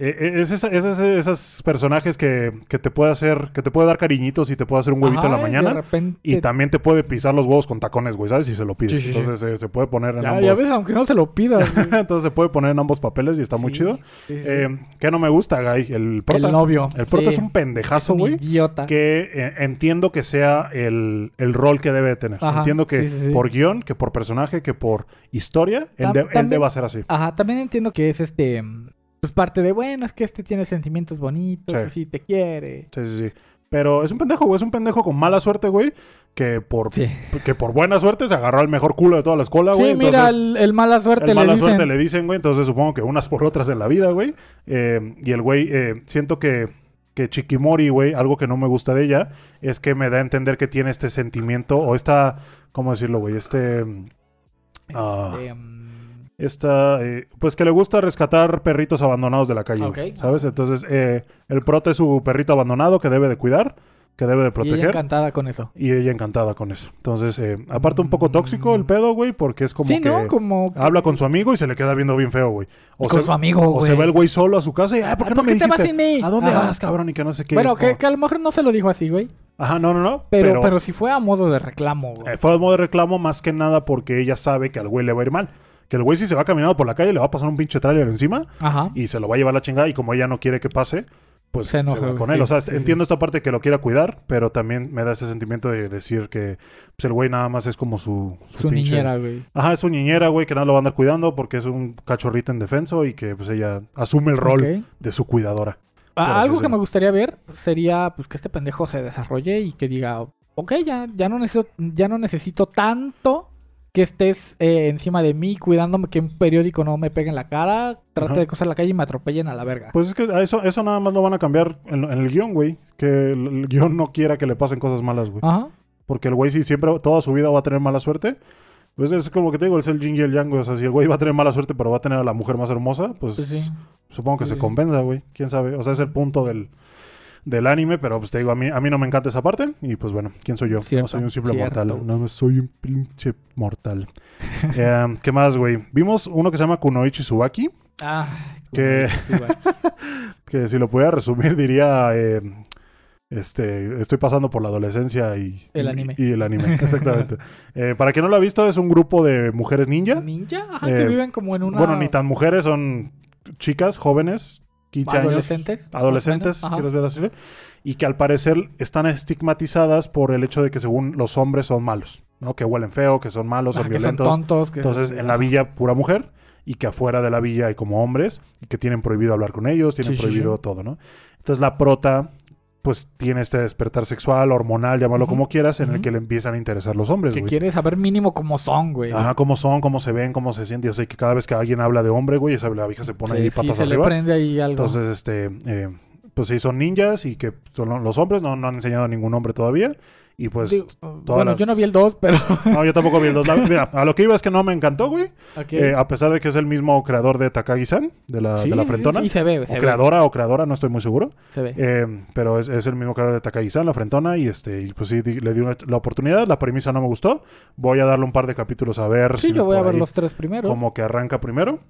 [SPEAKER 1] eh, eh, es esa- es ese- esos personajes que, que te puede hacer, que te puede dar cariñitos y te puede hacer un huevito en la
[SPEAKER 2] ajá, y
[SPEAKER 1] mañana.
[SPEAKER 2] De repente.
[SPEAKER 1] Y también te puede pisar los huevos con tacones, güey, ¿sabes? Si se lo pides.
[SPEAKER 2] Sí, sí, sí.
[SPEAKER 1] Entonces eh, se puede poner en
[SPEAKER 2] ya,
[SPEAKER 1] ambos.
[SPEAKER 2] ya ves, aunque no se lo pidas. güey.
[SPEAKER 1] Entonces se puede poner en ambos papeles y está muy
[SPEAKER 2] Sí,
[SPEAKER 1] chido.
[SPEAKER 2] sí, sí.
[SPEAKER 1] Eh, ¿Qué no me gusta, Guy? El prota.
[SPEAKER 2] el novio.
[SPEAKER 1] El prota
[SPEAKER 2] sí.
[SPEAKER 1] es un pendejazo,
[SPEAKER 2] un
[SPEAKER 1] güey.
[SPEAKER 2] idiota.
[SPEAKER 1] Que eh, entiendo que sea el, el rol que debe de tener.
[SPEAKER 2] Ajá,
[SPEAKER 1] entiendo que
[SPEAKER 2] sí, sí, sí.
[SPEAKER 1] por guión, que por personaje, que por historia, él,
[SPEAKER 2] Tam-
[SPEAKER 1] de- él
[SPEAKER 2] también-
[SPEAKER 1] deba ser así.
[SPEAKER 2] Ajá, también entiendo que es este. mm, Pues parte de, bueno, es que este tiene sentimientos bonitos,
[SPEAKER 1] Sí.
[SPEAKER 2] así te quiere.
[SPEAKER 1] Sí, sí, sí. Pero es un pendejo, güey. Es un pendejo con mala suerte, güey. Que por,
[SPEAKER 2] Sí.
[SPEAKER 1] que por buena suerte se agarró al mejor culo de toda la escuela,
[SPEAKER 2] sí,
[SPEAKER 1] güey. Entonces,
[SPEAKER 2] Ah, mira, el, el mala suerte
[SPEAKER 1] el
[SPEAKER 2] le
[SPEAKER 1] mala
[SPEAKER 2] dicen.
[SPEAKER 1] suerte le dicen, güey. Entonces supongo que unas por otras en la vida, güey. Eh, y el güey, eh, siento que, que Chiquimori, güey, algo que no me gusta de ella, es que me da a entender que tiene este sentimiento o esta, ¿cómo decirlo, güey? Este, mm, Ah.
[SPEAKER 2] Este, mm,
[SPEAKER 1] esta, eh, pues que le gusta rescatar perritos abandonados de la calle, güey,
[SPEAKER 2] Ok.
[SPEAKER 1] ¿sabes? Entonces eh, el prota es su perrito abandonado que debe de cuidar. que debe de
[SPEAKER 2] Y ella
[SPEAKER 1] proteger.
[SPEAKER 2] encantada con eso.
[SPEAKER 1] Y ella encantada con eso. Entonces, eh, aparte un poco tóxico el pedo, güey, porque es como
[SPEAKER 2] sí,
[SPEAKER 1] que
[SPEAKER 2] ¿no? Como que-
[SPEAKER 1] habla con su amigo y se le queda viendo bien feo, güey. O,
[SPEAKER 2] con
[SPEAKER 1] se-
[SPEAKER 2] su amigo,
[SPEAKER 1] o
[SPEAKER 2] güey.
[SPEAKER 1] se va el güey solo a su casa y, ah, ¿por qué
[SPEAKER 2] Ah,
[SPEAKER 1] no me
[SPEAKER 2] te vas
[SPEAKER 1] dijiste?
[SPEAKER 2] sin mí?
[SPEAKER 1] ¿A dónde
[SPEAKER 2] Ajá.
[SPEAKER 1] vas, cabrón? Y que no sé qué.
[SPEAKER 2] Bueno,
[SPEAKER 1] es como-
[SPEAKER 2] que, que a lo mejor no se lo dijo así, güey.
[SPEAKER 1] Ajá, no, no, no.
[SPEAKER 2] Pero,
[SPEAKER 1] Pero,
[SPEAKER 2] pero, sí fue a modo de reclamo, güey.
[SPEAKER 1] eh, fue a modo de reclamo más que nada porque ella sabe que al güey le va a ir mal. Que el güey si se va caminando por la calle le va a pasar un pinche tráiler encima
[SPEAKER 2] Ajá.
[SPEAKER 1] y se lo va a llevar la chingada y como ella no quiere que pase, pues
[SPEAKER 2] Se
[SPEAKER 1] se,
[SPEAKER 2] enoja,
[SPEAKER 1] va
[SPEAKER 2] güey,
[SPEAKER 1] con
[SPEAKER 2] sí,
[SPEAKER 1] él. O sea,
[SPEAKER 2] sí,
[SPEAKER 1] entiendo esta parte que lo quiera cuidar, pero también me da ese sentimiento de decir que pues, el güey nada más es como su,
[SPEAKER 2] Su
[SPEAKER 1] pinche-
[SPEAKER 2] niñera, güey.
[SPEAKER 1] Ajá, es su niñera, güey, que nada lo va a andar cuidando porque es un cachorrito indefenso y que pues ella asume el rol
[SPEAKER 2] Ok.
[SPEAKER 1] de su cuidadora.
[SPEAKER 2] Ah,
[SPEAKER 1] Pero sí,
[SPEAKER 2] algo
[SPEAKER 1] sí.
[SPEAKER 2] que me gustaría ver sería pues que este pendejo se desarrolle y que diga, ok, ya, ya, no, necesito, ya no necesito tanto que estés eh, encima de mí cuidándome que un periódico no me pegue en la cara, trate
[SPEAKER 1] Ajá.
[SPEAKER 2] de cruzar la calle y me atropellen a la verga.
[SPEAKER 1] Pues es que a eso, eso nada más lo van a cambiar en, en el guión, güey. Que el, el guión no quiera que le pasen cosas malas, güey.
[SPEAKER 2] Ajá.
[SPEAKER 1] Porque el güey sí siempre, toda su vida va a tener mala suerte. Pues es como que te digo, es el yin y el yang, güey. O sea, si el güey va a tener mala suerte pero va a tener a la mujer más hermosa, pues,
[SPEAKER 2] Pues sí.
[SPEAKER 1] supongo que se
[SPEAKER 2] Sí.
[SPEAKER 1] compensa, güey. ¿Quién sabe? O sea, es el punto del, del anime, pero pues te digo, a mí, a mí no me encanta esa parte. Y pues bueno, ¿quién soy yo?
[SPEAKER 2] Cierto,
[SPEAKER 1] no soy un simple
[SPEAKER 2] cierto.
[SPEAKER 1] mortal. No, no soy un pinche mortal. Eh, ¿Qué más, güey? Vimos uno que se llama Kunoichi Tsubaki.
[SPEAKER 2] Ah,
[SPEAKER 1] Que-
[SPEAKER 2] güey, sí, güey.
[SPEAKER 1] Que si lo pudiera resumir, diría. eh, este, estoy pasando por la adolescencia y.
[SPEAKER 2] El anime.
[SPEAKER 1] Y, y el anime, exactamente. Eh, para quien no lo ha visto, es un grupo de mujeres ninja.
[SPEAKER 2] Ninja, ajá,
[SPEAKER 1] Eh,
[SPEAKER 2] que viven como en una...
[SPEAKER 1] Bueno, ni tan mujeres, son chicas jóvenes, 15 años.
[SPEAKER 2] Adolescentes, más o
[SPEAKER 1] Adolescentes,
[SPEAKER 2] menos, ajá.
[SPEAKER 1] quieres ver así. Y que al parecer están estigmatizadas por el hecho de que, según los hombres, son malos. ¿no? Que huelen feo, que son malos,
[SPEAKER 2] ajá,
[SPEAKER 1] son
[SPEAKER 2] que son
[SPEAKER 1] violentos.
[SPEAKER 2] tontos. que-
[SPEAKER 1] Entonces, en la villa, pura mujer, y que afuera de la villa hay como hombres, y que tienen prohibido hablar con ellos, tienen
[SPEAKER 2] Sí, sí,
[SPEAKER 1] prohibido todo, ¿no? Entonces, la prota, pues tiene este despertar sexual, hormonal, llámalo
[SPEAKER 2] Ujú,
[SPEAKER 1] como quieras, en el
[SPEAKER 2] ujú.
[SPEAKER 1] que le empiezan a interesar los hombres,
[SPEAKER 2] Que
[SPEAKER 1] güey.
[SPEAKER 2] quiere saber mínimo cómo son, güey.
[SPEAKER 1] Ajá, cómo son, cómo se ven, cómo se sienten. Yo sé que cada vez que alguien habla de hombre, güey, esa la vieja se pone
[SPEAKER 2] Sí,
[SPEAKER 1] ahí
[SPEAKER 2] sí,
[SPEAKER 1] patas
[SPEAKER 2] se le
[SPEAKER 1] arriba.
[SPEAKER 2] prende ahí algo.
[SPEAKER 1] Entonces, este, eh, pues sí, son ninjas y que son los hombres, no, no han enseñado a ningún hombre todavía. Y pues,
[SPEAKER 2] Digo, bueno, yo no
[SPEAKER 1] las-
[SPEAKER 2] vi el 2, pero...
[SPEAKER 1] no, yo tampoco vi el dos. La- Mira, a lo que iba es que no me encantó, güey.
[SPEAKER 2] Ok.
[SPEAKER 1] Eh, a pesar de que es el mismo creador de Takagi-san, de la,
[SPEAKER 2] Sí,
[SPEAKER 1] de la
[SPEAKER 2] sí, sí,
[SPEAKER 1] Frentona.
[SPEAKER 2] sí, se ve,
[SPEAKER 1] O
[SPEAKER 2] se ve.
[SPEAKER 1] creadora o creadora, no estoy muy seguro.
[SPEAKER 2] Se ve.
[SPEAKER 1] Eh, pero es, es el mismo creador de Takagi-san, la Frentona. Y este y pues sí, di- le di una- la oportunidad. La premisa no me gustó. Voy a darle un par de capítulos a ver
[SPEAKER 2] sí,
[SPEAKER 1] si
[SPEAKER 2] yo voy a
[SPEAKER 1] por
[SPEAKER 2] ver
[SPEAKER 1] ahí
[SPEAKER 2] los tres primeros.
[SPEAKER 1] como que arranca primero.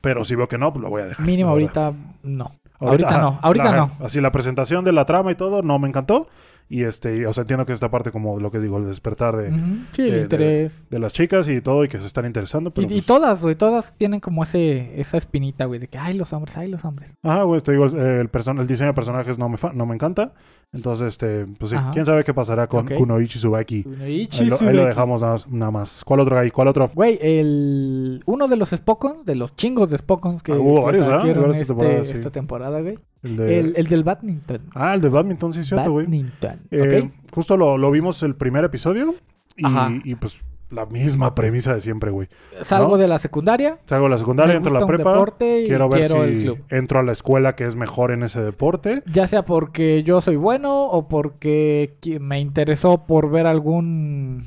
[SPEAKER 1] Pero si veo que no, eh. pues lo voy a dejar.
[SPEAKER 2] Mínimo
[SPEAKER 1] la verdad.
[SPEAKER 2] ahorita no. ahorita
[SPEAKER 1] ajá,
[SPEAKER 2] no, ahorita
[SPEAKER 1] ajá.
[SPEAKER 2] no.
[SPEAKER 1] Así la presentación de la trama y todo no me encantó. Y este, y, o sea, entiendo que esta parte como lo que digo, el despertar de,
[SPEAKER 2] Ujú. Sí, el
[SPEAKER 1] Eh, de- de-
[SPEAKER 2] interés.
[SPEAKER 1] de las chicas y todo y que se están interesando.
[SPEAKER 2] Y,
[SPEAKER 1] Pero
[SPEAKER 2] y
[SPEAKER 1] pues-
[SPEAKER 2] todas, güey, todas tienen como ese esa espinita, güey, de que, ay, los hombres, ay, los hombres.
[SPEAKER 1] Ajá, güey, te digo, el, el person- el diseño de personajes no me, fa- no me encanta. Entonces, este, pues sí,
[SPEAKER 2] Ajá.
[SPEAKER 1] quién sabe qué pasará con
[SPEAKER 2] Ok.
[SPEAKER 1] Kunoichi Tsubaki.
[SPEAKER 2] Y
[SPEAKER 1] Ahí lo, ahí lo dejamos nada más, nada más. ¿Cuál otro hay? ¿Cuál otro?
[SPEAKER 2] Güey, el uno de los Spockons, de los chingos de Spockons que
[SPEAKER 1] Ah, hubo
[SPEAKER 2] que
[SPEAKER 1] varios, ¿verdad?
[SPEAKER 2] salieron
[SPEAKER 1] Varios esta
[SPEAKER 2] este-
[SPEAKER 1] temporada, sí.
[SPEAKER 2] esta temporada, güey.
[SPEAKER 1] El de-
[SPEAKER 2] El, el del badminton.
[SPEAKER 1] Ah, el de badminton, sí, es cierto, güey.
[SPEAKER 2] badminton,
[SPEAKER 1] Eh,
[SPEAKER 2] ¿ok?
[SPEAKER 1] Justo lo, lo vimos el primer episodio y,
[SPEAKER 2] Ajá.
[SPEAKER 1] y, pues la misma premisa de siempre, güey.
[SPEAKER 2] Salgo
[SPEAKER 1] ¿no?
[SPEAKER 2] de la secundaria.
[SPEAKER 1] Salgo de la
[SPEAKER 2] me
[SPEAKER 1] secundaria, entro a la
[SPEAKER 2] gusta un
[SPEAKER 1] prepa.
[SPEAKER 2] deporte y
[SPEAKER 1] Quiero ver
[SPEAKER 2] el
[SPEAKER 1] si
[SPEAKER 2] club.
[SPEAKER 1] entro a la escuela que es mejor en ese deporte.
[SPEAKER 2] Ya sea porque yo soy bueno o porque qui- me interesó por ver algún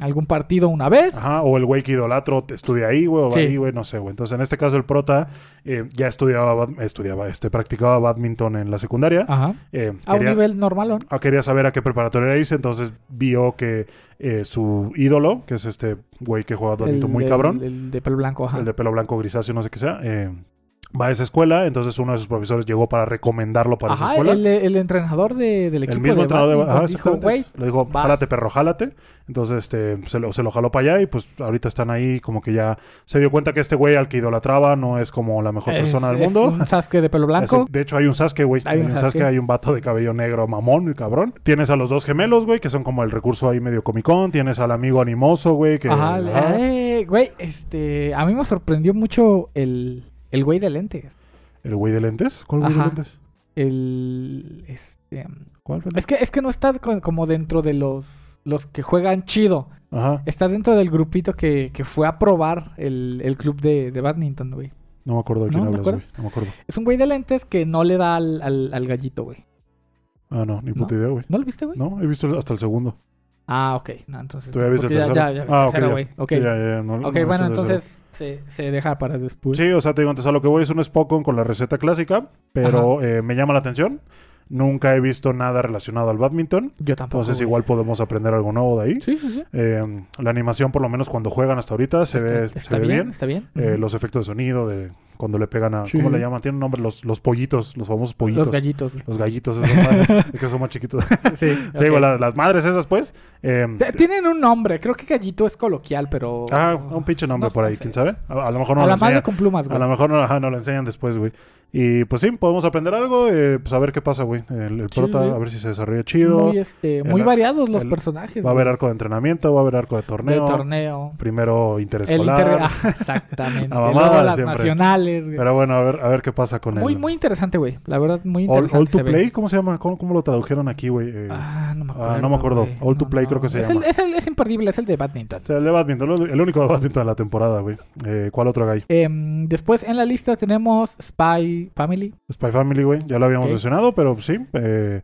[SPEAKER 2] algún partido una vez.
[SPEAKER 1] Ajá, o el güey que idolatro te estudia ahí, güey, o va
[SPEAKER 2] Sí.
[SPEAKER 1] ahí, güey, no sé, güey. Entonces, en este caso, el prota eh, ya estudiaba, bad- estudiaba, este, practicaba badminton en la secundaria.
[SPEAKER 2] Ajá.
[SPEAKER 1] Eh,
[SPEAKER 2] Ah, A un
[SPEAKER 1] quería,
[SPEAKER 2] nivel normalón.
[SPEAKER 1] ah, quería saber a qué preparatoria irse, entonces vio que eh, su ídolo, que es este güey que juega badminton muy
[SPEAKER 2] de-
[SPEAKER 1] cabrón,
[SPEAKER 2] El, de pelo blanco, ajá.
[SPEAKER 1] el de pelo blanco grisáceo, no sé qué sea, eh, va a esa escuela, entonces uno de sus profesores llegó para recomendarlo para esa
[SPEAKER 2] Ajá,
[SPEAKER 1] escuela.
[SPEAKER 2] el, el entrenador de- del equipo
[SPEAKER 1] El mismo
[SPEAKER 2] de
[SPEAKER 1] entrenador de
[SPEAKER 2] badminton
[SPEAKER 1] ajá,
[SPEAKER 2] dijo,
[SPEAKER 1] exactamente.
[SPEAKER 2] güey,
[SPEAKER 1] le dijo,
[SPEAKER 2] vas".
[SPEAKER 1] jálate, perro, jálate. Entonces, este, se lo, se lo jaló para allá y pues ahorita están ahí como que ya se dio cuenta que este güey al que idolatraba no es como la mejor
[SPEAKER 2] es-
[SPEAKER 1] persona del
[SPEAKER 2] es
[SPEAKER 1] mundo.
[SPEAKER 2] un Sasuke de pelo
[SPEAKER 1] Es un-
[SPEAKER 2] blanco.
[SPEAKER 1] de hecho, hay un Sasuke, güey. Hay, un Sasuke. hay un vato de cabello negro mamón, el cabrón. Tienes a los dos gemelos, güey, que son como el recurso ahí medio comicón. Tienes al amigo animoso, güey, que...
[SPEAKER 2] Ajá,
[SPEAKER 1] ajá.
[SPEAKER 2] eh, güey, este, a mí me sorprendió mucho el, el güey de lentes.
[SPEAKER 1] El güey de lentes. ¿Cuál güey de
[SPEAKER 2] Ajá.
[SPEAKER 1] lentes?
[SPEAKER 2] El, este,
[SPEAKER 1] ¿Cuál? pendejo?
[SPEAKER 2] es que, es que no está co- como dentro de los, los que juegan chido.
[SPEAKER 1] Ajá.
[SPEAKER 2] Está dentro del grupito que, que fue a probar el, el club de, de badminton, güey.
[SPEAKER 1] No me acuerdo de quién
[SPEAKER 2] ¿No te
[SPEAKER 1] hablas, güey.
[SPEAKER 2] acuerdas?
[SPEAKER 1] No me acuerdo.
[SPEAKER 2] Es un güey de lentes que no le da al, al- al gallito, güey.
[SPEAKER 1] Ah, no, ni puta idea, güey.
[SPEAKER 2] ¿No lo viste, güey?
[SPEAKER 1] No, he visto el- hasta el segundo.
[SPEAKER 2] Ah, ok. No, entonces.
[SPEAKER 1] Tú ya viste el
[SPEAKER 2] porque ya,
[SPEAKER 1] tercero.
[SPEAKER 2] ya, ya,
[SPEAKER 1] Ah, ok,
[SPEAKER 2] tercero,
[SPEAKER 1] ya.
[SPEAKER 2] güey. Ok.
[SPEAKER 1] Sí, ya, ya, ya, no- no he
[SPEAKER 2] Ok,
[SPEAKER 1] visto el
[SPEAKER 2] bueno,
[SPEAKER 1] tercero.
[SPEAKER 2] entonces se, se deja para después.
[SPEAKER 1] Sí, o sea, te digo, entonces a lo que voy es un Spockon con la receta clásica, pero eh, me llama la atención. Nunca he visto nada relacionado al badminton.
[SPEAKER 2] Yo tampoco.
[SPEAKER 1] Entonces
[SPEAKER 2] güey.
[SPEAKER 1] igual podemos aprender algo nuevo de ahí.
[SPEAKER 2] Sí, sí, sí.
[SPEAKER 1] Eh, la animación, por lo menos cuando juegan hasta ahorita, se ve,
[SPEAKER 2] está,
[SPEAKER 1] se
[SPEAKER 2] está
[SPEAKER 1] ve
[SPEAKER 2] bien,
[SPEAKER 1] bien.
[SPEAKER 2] Está bien.
[SPEAKER 1] Eh,
[SPEAKER 2] Ujú.
[SPEAKER 1] Los efectos de sonido, de cuando le pegan a...
[SPEAKER 2] Sí.
[SPEAKER 1] ¿Cómo le llaman? Tienen nombre, los, los pollitos, los famosos pollitos.
[SPEAKER 2] Los gallitos. güey.
[SPEAKER 1] Los gallitos, esos madres, que son más chiquitos. sí,
[SPEAKER 2] Sí, ok.
[SPEAKER 1] güey, la- las madres esas, pues. eh,
[SPEAKER 2] Te- Tienen un nombre, creo que gallito es coloquial, pero.
[SPEAKER 1] ah, un pinche nombre
[SPEAKER 2] No
[SPEAKER 1] por ahí,
[SPEAKER 2] sé.
[SPEAKER 1] quién sabe. A, a lo mejor no
[SPEAKER 2] a
[SPEAKER 1] lo
[SPEAKER 2] la
[SPEAKER 1] enseñan.
[SPEAKER 2] madre con plumas,
[SPEAKER 1] A
[SPEAKER 2] güey.
[SPEAKER 1] lo mejor no, ajá, no lo enseñan después, güey. Y pues sí, podemos aprender algo, eh, pues a ver qué pasa, güey. El, el
[SPEAKER 2] Sí,
[SPEAKER 1] prota,
[SPEAKER 2] sí.
[SPEAKER 1] a ver si se desarrolla chido.
[SPEAKER 2] Muy, este, muy
[SPEAKER 1] El-
[SPEAKER 2] variados los
[SPEAKER 1] el-
[SPEAKER 2] personajes.
[SPEAKER 1] va a haber
[SPEAKER 2] güey,
[SPEAKER 1] arco de entrenamiento, va a haber arco de
[SPEAKER 2] de
[SPEAKER 1] torneo.
[SPEAKER 2] torneo.
[SPEAKER 1] Primero
[SPEAKER 2] El
[SPEAKER 1] interescolar.
[SPEAKER 2] inter... Ah, exactamente.
[SPEAKER 1] La mamada
[SPEAKER 2] Luego las
[SPEAKER 1] siempre.
[SPEAKER 2] nacionales, güey.
[SPEAKER 1] Pero bueno, a ver, a ver qué pasa con
[SPEAKER 2] Muy,
[SPEAKER 1] el...
[SPEAKER 2] muy interesante, güey. La verdad, muy
[SPEAKER 1] All,
[SPEAKER 2] interesante.
[SPEAKER 1] All to
[SPEAKER 2] se ve.
[SPEAKER 1] Play, ¿cómo se llama? ¿Cómo, cómo lo tradujeron aquí, güey? Eh,
[SPEAKER 2] Ah, no me acuerdo.
[SPEAKER 1] Ah, no me acuerdo.
[SPEAKER 2] güey.
[SPEAKER 1] All to
[SPEAKER 2] No,
[SPEAKER 1] Play
[SPEAKER 2] no.
[SPEAKER 1] creo que se
[SPEAKER 2] es
[SPEAKER 1] llama.
[SPEAKER 2] El, es, el, es imperdible, es el de badminton.
[SPEAKER 1] o sea, el de badminton, el único de badminton de la temporada, güey. Eh, ¿Cuál otro hay?
[SPEAKER 2] Em, después en la lista tenemos Spy Family.
[SPEAKER 1] Spy Family, güey. Ya lo habíamos
[SPEAKER 2] Ok.
[SPEAKER 1] mencionado, pero sí. eh,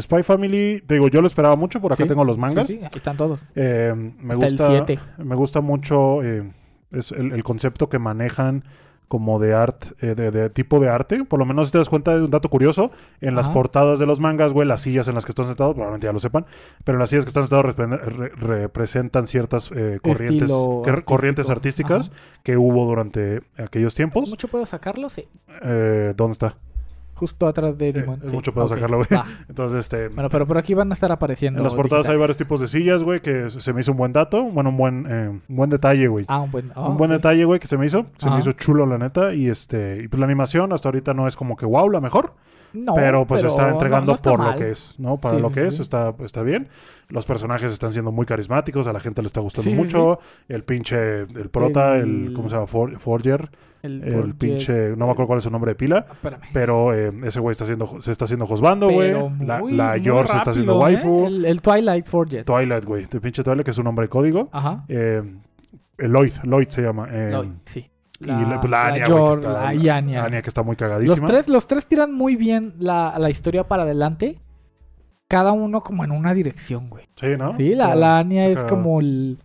[SPEAKER 1] Spy Family, te digo, yo lo esperaba mucho, por acá
[SPEAKER 2] Sí,
[SPEAKER 1] tengo los mangas.
[SPEAKER 2] Sí, sí, ahí están todos.
[SPEAKER 1] Eh, me
[SPEAKER 2] Hasta el
[SPEAKER 1] gusta...
[SPEAKER 2] 7.
[SPEAKER 1] Me gusta mucho eh, es el, el concepto que manejan como de arte, de, de tipo de arte. Por lo menos si te das cuenta de un dato curioso, en las
[SPEAKER 2] Ajá.
[SPEAKER 1] portadas de los mangas, güey, las sillas en las que están sentados, probablemente ya lo sepan, pero las sillas que están sentados repre- re- representan ciertas eh, corrientes,
[SPEAKER 2] Estilo
[SPEAKER 1] que-
[SPEAKER 2] artístico.
[SPEAKER 1] corrientes artísticas que hubo durante aquellos tiempos.
[SPEAKER 2] ¿Mucho puedo sacarlo? Sí.
[SPEAKER 1] Eh, ¿Dónde está? Eh,
[SPEAKER 2] Justo atrás de Digimon.
[SPEAKER 1] es
[SPEAKER 2] sí.
[SPEAKER 1] mucho pedo
[SPEAKER 2] Ok,
[SPEAKER 1] sacarlo, güey.
[SPEAKER 2] va.
[SPEAKER 1] Entonces, este...
[SPEAKER 2] Bueno, pero por aquí van a estar apareciendo.
[SPEAKER 1] en las portadas hay varios
[SPEAKER 2] digitales.
[SPEAKER 1] tipos de sillas, güey, que se se me hizo un buen dato, bueno, un buen, eh, un buen detalle, güey.
[SPEAKER 2] Ah, un buen. ah,
[SPEAKER 1] un buen
[SPEAKER 2] ok.
[SPEAKER 1] detalle, güey, que se me hizo. Se
[SPEAKER 2] Ajá.
[SPEAKER 1] me hizo chulo, la neta. Y este y pues la animación hasta ahorita no es como que wow, la mejor.
[SPEAKER 2] No,
[SPEAKER 1] pero pues está
[SPEAKER 2] no,
[SPEAKER 1] entregando
[SPEAKER 2] no está
[SPEAKER 1] por
[SPEAKER 2] mal.
[SPEAKER 1] lo que es, ¿no? Para
[SPEAKER 2] Sí,
[SPEAKER 1] lo
[SPEAKER 2] sí,
[SPEAKER 1] que es,
[SPEAKER 2] sí.
[SPEAKER 1] está, está bien. Los personajes están siendo muy carismáticos, a la gente le está gustando
[SPEAKER 2] Sí, sí,
[SPEAKER 1] mucho. El pinche, el prota, el,
[SPEAKER 2] El-
[SPEAKER 1] ¿cómo se llama? For- Forger.
[SPEAKER 2] El,
[SPEAKER 1] El
[SPEAKER 2] porque-
[SPEAKER 1] pinche, no me acuerdo cuál es su nombre de pila.
[SPEAKER 2] Ah, Espérame.
[SPEAKER 1] Pero eh, ese güey está haciendo, se está haciendo josbando, güey.
[SPEAKER 2] Pero
[SPEAKER 1] La,
[SPEAKER 2] muy-
[SPEAKER 1] la
[SPEAKER 2] muy
[SPEAKER 1] Yor se está haciendo
[SPEAKER 2] rápido, ¿eh?
[SPEAKER 1] waifu.
[SPEAKER 2] El, el Twilight Forget.
[SPEAKER 1] Twilight, güey. El pinche Twilight, que es un nombre de código.
[SPEAKER 2] Ajá.
[SPEAKER 1] Eh, Lloyd, Lloyd se llama. eh,
[SPEAKER 2] No, sí.
[SPEAKER 1] y la, pues, la Anya, güey, que
[SPEAKER 2] Yor,
[SPEAKER 1] está-
[SPEAKER 2] la- y Anya.
[SPEAKER 1] Anya, que está muy
[SPEAKER 2] Los
[SPEAKER 1] cagadísima.
[SPEAKER 2] tres, los tres tiran muy bien la, la historia para adelante. Cada uno como en una dirección, güey.
[SPEAKER 1] Sí, ¿no?
[SPEAKER 2] sí, la,
[SPEAKER 1] Está-
[SPEAKER 2] la Anya
[SPEAKER 1] está
[SPEAKER 2] es
[SPEAKER 1] cagado.
[SPEAKER 2] como el-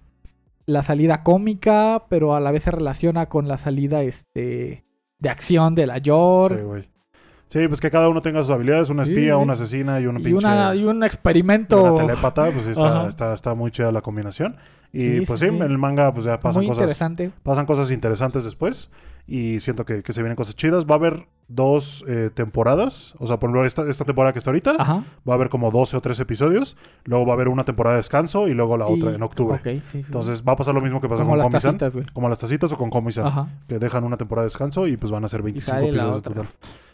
[SPEAKER 2] la salida cómica, pero a la vez se relaciona con la salida este de acción de la
[SPEAKER 1] Sí,
[SPEAKER 2] Yor.
[SPEAKER 1] güey. Sí, pues que cada uno tenga sus habilidades. Una
[SPEAKER 2] Sí,
[SPEAKER 1] espía,
[SPEAKER 2] sí.
[SPEAKER 1] una asesina y una
[SPEAKER 2] y,
[SPEAKER 1] pinche...
[SPEAKER 2] una, y un
[SPEAKER 1] y
[SPEAKER 2] experimento.
[SPEAKER 1] una telépata. Pues sí,
[SPEAKER 2] Ajá.
[SPEAKER 1] está, está, está muy chida la combinación. Y
[SPEAKER 2] Sí,
[SPEAKER 1] pues
[SPEAKER 2] sí,
[SPEAKER 1] sí,
[SPEAKER 2] sí.
[SPEAKER 1] en el manga pues ya pasan
[SPEAKER 2] muy
[SPEAKER 1] cosas,
[SPEAKER 2] interesante.
[SPEAKER 1] pasan cosas interesantes después. Y siento que, que se vienen cosas chidas. Va a haber dos eh, temporadas. O sea, por ejemplo, esta, esta temporada que está ahorita
[SPEAKER 2] Ajá.
[SPEAKER 1] va a haber como 12 o 13 episodios. Luego va a haber una temporada de descanso y luego la
[SPEAKER 2] Y-
[SPEAKER 1] otra en octubre.
[SPEAKER 2] ok, sí, sí, sí.
[SPEAKER 1] Entonces va a pasar lo mismo que pasó
[SPEAKER 2] como
[SPEAKER 1] con
[SPEAKER 2] las
[SPEAKER 1] Comisan.
[SPEAKER 2] tacitas, güey.
[SPEAKER 1] Como las tacitas o con Comisan.
[SPEAKER 2] Ajá.
[SPEAKER 1] que dejan una temporada de descanso y pues van a ser 25
[SPEAKER 2] sale la
[SPEAKER 1] episodios de
[SPEAKER 2] otra.
[SPEAKER 1] total.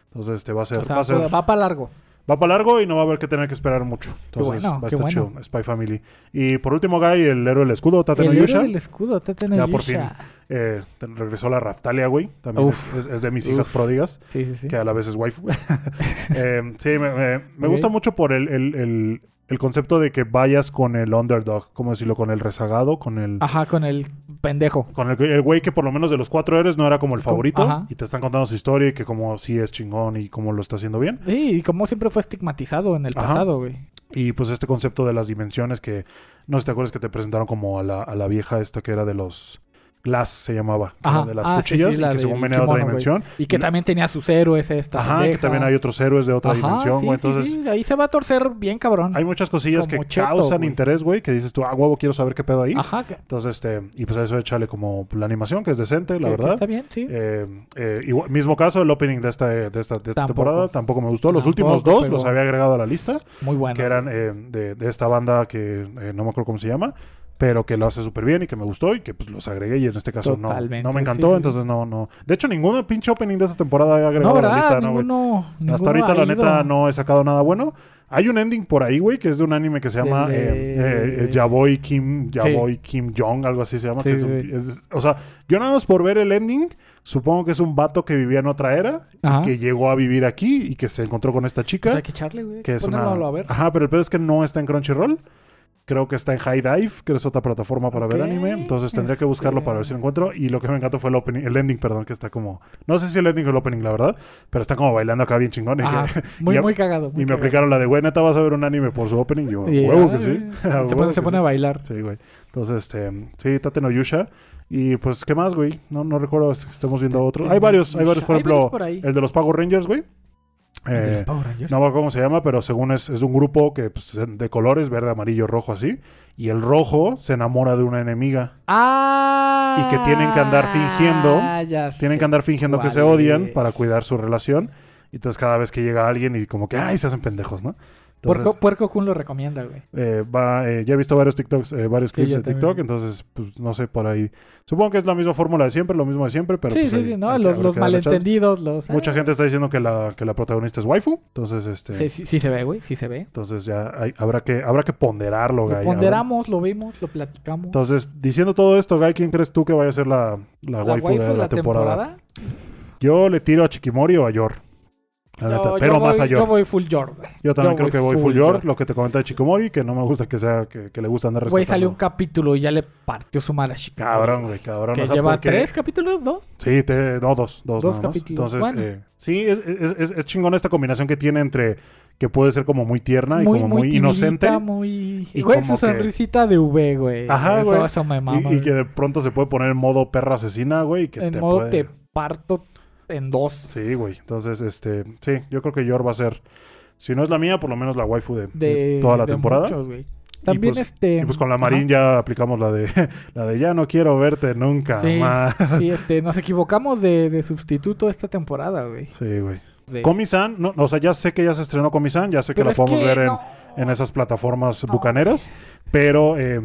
[SPEAKER 1] Entonces este va a ser,
[SPEAKER 2] O sea,
[SPEAKER 1] va a ser-
[SPEAKER 2] va, para largo.
[SPEAKER 1] va para largo y no va a haber que tener que esperar mucho. Entonces
[SPEAKER 2] bueno,
[SPEAKER 1] va a
[SPEAKER 2] qué
[SPEAKER 1] estar
[SPEAKER 2] bueno.
[SPEAKER 1] chido, Spy Family. Y por último, Guy, el héroe del escudo, Tate no
[SPEAKER 2] el héroe
[SPEAKER 1] Yusha,
[SPEAKER 2] del escudo, Tate no
[SPEAKER 1] Ya por
[SPEAKER 2] Yusha.
[SPEAKER 1] eh, te- regresó la Raftalia, güey. También
[SPEAKER 2] Uf.
[SPEAKER 1] es, es- es de mis
[SPEAKER 2] Uf.
[SPEAKER 1] hijas pródigas,
[SPEAKER 2] Sí, sí, sí.
[SPEAKER 1] que a la vez es waifu. Eh, sí, me, me- me
[SPEAKER 2] Ok.
[SPEAKER 1] gusta mucho por el, el- el- el concepto de que vayas con el underdog, como decirlo, con el rezagado, con el...
[SPEAKER 2] Ajá, con el pendejo.
[SPEAKER 1] Con el, el güey que por lo menos de los cuatro héroes no era como el
[SPEAKER 2] Como-
[SPEAKER 1] favorito.
[SPEAKER 2] ajá.
[SPEAKER 1] Y te están contando su historia y que como sí es chingón y cómo lo está haciendo bien.
[SPEAKER 2] Sí, y como siempre fue estigmatizado en el
[SPEAKER 1] Ajá.
[SPEAKER 2] pasado, güey.
[SPEAKER 1] Y pues este concepto de las dimensiones que no sé si te acuerdas que te presentaron como a la, a la vieja esta que era de los Glass se llamaba. que
[SPEAKER 2] Ajá.
[SPEAKER 1] era de las
[SPEAKER 2] Ah, sí,
[SPEAKER 1] cuchillas y
[SPEAKER 2] sí, la
[SPEAKER 1] que
[SPEAKER 2] del
[SPEAKER 1] según venía de otra
[SPEAKER 2] kimono, güey.
[SPEAKER 1] dimensión.
[SPEAKER 2] Y que también tenía sus héroes esta
[SPEAKER 1] Ajá, que
[SPEAKER 2] pendeja.
[SPEAKER 1] también hay otros héroes de otra
[SPEAKER 2] Ajá,
[SPEAKER 1] dimensión,
[SPEAKER 2] sí,
[SPEAKER 1] güey.
[SPEAKER 2] sí,
[SPEAKER 1] Entonces,
[SPEAKER 2] sí, ahí se va a torcer bien cabrón.
[SPEAKER 1] hay muchas cosillas
[SPEAKER 2] Como
[SPEAKER 1] que
[SPEAKER 2] cheto,
[SPEAKER 1] causan
[SPEAKER 2] güey.
[SPEAKER 1] interés, güey, que dices tú, ah, huevo, quiero saber qué pedo ahí.
[SPEAKER 2] Ajá, que,
[SPEAKER 1] Entonces, este, y pues a eso échale como la animación, que es decente, la
[SPEAKER 2] que- que
[SPEAKER 1] verdad.
[SPEAKER 2] está bien, sí.
[SPEAKER 1] Eh, eh, igual- mismo caso, el opening de esta, de esta, de esta
[SPEAKER 2] Tampoco.
[SPEAKER 1] temporada tampoco me gustó. Los
[SPEAKER 2] Tampoco
[SPEAKER 1] últimos dos
[SPEAKER 2] pegó.
[SPEAKER 1] los había agregado a la lista,
[SPEAKER 2] Muy bueno.
[SPEAKER 1] que eran eh, de, de esta banda que eh, no me acuerdo cómo se llama, pero que lo hace súper bien y que me gustó y que pues los agregué y en este caso no,
[SPEAKER 2] Totalmente,
[SPEAKER 1] no me
[SPEAKER 2] sí,
[SPEAKER 1] encantó,
[SPEAKER 2] sí, sí.
[SPEAKER 1] entonces no, no. De hecho, ninguna pinche opening de esta temporada he
[SPEAKER 2] no,
[SPEAKER 1] agregado a
[SPEAKER 2] ¿verdad?
[SPEAKER 1] la lista, ¿no, güey?
[SPEAKER 2] ninguno, ninguno
[SPEAKER 1] Hasta ahorita,
[SPEAKER 2] ha
[SPEAKER 1] la neta,
[SPEAKER 2] ido.
[SPEAKER 1] no he sacado nada bueno. Hay un ending por ahí, güey, que es de un anime que se llama
[SPEAKER 2] Del
[SPEAKER 1] eh,
[SPEAKER 2] de-
[SPEAKER 1] eh, eh, Yaboy Kim,
[SPEAKER 2] Sí.
[SPEAKER 1] Yaboy Kim Jong, algo así se llama.
[SPEAKER 2] Sí,
[SPEAKER 1] que es un-
[SPEAKER 2] sí.
[SPEAKER 1] es- o sea, yo nada más por ver el ending, supongo que es un vato que vivía en otra era,
[SPEAKER 2] Ajá.
[SPEAKER 1] que llegó a vivir aquí y que se encontró con esta chica,
[SPEAKER 2] Pues hay que echarle, güey. hay
[SPEAKER 1] que
[SPEAKER 2] que
[SPEAKER 1] es una...
[SPEAKER 2] ponérnoslo a ver.
[SPEAKER 1] Ajá, pero el pedo es que no está en Crunchyroll. Creo que está en High Dive, que es otra plataforma para
[SPEAKER 2] Ok,
[SPEAKER 1] ver anime. Entonces tendría que buscarlo
[SPEAKER 2] este-
[SPEAKER 1] para ver si lo encuentro. Y lo que me encantó fue el opening, el ending, perdón, que está como. No sé si el ending o el opening, la verdad. Pero está como bailando acá bien chingón. Y dije,
[SPEAKER 2] Ajá, muy,
[SPEAKER 1] y-
[SPEAKER 2] muy
[SPEAKER 1] y
[SPEAKER 2] cagado. Ah, muy
[SPEAKER 1] me
[SPEAKER 2] cagado.
[SPEAKER 1] aplicaron la de, güey, neta, vas a ver un anime por su opening. Yo,
[SPEAKER 2] Y-
[SPEAKER 1] huevo
[SPEAKER 2] ay,
[SPEAKER 1] que sí.
[SPEAKER 2] te
[SPEAKER 1] A
[SPEAKER 2] pone-
[SPEAKER 1] huevo
[SPEAKER 2] se
[SPEAKER 1] que
[SPEAKER 2] pone a
[SPEAKER 1] sí.
[SPEAKER 2] bailar.
[SPEAKER 1] Sí, güey. Entonces, este, sí, Tate no Yusha. Y pues, ¿qué más, güey? No, no recuerdo si estamos viendo otro.
[SPEAKER 2] Tate
[SPEAKER 1] Hay
[SPEAKER 2] no
[SPEAKER 1] varios, hay
[SPEAKER 2] Yusha.
[SPEAKER 1] varios, por
[SPEAKER 2] Hay varios
[SPEAKER 1] ejemplo,
[SPEAKER 2] por ahí.
[SPEAKER 1] el de los Pago Rangers, güey.
[SPEAKER 2] ¿El de los
[SPEAKER 1] Eh,
[SPEAKER 2] Power Rangers?
[SPEAKER 1] no me acuerdo cómo se llama, pero según es, es un grupo que pues, de colores, verde, amarillo, rojo, así. Y el rojo se enamora de una enemiga.
[SPEAKER 2] Ah.
[SPEAKER 1] Y que tienen que andar fingiendo-
[SPEAKER 2] ya
[SPEAKER 1] Tienen
[SPEAKER 2] sé
[SPEAKER 1] que andar fingiendo que se
[SPEAKER 2] cuál
[SPEAKER 1] odian
[SPEAKER 2] es.
[SPEAKER 1] para cuidar su relación. Y entonces cada vez que llega alguien y como que, ay, se hacen pendejos, ¿no? Entonces,
[SPEAKER 2] Puerco, Puerco Kun lo recomienda, güey.
[SPEAKER 1] eh, va, eh, ya he visto varios TikToks, eh, varios
[SPEAKER 2] Sí,
[SPEAKER 1] clips
[SPEAKER 2] yo
[SPEAKER 1] de TikTok,
[SPEAKER 2] también.
[SPEAKER 1] entonces, pues, no sé, por ahí. Supongo que es la misma fórmula de siempre, lo mismo de siempre, pero...
[SPEAKER 2] sí,
[SPEAKER 1] pues,
[SPEAKER 2] sí,
[SPEAKER 1] ahí
[SPEAKER 2] sí, ¿no?
[SPEAKER 1] hay que-
[SPEAKER 2] Los,
[SPEAKER 1] habrá
[SPEAKER 2] los
[SPEAKER 1] que darle chance.
[SPEAKER 2] malentendidos, los.
[SPEAKER 1] Mucha
[SPEAKER 2] ah,
[SPEAKER 1] gente está diciendo que la, que la protagonista es waifu, entonces, este...
[SPEAKER 2] Sí, sí, sí se ve, güey, sí se ve.
[SPEAKER 1] Entonces ya hay- habrá, que, habrá que ponderarlo,
[SPEAKER 2] Lo
[SPEAKER 1] Guy. habrá-
[SPEAKER 2] ponderamos, lo vimos, lo platicamos.
[SPEAKER 1] Entonces, diciendo todo esto, Guy, ¿quién crees tú que vaya a ser la, la
[SPEAKER 2] La
[SPEAKER 1] waifu, de la, temporada?
[SPEAKER 2] temporada.
[SPEAKER 1] Yo le tiro a Chiquimori o a Yor. La neta,
[SPEAKER 2] Yo-
[SPEAKER 1] pero
[SPEAKER 2] yo
[SPEAKER 1] más
[SPEAKER 2] voy-
[SPEAKER 1] a Yor.
[SPEAKER 2] Yo voy full Yor, güey.
[SPEAKER 1] Yo también
[SPEAKER 2] Yo
[SPEAKER 1] creo
[SPEAKER 2] voy
[SPEAKER 1] que voy
[SPEAKER 2] full
[SPEAKER 1] full Yor,
[SPEAKER 2] Yor.
[SPEAKER 1] lo que te comenté de Chikomori, que no me gusta que sea que, que le gusta andar
[SPEAKER 2] Güey,
[SPEAKER 1] rescatando.
[SPEAKER 2] salió un capítulo y ya le partió su madre a Chicago.
[SPEAKER 1] Cabrón, güey, cabrón.
[SPEAKER 2] Que
[SPEAKER 1] o sea,
[SPEAKER 2] lleva
[SPEAKER 1] porque-
[SPEAKER 2] tres capítulos, dos.
[SPEAKER 1] Sí, te- no, dos, dos,
[SPEAKER 2] Dos
[SPEAKER 1] nada más.
[SPEAKER 2] capítulos,
[SPEAKER 1] Entonces,
[SPEAKER 2] bueno.
[SPEAKER 1] eh, sí, es, es, es- es chingón esta combinación que tiene entre que puede ser como muy tierna y como muy,
[SPEAKER 2] timidita,
[SPEAKER 1] inocente.
[SPEAKER 2] Muy...
[SPEAKER 1] y
[SPEAKER 2] Güey,
[SPEAKER 1] como
[SPEAKER 2] su
[SPEAKER 1] que-
[SPEAKER 2] sonrisita de V, güey.
[SPEAKER 1] Ajá,
[SPEAKER 2] eso,
[SPEAKER 1] güey.
[SPEAKER 2] Eso me
[SPEAKER 1] y-
[SPEAKER 2] mama.
[SPEAKER 1] y,
[SPEAKER 2] güey.
[SPEAKER 1] que de pronto se puede poner en modo perra asesina, güey. y Que
[SPEAKER 2] en
[SPEAKER 1] te
[SPEAKER 2] modo
[SPEAKER 1] puede-
[SPEAKER 2] te parto en dos.
[SPEAKER 1] Sí, güey. Entonces, este, sí, yo creo que Yor va a ser, si no es la mía, por lo menos la waifu de, de
[SPEAKER 2] De,
[SPEAKER 1] toda la
[SPEAKER 2] de
[SPEAKER 1] temporada.
[SPEAKER 2] muchos, güey. También
[SPEAKER 1] pues-
[SPEAKER 2] este.
[SPEAKER 1] Y pues con la Marín ya aplicamos la de la de ya no quiero verte nunca
[SPEAKER 2] Sí.
[SPEAKER 1] más.
[SPEAKER 2] ajá, Sí, este, nos equivocamos de, de sustituto esta temporada, güey.
[SPEAKER 1] Sí, güey.
[SPEAKER 2] De-
[SPEAKER 1] Comi-san, no, o sea, ya sé que ya se estrenó Comi-san, ya sé que
[SPEAKER 2] Pero
[SPEAKER 1] la
[SPEAKER 2] es
[SPEAKER 1] podemos
[SPEAKER 2] que
[SPEAKER 1] ver en,
[SPEAKER 2] no.
[SPEAKER 1] en esas plataformas
[SPEAKER 2] No.
[SPEAKER 1] bucaneras, pero eh,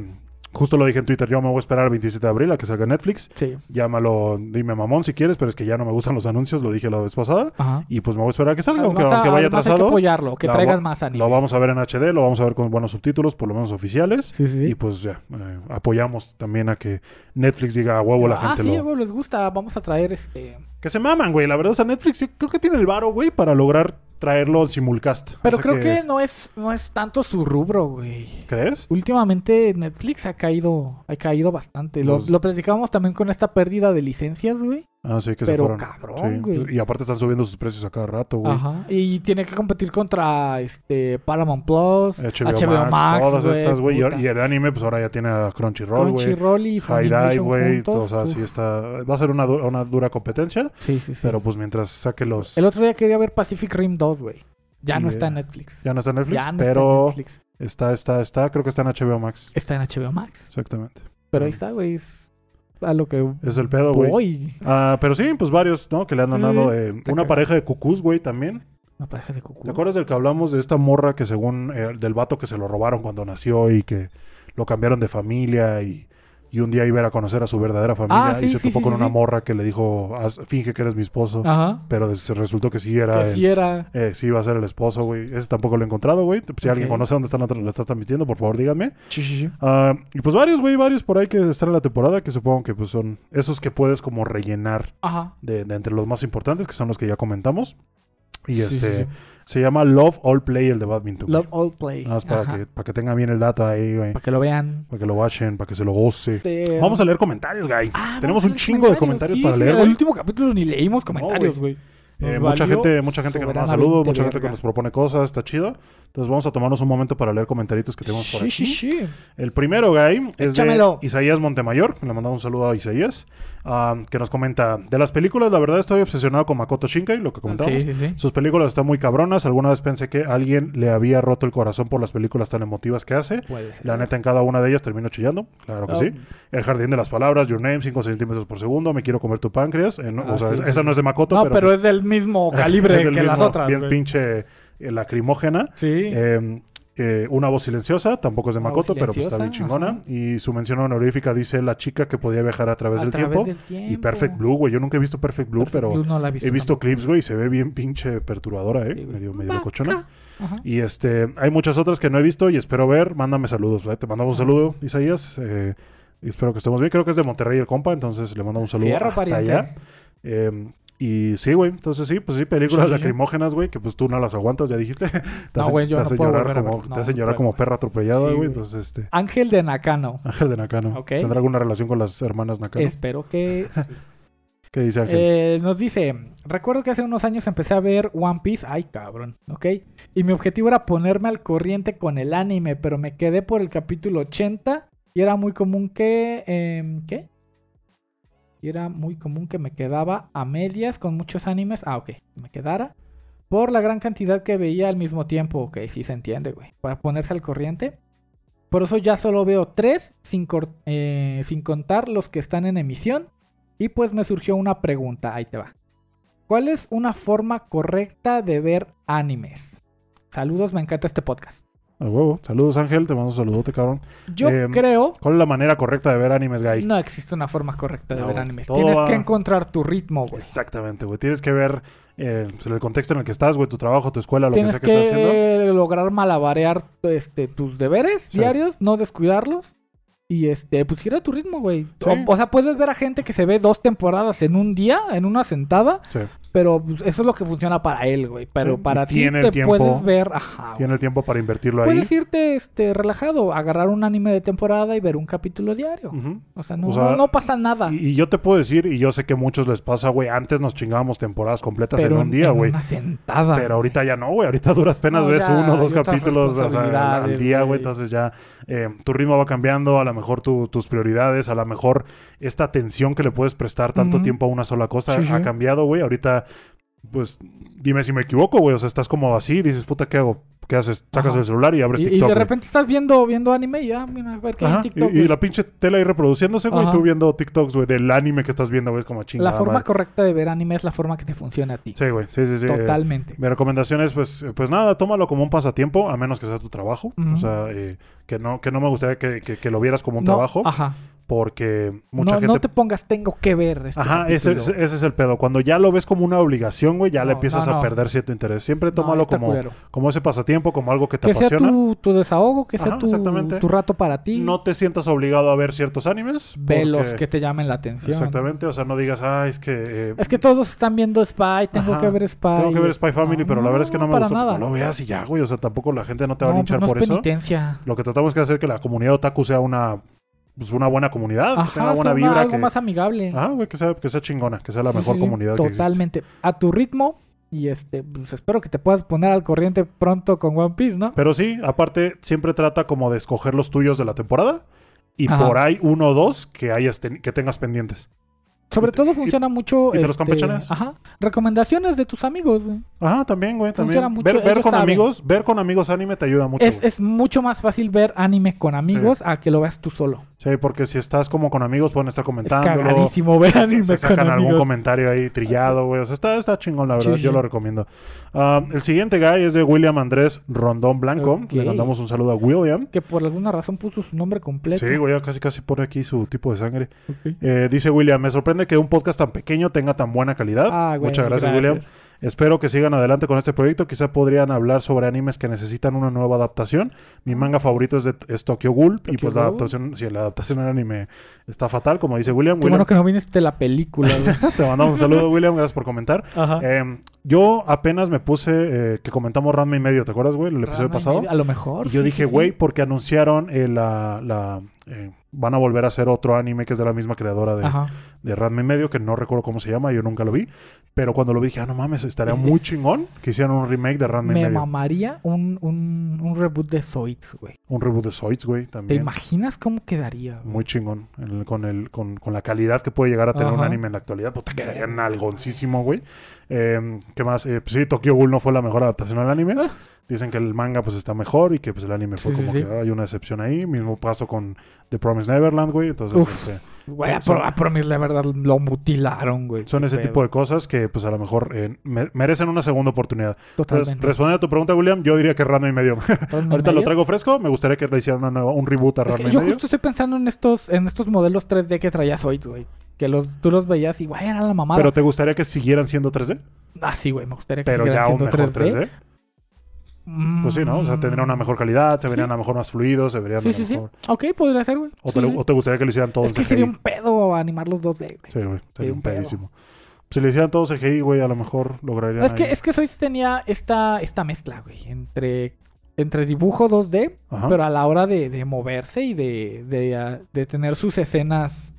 [SPEAKER 1] justo lo dije en Twitter, yo me voy a esperar el 27 de abril a que salga en Netflix.
[SPEAKER 2] Sí.
[SPEAKER 1] Llámalo, dime mamón si quieres, pero es que ya no me gustan los anuncios, lo dije la vez pasada.
[SPEAKER 2] Ajá.
[SPEAKER 1] Y pues me voy a esperar a que salga, aunque,
[SPEAKER 2] Además,
[SPEAKER 1] aunque vaya
[SPEAKER 2] además hay que
[SPEAKER 1] atrasado.
[SPEAKER 2] apoyarlo, que
[SPEAKER 1] la
[SPEAKER 2] traigan
[SPEAKER 1] vo-
[SPEAKER 2] más anime.
[SPEAKER 1] Lo vamos a ver en HD, lo vamos a ver con buenos subtítulos, por lo menos oficiales.
[SPEAKER 2] Sí, sí, sí.
[SPEAKER 1] Y pues ya, eh, apoyamos también a que Netflix diga a huevo la
[SPEAKER 2] ah,
[SPEAKER 1] gente
[SPEAKER 2] sí,
[SPEAKER 1] lo...
[SPEAKER 2] güey, les gusta. Vamos a traer este.
[SPEAKER 1] Que se maman, güey. La verdad, o sea, Netflix yo creo que tiene el varo, güey, para lograr traerlo al simulcast. O
[SPEAKER 2] Pero
[SPEAKER 1] sea
[SPEAKER 2] creo que... no es no es tanto su rubro, güey.
[SPEAKER 1] ¿Crees?
[SPEAKER 2] Últimamente Netflix ha caído ha caído bastante. Lo,
[SPEAKER 1] Los-
[SPEAKER 2] lo platicábamos también con esta pérdida de licencias, güey.
[SPEAKER 1] Ah, sí, que se
[SPEAKER 2] Pero
[SPEAKER 1] fueron.
[SPEAKER 2] cabrón,
[SPEAKER 1] Sí.
[SPEAKER 2] güey.
[SPEAKER 1] Y aparte están subiendo sus precios a cada rato, güey.
[SPEAKER 2] Ajá. Y tiene que competir contra este Paramount Plus,
[SPEAKER 1] HBO,
[SPEAKER 2] HBO,
[SPEAKER 1] Max,
[SPEAKER 2] Max,
[SPEAKER 1] todas estas, güey.
[SPEAKER 2] puta.
[SPEAKER 1] Y, y el anime, pues ahora ya tiene a Crunchyroll, güey.
[SPEAKER 2] Crunchyroll y
[SPEAKER 1] Hi-Dive,
[SPEAKER 2] Funimation
[SPEAKER 1] güey.
[SPEAKER 2] juntos.
[SPEAKER 1] O sea, sí
[SPEAKER 2] Uf.
[SPEAKER 1] está... Va a ser una, du- una dura competencia,
[SPEAKER 2] sí, sí, sí.
[SPEAKER 1] pero pues mientras saque los...
[SPEAKER 2] El otro día quería ver Pacific Rim 2, güey. Ya
[SPEAKER 1] Y,
[SPEAKER 2] no
[SPEAKER 1] eh,
[SPEAKER 2] está en Netflix.
[SPEAKER 1] Ya no está en Netflix,
[SPEAKER 2] Ya no está en
[SPEAKER 1] pero
[SPEAKER 2] Netflix.
[SPEAKER 1] está, está, está. Creo que está en HBO Max.
[SPEAKER 2] Está en HBO Max.
[SPEAKER 1] Exactamente.
[SPEAKER 2] Pero ahí está, güey. Es a lo que
[SPEAKER 1] Mm. Es el pedo, güey.
[SPEAKER 2] voy.
[SPEAKER 1] Ah, pero sí, pues varios, ¿no? Que le han
[SPEAKER 2] Sí,
[SPEAKER 1] dado eh,
[SPEAKER 2] está
[SPEAKER 1] una
[SPEAKER 2] cagado.
[SPEAKER 1] pareja de cucús, güey, también.
[SPEAKER 2] Una pareja de cucú.
[SPEAKER 1] ¿Te acuerdas del que hablamos de esta morra que según eh, del vato que se lo robaron cuando nació y que lo cambiaron de familia y, y un día iba a ir a conocer a su verdadera familia
[SPEAKER 2] Ah, sí,
[SPEAKER 1] y se
[SPEAKER 2] sí,
[SPEAKER 1] topó
[SPEAKER 2] sí,
[SPEAKER 1] con
[SPEAKER 2] sí,
[SPEAKER 1] una
[SPEAKER 2] sí.
[SPEAKER 1] morra que le dijo, "Haz- finge que eres mi esposo,
[SPEAKER 2] Ajá.
[SPEAKER 1] pero des- resultó que sí era
[SPEAKER 2] Que
[SPEAKER 1] el-
[SPEAKER 2] sí era.
[SPEAKER 1] eh, sí iba a ser el esposo, güey. Ese tampoco lo he encontrado, güey. Si alguien
[SPEAKER 2] Ok.
[SPEAKER 1] conoce dónde están, lo estás transmitiendo, por favor, díganme.
[SPEAKER 2] Sí, sí, sí.
[SPEAKER 1] Ah, y pues varios, güey, varios por ahí que están en la temporada que supongo que pues son esos que puedes como rellenar
[SPEAKER 2] Ajá.
[SPEAKER 1] de, de entre los más importantes, que son los que ya comentamos. Y
[SPEAKER 2] Sí, sí,
[SPEAKER 1] este
[SPEAKER 2] sí.
[SPEAKER 1] se llama Love All Play, el de badminton. güey.
[SPEAKER 2] Love All Play.
[SPEAKER 1] Nada más para
[SPEAKER 2] Ajá.
[SPEAKER 1] que, para que tengan bien el data ahí, güey.
[SPEAKER 2] Para que lo vean.
[SPEAKER 1] Para que lo watchen, para que se lo goce.
[SPEAKER 2] Este,
[SPEAKER 1] Vamos a leer comentarios, güey.
[SPEAKER 2] Ah, vamos
[SPEAKER 1] Tenemos
[SPEAKER 2] a
[SPEAKER 1] un
[SPEAKER 2] leer
[SPEAKER 1] chingo de comentarios
[SPEAKER 2] Sí,
[SPEAKER 1] para
[SPEAKER 2] sí,
[SPEAKER 1] leer,
[SPEAKER 2] El
[SPEAKER 1] güey.
[SPEAKER 2] último capítulo ni leímos comentarios, güey. Nos
[SPEAKER 1] Eh, mucha
[SPEAKER 2] valió
[SPEAKER 1] gente, mucha gente que nos manda
[SPEAKER 2] soberanamente
[SPEAKER 1] saludos, mucha gente que
[SPEAKER 2] verga.
[SPEAKER 1] nos propone cosas, está chido. Entonces vamos a tomarnos un momento para leer comentaritos que tenemos por
[SPEAKER 2] Sí,
[SPEAKER 1] aquí.
[SPEAKER 2] sí, sí.
[SPEAKER 1] El primero, Guy, es
[SPEAKER 2] Échamelo.
[SPEAKER 1] de Isaías Montemayor. Le mandamos un saludo a Isaías. ah, que nos comenta: De las películas, la verdad estoy obsesionado con Makoto Shinkai, lo que comentamos.
[SPEAKER 2] Ah, Sí, sí, sí.
[SPEAKER 1] Sus películas están muy cabronas. Alguna vez pensé que alguien le había roto el corazón por las películas tan emotivas que hace.
[SPEAKER 2] Puede ser.
[SPEAKER 1] La neta, en cada una de ellas termino chillando. Claro que
[SPEAKER 2] Oh.
[SPEAKER 1] sí. El jardín de las palabras, Your Name, 5 centímetros por segundo, Me quiero comer tu páncreas. Eh, no,
[SPEAKER 2] Ah,
[SPEAKER 1] o sea,
[SPEAKER 2] sí,
[SPEAKER 1] es-
[SPEAKER 2] sí.
[SPEAKER 1] esa no es de Makoto,
[SPEAKER 2] No,
[SPEAKER 1] pero,
[SPEAKER 2] pero,
[SPEAKER 1] pues,
[SPEAKER 2] es del mismo calibre
[SPEAKER 1] es del
[SPEAKER 2] que las
[SPEAKER 1] mismo,
[SPEAKER 2] otras.
[SPEAKER 1] Bien
[SPEAKER 2] güey.
[SPEAKER 1] pinche eh, lacrimógena.
[SPEAKER 2] Sí.
[SPEAKER 1] Eh, eh, una voz silenciosa, tampoco es de
[SPEAKER 2] Una
[SPEAKER 1] Makoto,
[SPEAKER 2] voz
[SPEAKER 1] pero pues, está bien
[SPEAKER 2] silenciosa,
[SPEAKER 1] chingona. Y su mención honorífica dice la chica que podía viajar a través,
[SPEAKER 2] A
[SPEAKER 1] del,
[SPEAKER 2] través
[SPEAKER 1] tiempo.
[SPEAKER 2] del tiempo.
[SPEAKER 1] Y Perfect Blue, güey. Yo nunca he visto Perfect Blue,
[SPEAKER 2] Perfect
[SPEAKER 1] pero
[SPEAKER 2] Blue no la
[SPEAKER 1] he visto clips, güey, y se ve bien pinche perturbadora, ¿eh?
[SPEAKER 2] Sí, güey.
[SPEAKER 1] medio, medio
[SPEAKER 2] Maca.
[SPEAKER 1] locochona.
[SPEAKER 2] Ajá.
[SPEAKER 1] Y este, hay muchas otras que no he visto y espero ver. Mándame saludos, ¿vale? Te mandamos un saludo, Isaías. eh, y espero que estemos bien. Creo que es de Monterrey el compa, entonces le mandamos un saludo
[SPEAKER 2] Fierro,
[SPEAKER 1] hasta
[SPEAKER 2] pariente.
[SPEAKER 1] allá. Eh, y sí, güey. Entonces sí, pues sí, películas
[SPEAKER 2] Sí, sí, sí.
[SPEAKER 1] lacrimógenas, güey, que pues tú no las aguantas, ya dijiste. Te
[SPEAKER 2] No,
[SPEAKER 1] hacen-
[SPEAKER 2] güey, yo
[SPEAKER 1] te
[SPEAKER 2] no
[SPEAKER 1] hacen
[SPEAKER 2] puedo
[SPEAKER 1] llorar
[SPEAKER 2] volver a
[SPEAKER 1] como,
[SPEAKER 2] ver.
[SPEAKER 1] te
[SPEAKER 2] No,
[SPEAKER 1] hacen
[SPEAKER 2] no
[SPEAKER 1] llorar
[SPEAKER 2] puedo,
[SPEAKER 1] como
[SPEAKER 2] güey.
[SPEAKER 1] perra atropellada,
[SPEAKER 2] Sí,
[SPEAKER 1] güey.
[SPEAKER 2] güey.
[SPEAKER 1] Entonces, este,
[SPEAKER 2] Ángel de Nakano.
[SPEAKER 1] Ángel de Nakano.
[SPEAKER 2] Ok.
[SPEAKER 1] ¿Tendrá alguna relación con las hermanas Nakano?
[SPEAKER 2] Espero que. sí.
[SPEAKER 1] ¿Qué dice Ángel?
[SPEAKER 2] Eh, nos dice, recuerdo que hace unos años empecé a ver One Piece, ay cabrón, ¿ok? Y mi objetivo era ponerme al corriente con el anime, pero me quedé por el capítulo 80 y era muy común que... em, ¿Qué? Y era muy común que me quedaba a medias con muchos animes, ah, ok, me quedara por la gran cantidad que veía al mismo tiempo, que sí se entiende, güey, para ponerse al corriente. Por eso ya solo veo tres, sin, cor- eh, sin contar los que están en emisión. Y pues me surgió una pregunta, ahí te va. ¿Cuál es una forma correcta de ver animes? Saludos, me encanta este podcast.
[SPEAKER 1] A huevo. Saludos, Ángel. Te mando un saludote, cabrón.
[SPEAKER 2] Yo
[SPEAKER 1] Em,
[SPEAKER 2] creo
[SPEAKER 1] ¿Cuál es la manera correcta de ver animes gay?
[SPEAKER 2] no existe una forma correcta de
[SPEAKER 1] No,
[SPEAKER 2] ver animes.
[SPEAKER 1] todo
[SPEAKER 2] Tienes
[SPEAKER 1] va-
[SPEAKER 2] que encontrar tu ritmo, güey.
[SPEAKER 1] Exactamente, güey. Tienes que ver eh, pues, el contexto en el que estás, güey, tu trabajo, tu escuela, lo que
[SPEAKER 2] Tienes
[SPEAKER 1] sea que,
[SPEAKER 2] que,
[SPEAKER 1] estás haciendo.
[SPEAKER 2] lograr malabarear este, tus deberes
[SPEAKER 1] Sí.
[SPEAKER 2] diarios, no descuidarlos. Y este, pues ir a tu ritmo, güey. O-
[SPEAKER 1] Sí.
[SPEAKER 2] O, sea, puedes ver a gente que se ve dos temporadas en un día, en una sentada,
[SPEAKER 1] Sí.
[SPEAKER 2] pero pues, eso es lo que funciona para él, güey. Pero
[SPEAKER 1] Sí, y
[SPEAKER 2] para ti
[SPEAKER 1] tiene el
[SPEAKER 2] te
[SPEAKER 1] tiempo,
[SPEAKER 2] puedes ver, ajá. güey.
[SPEAKER 1] Tiene el tiempo para invertirlo ahí.
[SPEAKER 2] Puedes irte este, relajado, agarrar un anime de temporada y ver un capítulo diario.
[SPEAKER 1] Ujú.
[SPEAKER 2] O sea, no,
[SPEAKER 1] Mm. O sea,
[SPEAKER 2] no, no pasa nada.
[SPEAKER 1] Y, y yo te puedo decir, y yo sé que a muchos les pasa, güey, antes nos chingábamos temporadas completas
[SPEAKER 2] pero
[SPEAKER 1] en un día, güey.
[SPEAKER 2] Una sentada.
[SPEAKER 1] Pero ahorita ya no, güey. Ahorita a duras penas
[SPEAKER 2] No,
[SPEAKER 1] ves
[SPEAKER 2] ya,
[SPEAKER 1] uno o dos
[SPEAKER 2] hay otras
[SPEAKER 1] capítulos o sea, al- al
[SPEAKER 2] responsabilidades,
[SPEAKER 1] día,
[SPEAKER 2] güey.
[SPEAKER 1] güey. Entonces ya eh, tu ritmo va cambiando, a lo mejor tu- tus prioridades, a lo mejor esta atención que le puedes prestar tanto
[SPEAKER 2] Ujú.
[SPEAKER 1] tiempo a una sola cosa
[SPEAKER 2] Sí, sí.
[SPEAKER 1] ha cambiado, güey. Ahorita, pues, dime si me equivoco, güey. O sea, estás como así, dices, puta, ¿qué hago? ¿Qué haces? Sacas
[SPEAKER 2] Ajá.
[SPEAKER 1] el celular y abres
[SPEAKER 2] Y- y,
[SPEAKER 1] TikTok.
[SPEAKER 2] de
[SPEAKER 1] güey.
[SPEAKER 2] repente estás viendo, viendo anime y ya, mira, a ver qué hay en
[SPEAKER 1] Ajá,
[SPEAKER 2] TikTok,
[SPEAKER 1] y, y
[SPEAKER 2] güey.
[SPEAKER 1] la pinche tela ahí reproduciéndose, güey.
[SPEAKER 2] Ajá.
[SPEAKER 1] Tú viendo TikToks, güey, del anime que estás viendo, güey. Es como chingada.
[SPEAKER 2] La forma
[SPEAKER 1] madre.
[SPEAKER 2] correcta de ver anime es la forma que te funciona a ti.
[SPEAKER 1] Sí, güey. Sí, sí, sí. eh,
[SPEAKER 2] Totalmente.
[SPEAKER 1] Mi recomendación es, pues, eh, pues nada, tómalo como un pasatiempo, a menos que sea tu trabajo.
[SPEAKER 2] Ujú.
[SPEAKER 1] O sea, eh, que, no, que no me gustaría que, que- que lo vieras como un
[SPEAKER 2] No,
[SPEAKER 1] trabajo,
[SPEAKER 2] Ajá.
[SPEAKER 1] porque mucha
[SPEAKER 2] No,
[SPEAKER 1] gente...
[SPEAKER 2] no te pongas, tengo que ver. este
[SPEAKER 1] Ajá, ese,
[SPEAKER 2] capítulo".
[SPEAKER 1] ese- ese es eh, el pedo. Cuando ya lo ves como una obligación, güey, ya le
[SPEAKER 2] No,
[SPEAKER 1] empiezas
[SPEAKER 2] no,
[SPEAKER 1] a
[SPEAKER 2] no.
[SPEAKER 1] perder cierto interés. Siempre
[SPEAKER 2] No,
[SPEAKER 1] tómalo
[SPEAKER 2] está
[SPEAKER 1] como,
[SPEAKER 2] culero.
[SPEAKER 1] como ese pasatiempo, como algo que te
[SPEAKER 2] Que sea
[SPEAKER 1] apasiona.
[SPEAKER 2] tu, tu desahogo, que sea
[SPEAKER 1] Ajá,
[SPEAKER 2] tu,
[SPEAKER 1] exactamente.
[SPEAKER 2] tu rato para ti.
[SPEAKER 1] No te sientas obligado a ver ciertos animes.
[SPEAKER 2] ve los
[SPEAKER 1] porque-
[SPEAKER 2] que te llamen la atención.
[SPEAKER 1] Exactamente, o sea, no digas, ah, es que... eh,
[SPEAKER 2] Es que todos están viendo Spy, tengo
[SPEAKER 1] Ajá,
[SPEAKER 2] que ver Spy.
[SPEAKER 1] tengo que ver Spy
[SPEAKER 2] No,
[SPEAKER 1] Family, pero la verdad es que no me
[SPEAKER 2] para
[SPEAKER 1] gustó.
[SPEAKER 2] nada.
[SPEAKER 1] No lo veas y ya, güey. O sea, tampoco la gente no te va a
[SPEAKER 2] No,
[SPEAKER 1] linchar
[SPEAKER 2] pues no
[SPEAKER 1] por
[SPEAKER 2] es
[SPEAKER 1] eso.
[SPEAKER 2] penitencia.
[SPEAKER 1] Lo que tratamos que hacer que la comunidad otaku sea una pues, una buena comunidad, que tenga
[SPEAKER 2] Ajá,
[SPEAKER 1] buena
[SPEAKER 2] sea una-
[SPEAKER 1] vibra,
[SPEAKER 2] algo
[SPEAKER 1] que,
[SPEAKER 2] más amigable.
[SPEAKER 1] Ajá, güey, que sea, que sea chingona, que sea la
[SPEAKER 2] Sí,
[SPEAKER 1] mejor
[SPEAKER 2] sí, sí,
[SPEAKER 1] comunidad que
[SPEAKER 2] Totalmente. A tu ritmo. Y este, pues espero que te puedas poner al corriente pronto con One Piece, ¿no?
[SPEAKER 1] existe. Pero sí, aparte, siempre trata como de escoger los tuyos de la temporada y
[SPEAKER 2] Ajá.
[SPEAKER 1] por ahí uno o dos que hayas ten- que tengas pendientes.
[SPEAKER 2] Sobre
[SPEAKER 1] y te-
[SPEAKER 2] todo
[SPEAKER 1] y-
[SPEAKER 2] funciona mucho.
[SPEAKER 1] y te los
[SPEAKER 2] este,
[SPEAKER 1] campechaneas.
[SPEAKER 2] Ajá. Recomendaciones de tus amigos. güey.
[SPEAKER 1] Ajá, también, güey, también.
[SPEAKER 2] Funciona mucho,
[SPEAKER 1] ver ver
[SPEAKER 2] ellos
[SPEAKER 1] con
[SPEAKER 2] saben.
[SPEAKER 1] amigos, ver con amigos anime te ayuda mucho.
[SPEAKER 2] es,
[SPEAKER 1] güey.
[SPEAKER 2] es mucho más fácil ver anime con amigos a que lo veas tú solo.
[SPEAKER 1] Sí, porque si estás como con amigos pueden estar
[SPEAKER 2] Es
[SPEAKER 1] comentándolo.
[SPEAKER 2] cagadísimo ver
[SPEAKER 1] Se-
[SPEAKER 2] anime
[SPEAKER 1] se
[SPEAKER 2] con
[SPEAKER 1] sacan algún
[SPEAKER 2] amigos.
[SPEAKER 1] comentario ahí trillado, güey. O sea, está, está chingón, la
[SPEAKER 2] Sí,
[SPEAKER 1] verdad.
[SPEAKER 2] sí,
[SPEAKER 1] Yo
[SPEAKER 2] sí.
[SPEAKER 1] lo recomiendo. Ah, el siguiente guy es de William Andrés Rondón Blanco.
[SPEAKER 2] Ok.
[SPEAKER 1] Le mandamos un saludo a William.
[SPEAKER 2] Que por alguna razón puso su nombre completo.
[SPEAKER 1] Sí, güey, ya casi casi pone aquí su tipo de sangre.
[SPEAKER 2] Ok.
[SPEAKER 1] Eh, dice William, me sorprende que un podcast tan pequeño tenga tan buena calidad.
[SPEAKER 2] Ah, güey,
[SPEAKER 1] Muchas gracias, William. Espero que sigan adelante con este proyecto. Quizá podrían hablar sobre animes que necesitan una nueva adaptación. Mi manga favorito es, de, es Tokyo Ghoul. y
[SPEAKER 2] Ah. Tokyo
[SPEAKER 1] pues la
[SPEAKER 2] Ghoul.
[SPEAKER 1] adaptación, si la adaptación al anime está fatal, como dice William.
[SPEAKER 2] Qué
[SPEAKER 1] William,
[SPEAKER 2] bueno que no viniste de la película, güey.
[SPEAKER 1] te mandamos un saludo, William. Gracias por comentar.
[SPEAKER 2] Ajá.
[SPEAKER 1] Eh, yo apenas me puse eh, que comentamos Ranma y medio, ¿te acuerdas, güey? El episodio
[SPEAKER 2] Rama y
[SPEAKER 1] pasado.
[SPEAKER 2] medio, Ah, A lo mejor.
[SPEAKER 1] Y yo
[SPEAKER 2] sí,
[SPEAKER 1] dije,
[SPEAKER 2] sí, sí.
[SPEAKER 1] güey, porque anunciaron eh, la. la, eh, van a volver a hacer otro anime que es de la misma creadora de,
[SPEAKER 2] Ajá.
[SPEAKER 1] de Ranma y medio, que no recuerdo cómo se llama, yo nunca lo vi. Pero cuando lo vi dije, ah, no mames, estaría muy
[SPEAKER 2] Es-
[SPEAKER 1] chingón que hicieran un remake de Ranma y
[SPEAKER 2] Me
[SPEAKER 1] medio.
[SPEAKER 2] mamaría un, un, un reboot de Zoids, güey.
[SPEAKER 1] Un reboot de Zoids, güey,
[SPEAKER 2] ¿Te
[SPEAKER 1] también.
[SPEAKER 2] imaginas cómo quedaría? güey?
[SPEAKER 1] Muy chingón. El- con, el, con, con la calidad que puede llegar a tener un
[SPEAKER 2] Ajá.
[SPEAKER 1] anime en la actualidad, pues, puta, quedaría
[SPEAKER 2] Verga,
[SPEAKER 1] nalgoncísimo, güey. Eh, ¿Qué más? Eh, pues sí, Tokyo Ghoul no fue la mejor adaptación al anime.
[SPEAKER 2] Ah.
[SPEAKER 1] Dicen que el manga pues está mejor y que pues el anime fue
[SPEAKER 2] Sí, sí,
[SPEAKER 1] como
[SPEAKER 2] sí.
[SPEAKER 1] que ah, hay una excepción ahí. Mismo paso con The Promised Neverland, güey. Entonces,
[SPEAKER 2] Uf.
[SPEAKER 1] este,
[SPEAKER 2] Güey,
[SPEAKER 1] Sí,
[SPEAKER 2] a,
[SPEAKER 1] son-
[SPEAKER 2] Pro- a Promise, la verdad, lo mutilaron, güey.
[SPEAKER 1] son ese tipo de cosas que pues a lo mejor eh, me- merecen una segunda oportunidad. Entonces,
[SPEAKER 2] Totalmente.
[SPEAKER 1] respondiendo a tu pregunta, William, yo diría que Random y medio.
[SPEAKER 2] Totalmente.
[SPEAKER 1] Ahorita lo traigo fresco. Me gustaría que le hicieran una nueva, un reboot a
[SPEAKER 2] Es
[SPEAKER 1] Random
[SPEAKER 2] que
[SPEAKER 1] y
[SPEAKER 2] yo
[SPEAKER 1] medio.
[SPEAKER 2] justo estoy pensando en estos, en estos modelos 3D que traías hoy, güey. Que los, tú los veías y, güey, era la mamada.
[SPEAKER 1] Pero te gustaría que siguieran siendo 3D,
[SPEAKER 2] ah, sí, güey, me gustaría que
[SPEAKER 1] pero
[SPEAKER 2] siguieran
[SPEAKER 1] ya un
[SPEAKER 2] siendo
[SPEAKER 1] mejor 3D.
[SPEAKER 2] Mm.
[SPEAKER 1] Pues sí, ¿no? O sea, tendría una mejor calidad, se verían
[SPEAKER 2] Sí.
[SPEAKER 1] a lo mejor más fluidos, se verían
[SPEAKER 2] Sí,
[SPEAKER 1] a
[SPEAKER 2] sí,
[SPEAKER 1] lo
[SPEAKER 2] sí.
[SPEAKER 1] mejor.
[SPEAKER 2] Ok, podría ser, güey.
[SPEAKER 1] O,
[SPEAKER 2] Sí,
[SPEAKER 1] te,
[SPEAKER 2] sí.
[SPEAKER 1] o te gustaría que lo hicieran todos
[SPEAKER 2] Es que
[SPEAKER 1] en
[SPEAKER 2] sería
[SPEAKER 1] CGI.
[SPEAKER 2] un pedo animar los 2D, güey.
[SPEAKER 1] Sí, güey. Sería un
[SPEAKER 2] un pedo.
[SPEAKER 1] pedísimo. Si le hicieran todos CGI, güey, a lo mejor lograrían.
[SPEAKER 2] No, es, que,
[SPEAKER 1] ahí.
[SPEAKER 2] es que Sois tenía esta, esta mezcla, güey, entre, entre dibujo 2D,
[SPEAKER 1] Ajá.
[SPEAKER 2] pero a la hora de, de moverse y de, de, ah, de tener sus escenas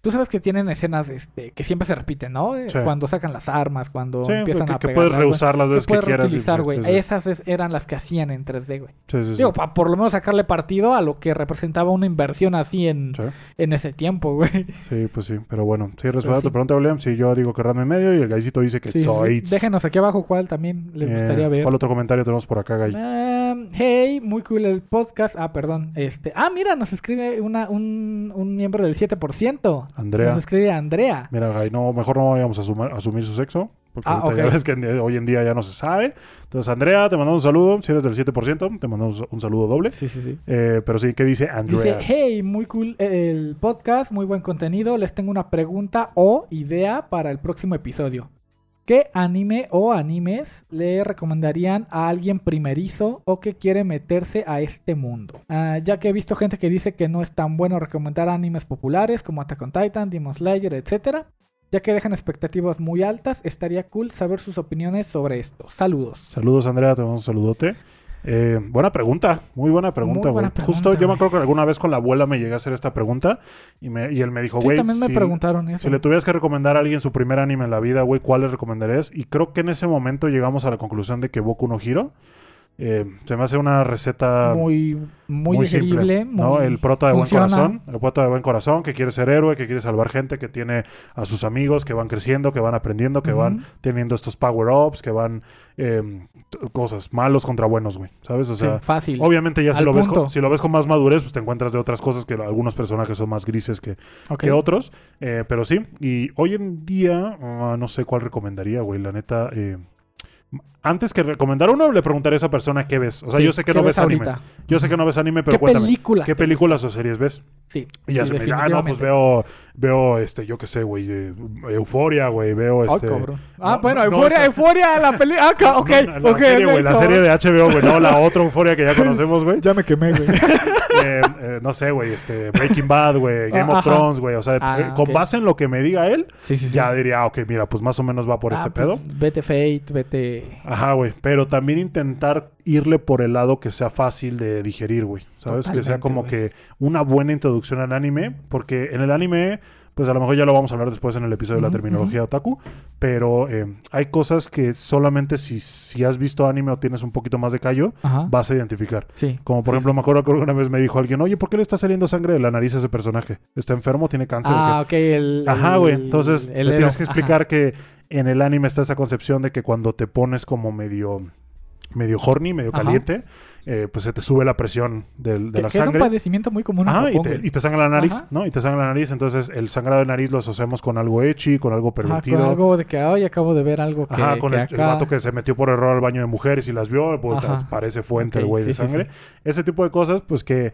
[SPEAKER 2] Tú sabes que tienen escenas este, que siempre se repiten, ¿no? Eh,
[SPEAKER 1] Sí.
[SPEAKER 2] Cuando sacan las armas, cuando
[SPEAKER 1] Sí, pues
[SPEAKER 2] empiezan
[SPEAKER 1] que,
[SPEAKER 2] a
[SPEAKER 1] que
[SPEAKER 2] pegar.
[SPEAKER 1] puedes
[SPEAKER 2] algo,
[SPEAKER 1] reusar las
[SPEAKER 2] que
[SPEAKER 1] veces que
[SPEAKER 2] puedes
[SPEAKER 1] quieras.
[SPEAKER 2] reutilizar, güey.
[SPEAKER 1] exacto,
[SPEAKER 2] Esas es- eran las que hacían en 3D, güey.
[SPEAKER 1] sí, sí, sí.
[SPEAKER 2] Digo, para por lo menos sacarle partido a lo que representaba una inversión así en,
[SPEAKER 1] Sí.
[SPEAKER 2] en ese tiempo, güey.
[SPEAKER 1] Sí, pues sí, pero bueno, sí, respondiendo a
[SPEAKER 2] sí.
[SPEAKER 1] tu pregunta, William, sí, yo digo que Ranma en medio y el gaisito dice que
[SPEAKER 2] Sí,
[SPEAKER 1] soy. Eh,
[SPEAKER 2] Déjenos aquí abajo cuál también les gustaría ver.
[SPEAKER 1] ¿Cuál otro comentario tenemos por acá, Gai?
[SPEAKER 2] Um, hey, muy cool el podcast. Ah, perdón. Este, ah, mira, nos escribe una, un, un miembro del 7%.
[SPEAKER 1] Andrea.
[SPEAKER 2] Nos escribe Andrea.
[SPEAKER 1] Mira, Gai, no, mejor no vayamos a asumir, asumir su sexo, porque
[SPEAKER 2] Ah,
[SPEAKER 1] ahorita
[SPEAKER 2] ok.
[SPEAKER 1] ya ves que en- hoy en día ya no se sabe. Entonces, Andrea, te mandamos un saludo. Si eres del 7%, te mandamos un saludo doble.
[SPEAKER 2] Sí, sí, sí.
[SPEAKER 1] Eh, pero sí, ¿qué dice
[SPEAKER 2] Dice,
[SPEAKER 1] Andrea?
[SPEAKER 2] hey, muy cool el podcast, muy buen contenido. Les tengo una pregunta o idea para el próximo episodio. ¿Qué anime o animes le recomendarían a alguien primerizo o que quiere meterse a este mundo? Ah, ya que he visto gente que dice que no es tan bueno recomendar animes populares como Attack on Titan, Demon Slayer, etc. Ya que dejan expectativas muy altas, estaría cool saber sus opiniones sobre esto. Saludos.
[SPEAKER 1] Saludos, Andrea, te mandamos un saludote. Eh, buena pregunta, muy buena pregunta,
[SPEAKER 2] Muy buena
[SPEAKER 1] güey. Justo yo
[SPEAKER 2] pregunta,
[SPEAKER 1] me
[SPEAKER 2] güey.
[SPEAKER 1] acuerdo que alguna vez con la abuela me llegué a hacer esta pregunta y, me, y él me dijo,
[SPEAKER 2] Sí,
[SPEAKER 1] güey,
[SPEAKER 2] también me
[SPEAKER 1] si-
[SPEAKER 2] preguntaron eso.
[SPEAKER 1] Si le tuvieras que recomendar a alguien su primer anime en la vida, güey, ¿cuál le recomendarías? Y creo que en ese momento llegamos a la conclusión de que Boku no Hiro eh, se me hace una receta muy,
[SPEAKER 2] muy, muy,
[SPEAKER 1] simple.
[SPEAKER 2] digerible.
[SPEAKER 1] ¿no?
[SPEAKER 2] muy-
[SPEAKER 1] El prota de
[SPEAKER 2] funciona.
[SPEAKER 1] buen corazón, el prota de buen corazón que quiere ser héroe, que quiere salvar gente, que tiene a sus amigos, que van creciendo, que van aprendiendo, que van
[SPEAKER 2] Ujú.
[SPEAKER 1] teniendo estos power-ups, que van eh, t- cosas malos contra buenos, güey, ¿sabes? O
[SPEAKER 2] Sí,
[SPEAKER 1] sea...
[SPEAKER 2] fácil.
[SPEAKER 1] Obviamente ya si
[SPEAKER 2] Al
[SPEAKER 1] lo, ves con,
[SPEAKER 2] punto.
[SPEAKER 1] si lo ves con más madurez, pues te encuentras de otras cosas que algunos personajes son más grises que,
[SPEAKER 2] Ok.
[SPEAKER 1] que otros. eh, pero sí, y hoy en día, ah, no sé cuál recomendaría, güey, la neta. eh, antes que recomendar uno, le preguntaré a esa persona qué ves. O sea,
[SPEAKER 2] Sí,
[SPEAKER 1] yo sé que
[SPEAKER 2] ¿qué
[SPEAKER 1] no ves,
[SPEAKER 2] ves
[SPEAKER 1] anime.
[SPEAKER 2] ahorita?
[SPEAKER 1] Yo sé que no ves anime, pero
[SPEAKER 2] ¿Qué
[SPEAKER 1] cuéntame.
[SPEAKER 2] películas?
[SPEAKER 1] ¿Qué películas o series ves?
[SPEAKER 2] Sí.
[SPEAKER 1] Y ya
[SPEAKER 2] sí,
[SPEAKER 1] se me dice, ah, no, pues
[SPEAKER 2] definitivamente.
[SPEAKER 1] veo, veo, este, yo qué sé, güey, eh, Euforia, güey, veo
[SPEAKER 2] Ay,
[SPEAKER 1] este...
[SPEAKER 2] cabrón. Ah,
[SPEAKER 1] no,
[SPEAKER 2] bueno,
[SPEAKER 1] no,
[SPEAKER 2] euforia,
[SPEAKER 1] esa-
[SPEAKER 2] euforia, la película. Ah, ca- ok,
[SPEAKER 1] No, no, la
[SPEAKER 2] ok,
[SPEAKER 1] serie,
[SPEAKER 2] ok,
[SPEAKER 1] güey, la
[SPEAKER 2] cabrón.
[SPEAKER 1] serie de HBO, güey, no, la otra euforia que ya conocemos, güey.
[SPEAKER 2] Ya me quemé, güey.
[SPEAKER 1] Eh, eh, no sé, güey, este, Breaking Bad, güey, Game
[SPEAKER 2] Ah,
[SPEAKER 1] of
[SPEAKER 2] ajá.
[SPEAKER 1] Thrones, güey. O sea,
[SPEAKER 2] Ah,
[SPEAKER 1] eh, con
[SPEAKER 2] ok.
[SPEAKER 1] base en lo que me diga él,
[SPEAKER 2] sí, sí, sí.
[SPEAKER 1] ya diría, ah, ok, mira, pues más o menos va por
[SPEAKER 2] Ah,
[SPEAKER 1] este
[SPEAKER 2] pues,
[SPEAKER 1] pedo.
[SPEAKER 2] Vete Fate, vete.
[SPEAKER 1] Ajá, güey. Pero también intentar irle por el lado que sea fácil de digerir, güey. ¿Sabes? que sea
[SPEAKER 2] Totalmente,
[SPEAKER 1] como
[SPEAKER 2] güey.
[SPEAKER 1] que una buena introducción al anime. Porque en el anime, pues a lo mejor ya lo vamos a hablar después en el episodio de la
[SPEAKER 2] Ujú,
[SPEAKER 1] terminología otaku. Pero eh, hay cosas que solamente si, si has visto anime o tienes un poquito más de callo,
[SPEAKER 2] Ajá.
[SPEAKER 1] vas a identificar.
[SPEAKER 2] Sí.
[SPEAKER 1] Como por
[SPEAKER 2] Ah. sí,
[SPEAKER 1] ejemplo, me acuerdo que una vez me dijo alguien, oye, ¿por qué le está saliendo sangre de la nariz a ese personaje? ¿Está enfermo? ¿Tiene
[SPEAKER 2] sí.
[SPEAKER 1] cáncer? o qué?"
[SPEAKER 2] Ah, ok, el.
[SPEAKER 1] Ajá, güey.
[SPEAKER 2] el-
[SPEAKER 1] Entonces
[SPEAKER 2] el
[SPEAKER 1] le
[SPEAKER 2] héroe.
[SPEAKER 1] tienes que explicar que en el anime está esa concepción de que cuando te pones como medio medio horny, medio
[SPEAKER 2] Ajá.
[SPEAKER 1] caliente, eh, pues se te sube la presión del- de,
[SPEAKER 2] Que-
[SPEAKER 1] la
[SPEAKER 2] que Es un
[SPEAKER 1] sangre.
[SPEAKER 2] padecimiento muy común en
[SPEAKER 1] Ajá, y
[SPEAKER 2] Japón,
[SPEAKER 1] te,
[SPEAKER 2] güey.
[SPEAKER 1] y te sangra la nariz,
[SPEAKER 2] Ajá.
[SPEAKER 1] ¿no? Y te sangra la nariz, entonces el sangrado de nariz lo asociamos con algo hechi, con algo
[SPEAKER 2] Ajá,
[SPEAKER 1] pervertido.
[SPEAKER 2] con algo de que, ay, acabo de ver algo que.
[SPEAKER 1] Ajá, con
[SPEAKER 2] que
[SPEAKER 1] el, el
[SPEAKER 2] acá...
[SPEAKER 1] vato que se metió por error al baño de mujeres y las vio, pues
[SPEAKER 2] Ajá.
[SPEAKER 1] tas- parece fuente
[SPEAKER 2] Ok,
[SPEAKER 1] el güey de
[SPEAKER 2] sí, sí,
[SPEAKER 1] sangre. Ese tipo de cosas, pues que,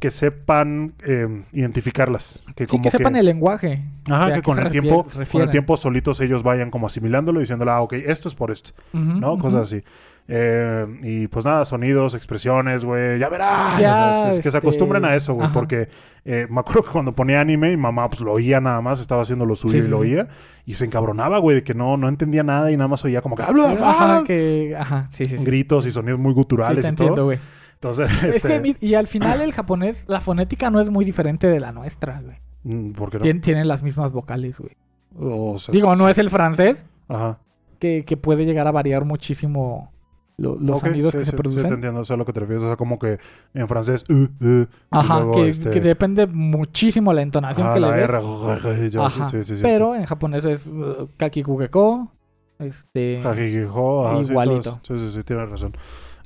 [SPEAKER 1] que sepan eh, identificarlas. Que
[SPEAKER 2] Sí,
[SPEAKER 1] como
[SPEAKER 2] que sepan el lenguaje.
[SPEAKER 1] Ajá,
[SPEAKER 2] de a
[SPEAKER 1] que
[SPEAKER 2] qué
[SPEAKER 1] con
[SPEAKER 2] se
[SPEAKER 1] el,
[SPEAKER 2] refie-
[SPEAKER 1] tiempo,
[SPEAKER 2] se
[SPEAKER 1] con el
[SPEAKER 2] refieren.
[SPEAKER 1] tiempo solitos ellos vayan como asimilándolo y diciéndole, ah, ok, esto es por esto,
[SPEAKER 2] Ujú,
[SPEAKER 1] ¿no?
[SPEAKER 2] Mm, ujú.
[SPEAKER 1] Cosas así. Eh, y pues nada, sonidos, expresiones, güey, ya verás.
[SPEAKER 2] Ya,
[SPEAKER 1] Ya sabes, que, es- que se
[SPEAKER 2] este,
[SPEAKER 1] acostumbren a eso, güey,
[SPEAKER 2] ajá.
[SPEAKER 1] porque eh, me acuerdo que cuando ponía anime, mi mamá pues lo oía nada más, estaba haciendo lo suyo
[SPEAKER 2] Sí,
[SPEAKER 1] y
[SPEAKER 2] sí,
[SPEAKER 1] lo
[SPEAKER 2] sí.
[SPEAKER 1] oía, y se encabronaba, güey, de que no, no entendía nada y nada más oía como que habla,
[SPEAKER 2] Ajá,
[SPEAKER 1] habla",
[SPEAKER 2] que. Ajá, sí, sí. sí.
[SPEAKER 1] gritos y sonidos muy
[SPEAKER 2] Sí,
[SPEAKER 1] guturales
[SPEAKER 2] te
[SPEAKER 1] Ah, y todo.
[SPEAKER 2] entiendo, güey.
[SPEAKER 1] Entonces,
[SPEAKER 2] Es que,
[SPEAKER 1] este,
[SPEAKER 2] mi- y al final el japonés, la fonética no es muy diferente de la nuestra, güey.
[SPEAKER 1] mm, ¿por qué no?
[SPEAKER 2] Tien- tiene las mismas vocales, güey.
[SPEAKER 1] O sea,
[SPEAKER 2] Digo, no es el francés,
[SPEAKER 1] Ajá.
[SPEAKER 2] que, que puede llegar a variar muchísimo lo- los
[SPEAKER 1] Ok,
[SPEAKER 2] sonidos
[SPEAKER 1] sí,
[SPEAKER 2] que
[SPEAKER 1] sí,
[SPEAKER 2] se
[SPEAKER 1] sí,
[SPEAKER 2] producen.
[SPEAKER 1] te entiendo, o sea, lo que te refieres, o sea, como que en francés, uh, uh,
[SPEAKER 2] Ajá,
[SPEAKER 1] luego,
[SPEAKER 2] que,
[SPEAKER 1] este,
[SPEAKER 2] que depende muchísimo la entonación
[SPEAKER 1] ajá,
[SPEAKER 2] que le
[SPEAKER 1] Ah, la
[SPEAKER 2] des.
[SPEAKER 1] R, y yo,
[SPEAKER 2] Ajá,
[SPEAKER 1] sí, sí, sí,
[SPEAKER 2] Pero en japonés es uh, kakikugeko, este...
[SPEAKER 1] sí. Jajijijo, ajá, sí,
[SPEAKER 2] Igualito.
[SPEAKER 1] todos- Sí, sí, sí, tienes razón.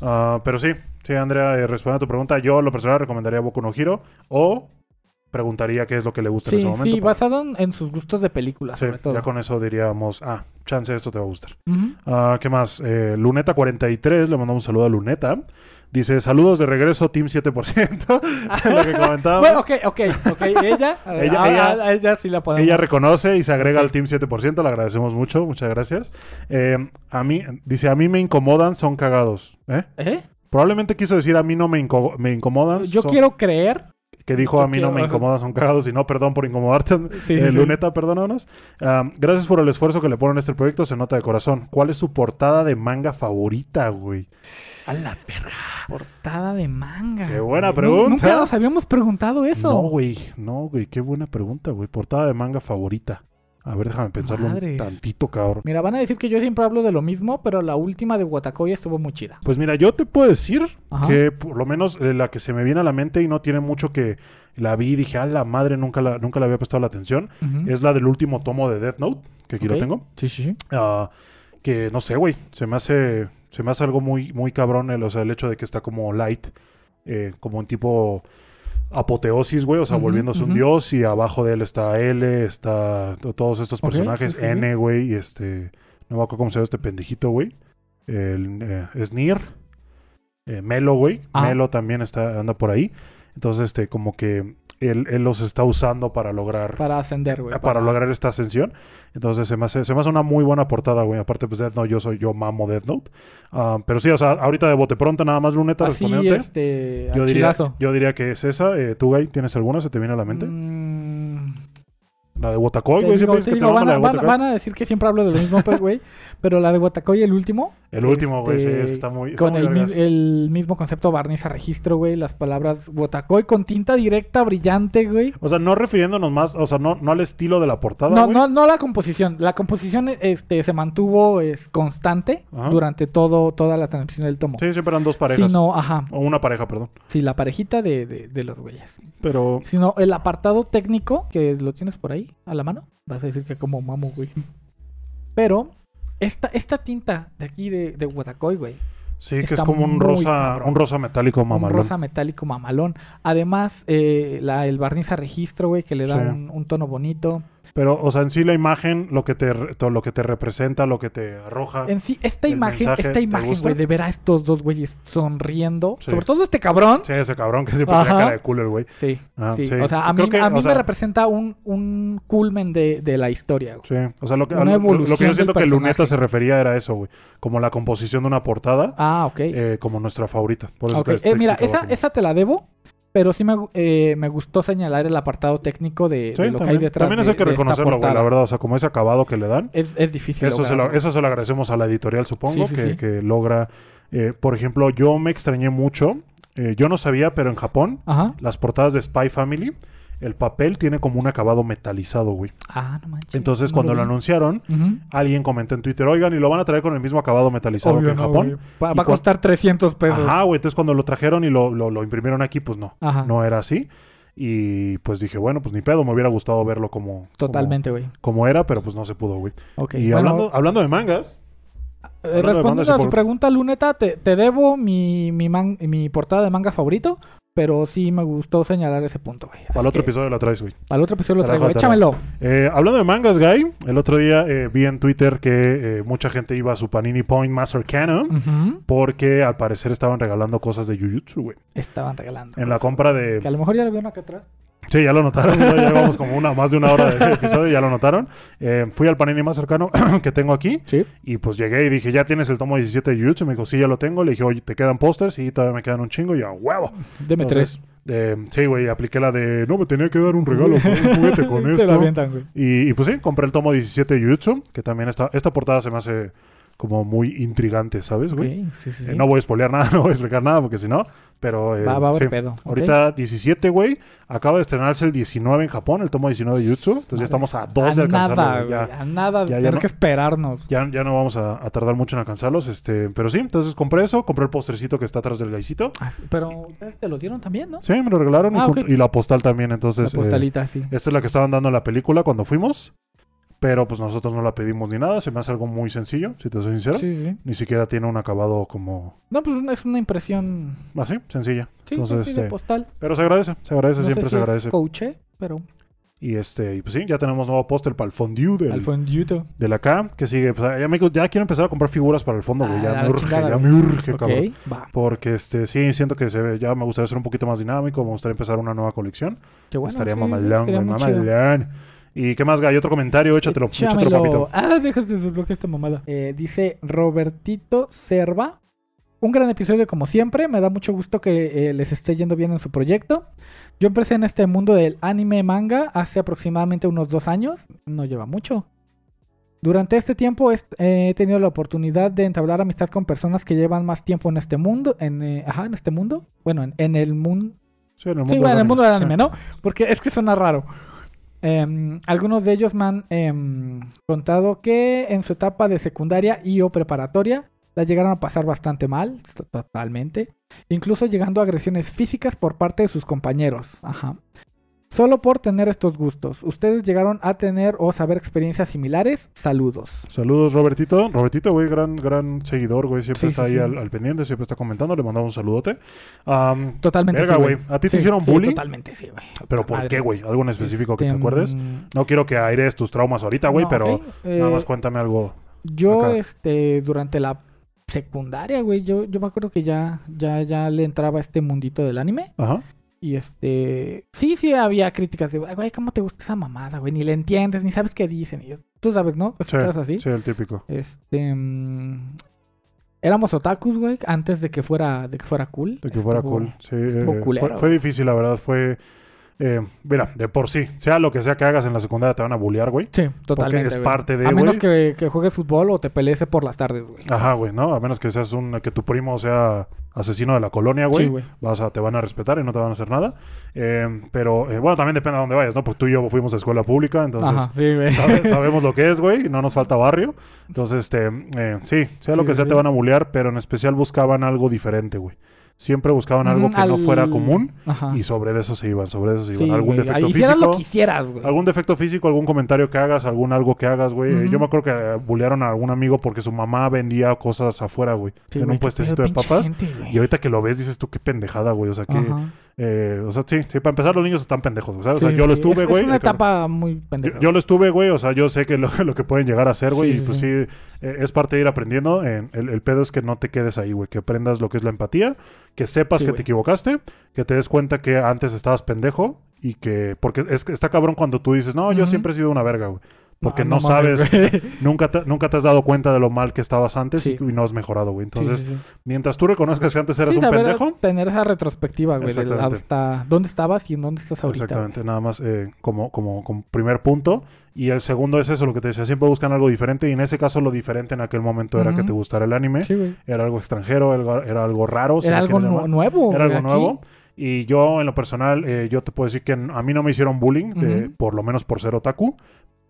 [SPEAKER 1] Ah, pero sí, sí, Andrea, eh, respondiendo a tu pregunta, yo lo personal recomendaría Boku no Hiro o preguntaría qué es lo que le gusta en
[SPEAKER 2] Sí,
[SPEAKER 1] ese momento.
[SPEAKER 2] sí,
[SPEAKER 1] para-
[SPEAKER 2] basado en, en sus gustos de películas,
[SPEAKER 1] Sí,
[SPEAKER 2] sobre todo.
[SPEAKER 1] ya con eso diríamos, ah, chance esto te va a gustar.
[SPEAKER 2] Ujú.
[SPEAKER 1] Ah, ¿Qué más? Eh, Luneta43, le mandamos un saludo a Luneta. Dice, saludos de regreso, Team 7%. lo que comentábamos.
[SPEAKER 2] Bueno, ok, ok, ok. Ella, a- a- a-
[SPEAKER 1] Ah, Ella-
[SPEAKER 2] ella,
[SPEAKER 1] ella-
[SPEAKER 2] sí la podemos...
[SPEAKER 1] Ella reconoce y se agrega
[SPEAKER 2] Ok.
[SPEAKER 1] al Team 7%, le agradecemos mucho, muchas gracias. Eh, a mí, dice, a mí me incomodan, son cagados. ¿Eh?
[SPEAKER 2] ¿Eh?
[SPEAKER 1] Probablemente quiso decir a mí no me, inco- me incomodan.
[SPEAKER 2] Yo
[SPEAKER 1] son-
[SPEAKER 2] quiero creer
[SPEAKER 1] que dijo a mí no me
[SPEAKER 2] Ajá.
[SPEAKER 1] incomodas, son cagados y no, perdón por incomodarte.
[SPEAKER 2] Sí,
[SPEAKER 1] Eh,
[SPEAKER 2] sí, sí.
[SPEAKER 1] Luneta, perdónanos. Am, gracias por el esfuerzo que le ponen a este proyecto, se nota de corazón. ¿Cuál es su portada de manga favorita, güey?
[SPEAKER 2] A la verga. Portada de manga.
[SPEAKER 1] Qué buena
[SPEAKER 2] güey. Nu-
[SPEAKER 1] pregunta.
[SPEAKER 2] Nunca nos habíamos preguntado eso.
[SPEAKER 1] No, güey, no, güey, qué buena pregunta, güey. Portada de manga favorita. A ver, déjame pensarlo
[SPEAKER 2] Madres.
[SPEAKER 1] un tantito, cabrón.
[SPEAKER 2] Mira, van a decir que yo siempre hablo de lo mismo, pero la última de Watakoya estuvo muy chida.
[SPEAKER 1] Pues mira, yo te puedo decir
[SPEAKER 2] Ajá.
[SPEAKER 1] que por lo menos eh, la que se me viene a la mente y no tiene mucho que la vi y dije, a la madre, nunca la, nunca le había prestado la atención,
[SPEAKER 2] Ujú.
[SPEAKER 1] es la del último tomo de Death Note, que aquí
[SPEAKER 2] Ok.
[SPEAKER 1] lo tengo.
[SPEAKER 2] Sí, sí, sí.
[SPEAKER 1] Ah, que no sé, güey, se me hace se me hace algo muy muy cabrón, el, o sea, el hecho de que está como light, eh, como un tipo apoteosis, güey, o sea,
[SPEAKER 2] Ujú,
[SPEAKER 1] volviéndose un
[SPEAKER 2] ujú.
[SPEAKER 1] dios y abajo de él está L, está to- todos estos
[SPEAKER 2] Ok,
[SPEAKER 1] personajes,
[SPEAKER 2] sí, sí, sí.
[SPEAKER 1] N, güey, y este, no me acuerdo cómo se llama este pendejito, güey, el eh, Sneer, eh, Melo, güey,
[SPEAKER 2] Ah.
[SPEAKER 1] Melo también está anda por ahí, entonces este, como que él, él los está usando para lograr
[SPEAKER 2] Para ascender, güey.
[SPEAKER 1] Ah, para lograr esta ascensión. Entonces se me hace, se me hace una muy buena portada, güey. Aparte, pues Death Note, yo soy, yo mamo Death Note. Ah, pero sí, o sea, ahorita de bote pronto, nada más luneta
[SPEAKER 2] Así,
[SPEAKER 1] respondiéndote.
[SPEAKER 2] este...
[SPEAKER 1] yo,
[SPEAKER 2] al
[SPEAKER 1] diría,
[SPEAKER 2] chilazo.
[SPEAKER 1] yo diría que es esa. Eh, ¿Tú, Guy, tienes alguna? ¿Se te viene a la mente?
[SPEAKER 2] Mm,
[SPEAKER 1] La de Wotakoy,
[SPEAKER 2] te
[SPEAKER 1] güey.
[SPEAKER 2] digo,
[SPEAKER 1] Siempre dices
[SPEAKER 2] te
[SPEAKER 1] que te
[SPEAKER 2] digo,
[SPEAKER 1] mama la
[SPEAKER 2] van, a,
[SPEAKER 1] de
[SPEAKER 2] van-
[SPEAKER 1] Wotakoy.
[SPEAKER 2] van a decir que siempre hablo de lo mismo, pues, güey. Pero la de Watakoya, el último,
[SPEAKER 1] El último, güey. Sí,
[SPEAKER 2] este,
[SPEAKER 1] es que está muy. está
[SPEAKER 2] con
[SPEAKER 1] muy
[SPEAKER 2] el, mi-
[SPEAKER 1] vergas.
[SPEAKER 2] el mismo concepto barniz a registro, güey. Las palabras Wotakoy con tinta directa, brillante, güey.
[SPEAKER 1] O sea, no refiriéndonos más, o sea, no, no al estilo de la portada,
[SPEAKER 2] No,
[SPEAKER 1] Ah, güey.
[SPEAKER 2] no, no la composición. La composición este, se mantuvo es, constante
[SPEAKER 1] Ajá.
[SPEAKER 2] durante todo, toda la transmisión del tomo.
[SPEAKER 1] Sí, siempre eran dos parejas.
[SPEAKER 2] Sino, ajá,
[SPEAKER 1] O una pareja, perdón.
[SPEAKER 2] sí, la parejita de, de, de los güeyes.
[SPEAKER 1] Pero.
[SPEAKER 2] Sino el apartado técnico, que lo tienes por ahí, a la mano. Vas a decir que como mamo, güey. Pero esta, esta tinta de aquí de, de Watakoy, güey.
[SPEAKER 1] Sí, que es
[SPEAKER 2] Está
[SPEAKER 1] como un
[SPEAKER 2] muy
[SPEAKER 1] rosa,
[SPEAKER 2] cabrón.
[SPEAKER 1] un rosa metálico
[SPEAKER 2] Un
[SPEAKER 1] mamalón.
[SPEAKER 2] rosa metálico mamalón. Además, eh, la, el barniz a registro, güey, que le da
[SPEAKER 1] Sí.
[SPEAKER 2] un, un tono bonito.
[SPEAKER 1] Pero, o sea, en sí la imagen, lo que te, re- todo lo que te representa, lo que te arroja.
[SPEAKER 2] En sí, esta
[SPEAKER 1] El
[SPEAKER 2] imagen,
[SPEAKER 1] mensaje,
[SPEAKER 2] esta
[SPEAKER 1] ¿te
[SPEAKER 2] imagen,
[SPEAKER 1] gusta?
[SPEAKER 2] güey, de ver a estos dos güeyes sonriendo.
[SPEAKER 1] Sí.
[SPEAKER 2] Sobre todo este cabrón.
[SPEAKER 1] Sí, ese cabrón que siempre tiene
[SPEAKER 2] Ajá.
[SPEAKER 1] cara de culo el güey.
[SPEAKER 2] Sí,
[SPEAKER 1] Ah,
[SPEAKER 2] sí.
[SPEAKER 1] sí.
[SPEAKER 2] O sea,
[SPEAKER 1] Sí,
[SPEAKER 2] a mí,
[SPEAKER 1] creo que,
[SPEAKER 2] a mí
[SPEAKER 1] o sea-
[SPEAKER 2] me representa un, un culmen de, de la historia, güey.
[SPEAKER 1] Sí, o sea, lo que,
[SPEAKER 2] Una
[SPEAKER 1] lo- lo- lo, que
[SPEAKER 2] evolución
[SPEAKER 1] yo siento
[SPEAKER 2] del
[SPEAKER 1] que Luneta
[SPEAKER 2] personaje.
[SPEAKER 1] se refería era eso, güey. Como la composición de una portada,
[SPEAKER 2] Ah, ok.
[SPEAKER 1] eh, pues, como nuestra favorita. Por eso
[SPEAKER 2] Ok,
[SPEAKER 1] te-
[SPEAKER 2] eh,
[SPEAKER 1] te
[SPEAKER 2] mira, esa,
[SPEAKER 1] explicaba como-
[SPEAKER 2] esa te la debo, pero sí me, gu- eh, me gustó señalar el apartado técnico de,
[SPEAKER 1] Sí,
[SPEAKER 2] de lo que hay
[SPEAKER 1] también,
[SPEAKER 2] detrás.
[SPEAKER 1] también eso
[SPEAKER 2] de-
[SPEAKER 1] hay que
[SPEAKER 2] de esta
[SPEAKER 1] reconocerlo, güey, la
[SPEAKER 2] portada.
[SPEAKER 1] verdad. O sea, como ese acabado que le dan.
[SPEAKER 2] Es, es difícil.
[SPEAKER 1] Eso se, lo,
[SPEAKER 2] lograrlo.
[SPEAKER 1] eso se lo agradecemos a la editorial, supongo,
[SPEAKER 2] Sí, sí,
[SPEAKER 1] que,
[SPEAKER 2] sí.
[SPEAKER 1] que logra... eh, por ejemplo, yo me extrañé mucho. eh, yo no sabía, pero en Japón,
[SPEAKER 2] Ajá.
[SPEAKER 1] las portadas de Spy Family, el papel tiene como un acabado metalizado, güey.
[SPEAKER 2] Ah, no manches.
[SPEAKER 1] Entonces,
[SPEAKER 2] no
[SPEAKER 1] cuando
[SPEAKER 2] lo
[SPEAKER 1] lo
[SPEAKER 2] vi.
[SPEAKER 1] anunciaron,
[SPEAKER 2] Ujú.
[SPEAKER 1] alguien comentó en Twitter, oigan, y lo van a traer con el mismo acabado metalizado
[SPEAKER 2] Obvio,
[SPEAKER 1] que en
[SPEAKER 2] no,
[SPEAKER 1] Japón.
[SPEAKER 2] güey. Va,
[SPEAKER 1] Y
[SPEAKER 2] va a
[SPEAKER 1] cu-
[SPEAKER 2] costar 300 pesos.
[SPEAKER 1] Ajá, güey. Entonces, cuando lo trajeron y lo, lo- lo imprimieron aquí, pues no.
[SPEAKER 2] Ajá.
[SPEAKER 1] No era así. Y pues dije, bueno, pues ni pedo, me hubiera gustado verlo como. como-
[SPEAKER 2] Totalmente, güey.
[SPEAKER 1] Como, era, pero pues no se pudo, güey.
[SPEAKER 2] Ok.
[SPEAKER 1] Y
[SPEAKER 2] bueno,
[SPEAKER 1] hablando, hablando de mangas,
[SPEAKER 2] Eh,
[SPEAKER 1] Hablando de bandas
[SPEAKER 2] Respondiendo
[SPEAKER 1] de
[SPEAKER 2] a su
[SPEAKER 1] por-
[SPEAKER 2] pregunta, Luneta, te, te debo mi, mi, man- mi portada de manga favorito, pero sí me gustó señalar ese punto, güey.
[SPEAKER 1] para el
[SPEAKER 2] Así
[SPEAKER 1] otro
[SPEAKER 2] que
[SPEAKER 1] episodio la traes, güey.
[SPEAKER 2] Para el otro episodio lo
[SPEAKER 1] Te la dejo
[SPEAKER 2] traigo.
[SPEAKER 1] de tarea.
[SPEAKER 2] Échamelo.
[SPEAKER 1] Eh, hablando de mangas, Guy, el otro día eh, vi en Twitter que eh, mucha gente iba a su Panini Point Master Canon
[SPEAKER 2] Ujú.
[SPEAKER 1] porque al parecer estaban regalando cosas de Jujutsu, güey.
[SPEAKER 2] Estaban regalando.
[SPEAKER 1] En la
[SPEAKER 2] cosas.
[SPEAKER 1] compra de.
[SPEAKER 2] Que a lo mejor ya lo vieron acá atrás.
[SPEAKER 1] Sí, ya lo notaron. ¿no? Ya llevamos como una, más de una hora de episodio, ya lo notaron. Eh, fui al panini más cercano que tengo aquí
[SPEAKER 2] Sí.
[SPEAKER 1] y pues llegué y dije, ¿ya tienes el tomo 17 de Jujutsu? Me dijo, sí, ya lo tengo. Le dije, oye, ¿te quedan pósters? Y todavía me quedan un chingo. Y yo, "A huevo.
[SPEAKER 2] Deme
[SPEAKER 1] Entonces, eh, sí, güey, apliqué la de, no, me tenía que dar un regalo, pero un juguete
[SPEAKER 2] tres.
[SPEAKER 1] con
[SPEAKER 2] Te lo
[SPEAKER 1] esto.
[SPEAKER 2] avientan, güey.
[SPEAKER 1] Y, y, pues sí, compré el tomo 17 de Jujutsu, que también está, esta portada se me hace como muy intrigante, ¿sabes, güey?
[SPEAKER 2] Ok, sí, sí,
[SPEAKER 1] Eh,
[SPEAKER 2] sí.
[SPEAKER 1] no voy a spoilear nada, no voy a explicar nada, porque si no, pero... eh,
[SPEAKER 2] va, va a haber
[SPEAKER 1] sí.
[SPEAKER 2] pedo. ok.
[SPEAKER 1] Ahorita 17, güey. Acaba de estrenarse el 19 en Japón, el tomo 19 de Jutsu. Entonces ya estamos a dos de
[SPEAKER 2] a
[SPEAKER 1] alcanzarlo.
[SPEAKER 2] nada,
[SPEAKER 1] güey, ya,
[SPEAKER 2] güey, A nada de
[SPEAKER 1] Ya, ya
[SPEAKER 2] tener
[SPEAKER 1] no-
[SPEAKER 2] que esperarnos.
[SPEAKER 1] ya, ya no vamos a, a tardar mucho en alcanzarlos. Este, pero sí, entonces compré eso, compré el postrecito que está atrás del gaisito.
[SPEAKER 2] Ah, sí, Pero ustedes te los dieron también, ¿no?
[SPEAKER 1] Sí, me lo regalaron y
[SPEAKER 2] Ah,
[SPEAKER 1] junto-
[SPEAKER 2] ok.
[SPEAKER 1] y, la postal también. Entonces,
[SPEAKER 2] la
[SPEAKER 1] eh,
[SPEAKER 2] postalita, sí.
[SPEAKER 1] esta es la que estaban dando en la película cuando fuimos. Pero pues nosotros no la pedimos ni nada. Se me hace algo muy sencillo, si te soy sincero.
[SPEAKER 2] Sí, sí.
[SPEAKER 1] Ni siquiera tiene un acabado como
[SPEAKER 2] No, pues es una impresión.
[SPEAKER 1] así, sencilla.
[SPEAKER 2] Sí,
[SPEAKER 1] Entonces,
[SPEAKER 2] sí, sí, de
[SPEAKER 1] este,
[SPEAKER 2] postal.
[SPEAKER 1] Pero se agradece, se agradece,
[SPEAKER 2] No
[SPEAKER 1] siempre
[SPEAKER 2] sé si
[SPEAKER 1] se agradece.
[SPEAKER 2] Es coaché, pero
[SPEAKER 1] Y este, y pues sí, ya tenemos nuevo póster para el fondue del,
[SPEAKER 2] al fondito.
[SPEAKER 1] de la K, que sigue. pues, ya, me- ya quiero empezar a comprar figuras para el fondo, güey.
[SPEAKER 2] Ah,
[SPEAKER 1] Ya
[SPEAKER 2] la
[SPEAKER 1] me urge,
[SPEAKER 2] chingada,
[SPEAKER 1] ya
[SPEAKER 2] güey.
[SPEAKER 1] me urge,
[SPEAKER 2] Ok,
[SPEAKER 1] cabrón.
[SPEAKER 2] va.
[SPEAKER 1] Porque este, sí, siento que se ve, ya me gustaría ser un poquito más dinámico, me gustaría empezar una nueva colección.
[SPEAKER 2] Qué bueno.
[SPEAKER 1] Estaría
[SPEAKER 2] sí, sí,
[SPEAKER 1] mamalón,
[SPEAKER 2] sería
[SPEAKER 1] güey,
[SPEAKER 2] muy chido.
[SPEAKER 1] mamalón. ¿Y qué más, Gay? Otro comentario, échatelo, échatelo,
[SPEAKER 2] Échamelo.
[SPEAKER 1] papito.
[SPEAKER 2] Ah, déjase desbloquear esta mamada. Eh, dice Robertito Cerva. un gran episodio como siempre. Me da mucho gusto que eh, les esté yendo bien en su proyecto. Yo empecé en este mundo del anime manga hace aproximadamente unos dos años. No lleva mucho. Durante este tiempo he, eh, he tenido la oportunidad de entablar amistad con personas que llevan más tiempo en este mundo. En, eh, ajá, en este mundo. Bueno, en, en el mundo.
[SPEAKER 1] Sí, en el mundo,
[SPEAKER 2] Sí, bueno, en el mundo del anime,
[SPEAKER 1] Sí.
[SPEAKER 2] ¿no? Porque es que suena raro. Em, algunos de ellos me han em, contado que en su etapa de secundaria y o preparatoria la llegaron a pasar bastante mal, to- totalmente, incluso llegando a agresiones físicas por parte de sus compañeros. Ajá. Solo por tener estos gustos. ¿Ustedes llegaron a tener o saber experiencias similares? Saludos.
[SPEAKER 1] Saludos, Robertito. Robertito, güey, gran, gran seguidor, güey. Siempre
[SPEAKER 2] Sí,
[SPEAKER 1] está
[SPEAKER 2] sí,
[SPEAKER 1] ahí
[SPEAKER 2] sí.
[SPEAKER 1] Al, al pendiente, siempre está comentando. Le mandamos un saludote. Am,
[SPEAKER 2] Totalmente.
[SPEAKER 1] Verga,
[SPEAKER 2] sí,
[SPEAKER 1] güey. ¿A ti te hicieron
[SPEAKER 2] sí,
[SPEAKER 1] bullying?
[SPEAKER 2] Totalmente, sí, güey.
[SPEAKER 1] ¿Pero
[SPEAKER 2] Puta
[SPEAKER 1] por
[SPEAKER 2] madre.
[SPEAKER 1] qué, güey? ¿Algo en específico que te
[SPEAKER 2] Este,
[SPEAKER 1] acuerdes?
[SPEAKER 2] mm,
[SPEAKER 1] No quiero que aires tus traumas ahorita, güey,
[SPEAKER 2] no,
[SPEAKER 1] pero
[SPEAKER 2] ok,
[SPEAKER 1] nada
[SPEAKER 2] eh,
[SPEAKER 1] más cuéntame algo.
[SPEAKER 2] Yo,
[SPEAKER 1] Acá.
[SPEAKER 2] este, durante la secundaria, güey, yo, yo me acuerdo que ya, ya, ya le entraba a este mundito del anime.
[SPEAKER 1] Ajá.
[SPEAKER 2] Y este, sí, sí había críticas de, "Ay, güey, ¿cómo te gusta esa mamada, güey? Ni le entiendes, ni sabes qué dicen. Y yo, tú sabes, ¿no?
[SPEAKER 1] Sí,
[SPEAKER 2] Cosas así.
[SPEAKER 1] sí, el típico.
[SPEAKER 2] Este, mm, éramos otakus, güey, antes de que fuera, de que fuera cool.
[SPEAKER 1] De que fuera
[SPEAKER 2] Estuvo-
[SPEAKER 1] cool. Sí,
[SPEAKER 2] estuvo
[SPEAKER 1] eh,
[SPEAKER 2] culero,
[SPEAKER 1] fue, fue difícil, la verdad. Fue. eh, mira, de por sí, sea lo que sea que hagas en la secundaria, te van a bullear, güey.
[SPEAKER 2] Sí, totalmente.
[SPEAKER 1] es
[SPEAKER 2] güey.
[SPEAKER 1] parte de,
[SPEAKER 2] A menos
[SPEAKER 1] güey.
[SPEAKER 2] que, que juegues fútbol o te pelees por las tardes, güey.
[SPEAKER 1] Ajá, güey, ¿no? A menos que seas un. que tu primo sea asesino de la colonia,
[SPEAKER 2] Sí,
[SPEAKER 1] güey.
[SPEAKER 2] güey.
[SPEAKER 1] vas a, te van a respetar y no te van a hacer nada. Eh, pero eh, bueno, también depende a dónde vayas, ¿no? Porque tú y yo fuimos a escuela pública, entonces
[SPEAKER 2] Ajá, sí, güey.
[SPEAKER 1] sabe- sabemos lo que es, güey, y no nos falta barrio. Entonces, este, eh, sí, sea lo
[SPEAKER 2] Sí,
[SPEAKER 1] que sea,
[SPEAKER 2] sí.
[SPEAKER 1] te van a bullear, pero en especial buscaban algo diferente, güey. Siempre buscaban algo que no
[SPEAKER 2] Mm, Al-
[SPEAKER 1] fuera común
[SPEAKER 2] Ajá.
[SPEAKER 1] y sobre de eso se iban, sobre de eso se iban.
[SPEAKER 2] Sí,
[SPEAKER 1] algún
[SPEAKER 2] güey.
[SPEAKER 1] defecto
[SPEAKER 2] Hicieras
[SPEAKER 1] físico.
[SPEAKER 2] lo que hicieras, güey.
[SPEAKER 1] Algún defecto físico, algún comentario que hagas, algún algo que hagas, güey. Eh,
[SPEAKER 2] Ujú.
[SPEAKER 1] Yo me acuerdo que eh, bullearon a algún amigo porque su mamá vendía cosas afuera, güey.
[SPEAKER 2] Sí,
[SPEAKER 1] en
[SPEAKER 2] güey,
[SPEAKER 1] un
[SPEAKER 2] qué
[SPEAKER 1] puestecito
[SPEAKER 2] pedo,
[SPEAKER 1] de
[SPEAKER 2] pinche
[SPEAKER 1] papas.
[SPEAKER 2] gente, güey.
[SPEAKER 1] Y ahorita que lo ves, dices tú qué pendejada, güey. O sea, que,
[SPEAKER 2] Ajá.
[SPEAKER 1] eh, o sea, sí, sí, para empezar, los niños están pendejos, güey, ¿sabes? o sea,
[SPEAKER 2] Sí,
[SPEAKER 1] yo lo
[SPEAKER 2] sí. Es-
[SPEAKER 1] estuve, güey.
[SPEAKER 2] Es una
[SPEAKER 1] eh, cabrón.
[SPEAKER 2] etapa muy
[SPEAKER 1] Yo,
[SPEAKER 2] pendeja.
[SPEAKER 1] yo lo estuve, güey. O sea, yo sé que lo, lo que pueden llegar a ser, güey.
[SPEAKER 2] Sí,
[SPEAKER 1] y
[SPEAKER 2] sí,
[SPEAKER 1] pues sí,
[SPEAKER 2] sí.
[SPEAKER 1] eh, es parte de ir aprendiendo. eh, el, el pedo es que no te quedes ahí, güey. Que aprendas lo que es la empatía, que sepas
[SPEAKER 2] Sí,
[SPEAKER 1] que te
[SPEAKER 2] güey.
[SPEAKER 1] equivocaste, que te des cuenta que antes estabas pendejo y que. Porque es que está cabrón cuando tú dices, no, yo
[SPEAKER 2] Ujú.
[SPEAKER 1] siempre he sido una verga, güey. Porque no,
[SPEAKER 2] Ah, mames,
[SPEAKER 1] sabes,
[SPEAKER 2] güey.
[SPEAKER 1] nunca te, nunca te has dado cuenta de lo mal que estabas antes
[SPEAKER 2] Sí.
[SPEAKER 1] y, y no has mejorado, güey. Entonces,
[SPEAKER 2] Sí, sí, sí.
[SPEAKER 1] mientras tú reconozcas que antes eras
[SPEAKER 2] Sí,
[SPEAKER 1] un
[SPEAKER 2] saber
[SPEAKER 1] pendejo,
[SPEAKER 2] Tener esa retrospectiva, güey, de
[SPEAKER 1] Exactamente.
[SPEAKER 2] hasta dónde estabas y en dónde estás ahorita.
[SPEAKER 1] Exactamente, nada más eh, como, como, como primer punto. Y el segundo es eso, lo que te decía, siempre buscan algo diferente. Y en ese caso lo diferente en aquel momento era que
[SPEAKER 2] Ujú.
[SPEAKER 1] te gustara el anime.
[SPEAKER 2] güey. Sí, güey.
[SPEAKER 1] Era algo extranjero, algo- era algo raro. si
[SPEAKER 2] Era
[SPEAKER 1] lo
[SPEAKER 2] algo
[SPEAKER 1] quieres
[SPEAKER 2] nu-
[SPEAKER 1] llamar.
[SPEAKER 2] nuevo.
[SPEAKER 1] Era
[SPEAKER 2] güey,
[SPEAKER 1] algo
[SPEAKER 2] aquí.
[SPEAKER 1] nuevo. Y yo en lo personal, eh, yo te puedo decir que n- a mí no me hicieron bullying, de-
[SPEAKER 2] Ujú.
[SPEAKER 1] por lo menos por ser otaku.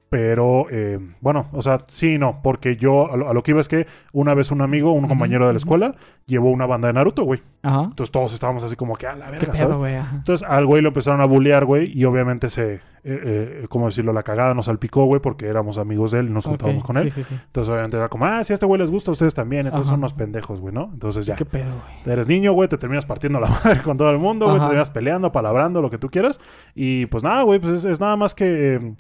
[SPEAKER 1] Pero eh, bueno, o sea, sí y no, porque yo a lo, a lo que iba es que una vez un amigo, un
[SPEAKER 2] Ujú,
[SPEAKER 1] compañero de la
[SPEAKER 2] ujú.
[SPEAKER 1] escuela, llevó una banda de Naruto, güey.
[SPEAKER 2] Ajá.
[SPEAKER 1] Entonces todos estábamos así como que a la
[SPEAKER 2] Qué
[SPEAKER 1] verga, ¿sabes?
[SPEAKER 2] pedo, güey. ajá.
[SPEAKER 1] Entonces al güey lo empezaron a bullear, güey, y obviamente se, eh, eh, ¿cómo decirlo? La cagada nos salpicó, güey, porque éramos amigos de él y nos juntábamos
[SPEAKER 2] Ok,
[SPEAKER 1] con él.
[SPEAKER 2] Sí, sí, sí.
[SPEAKER 1] Entonces obviamente era como, ah, si a este güey les gusta, a ustedes también, entonces
[SPEAKER 2] Ajá.
[SPEAKER 1] son unos pendejos, güey, ¿no? Entonces ya,
[SPEAKER 2] Qué pedo, güey.
[SPEAKER 1] eres niño, güey, te terminas partiendo la madre con todo el mundo, güey, te
[SPEAKER 2] Ajá.
[SPEAKER 1] terminas peleando, palabrando, lo que tú quieras, y pues nada, güey, pues es, es nada más que... eh,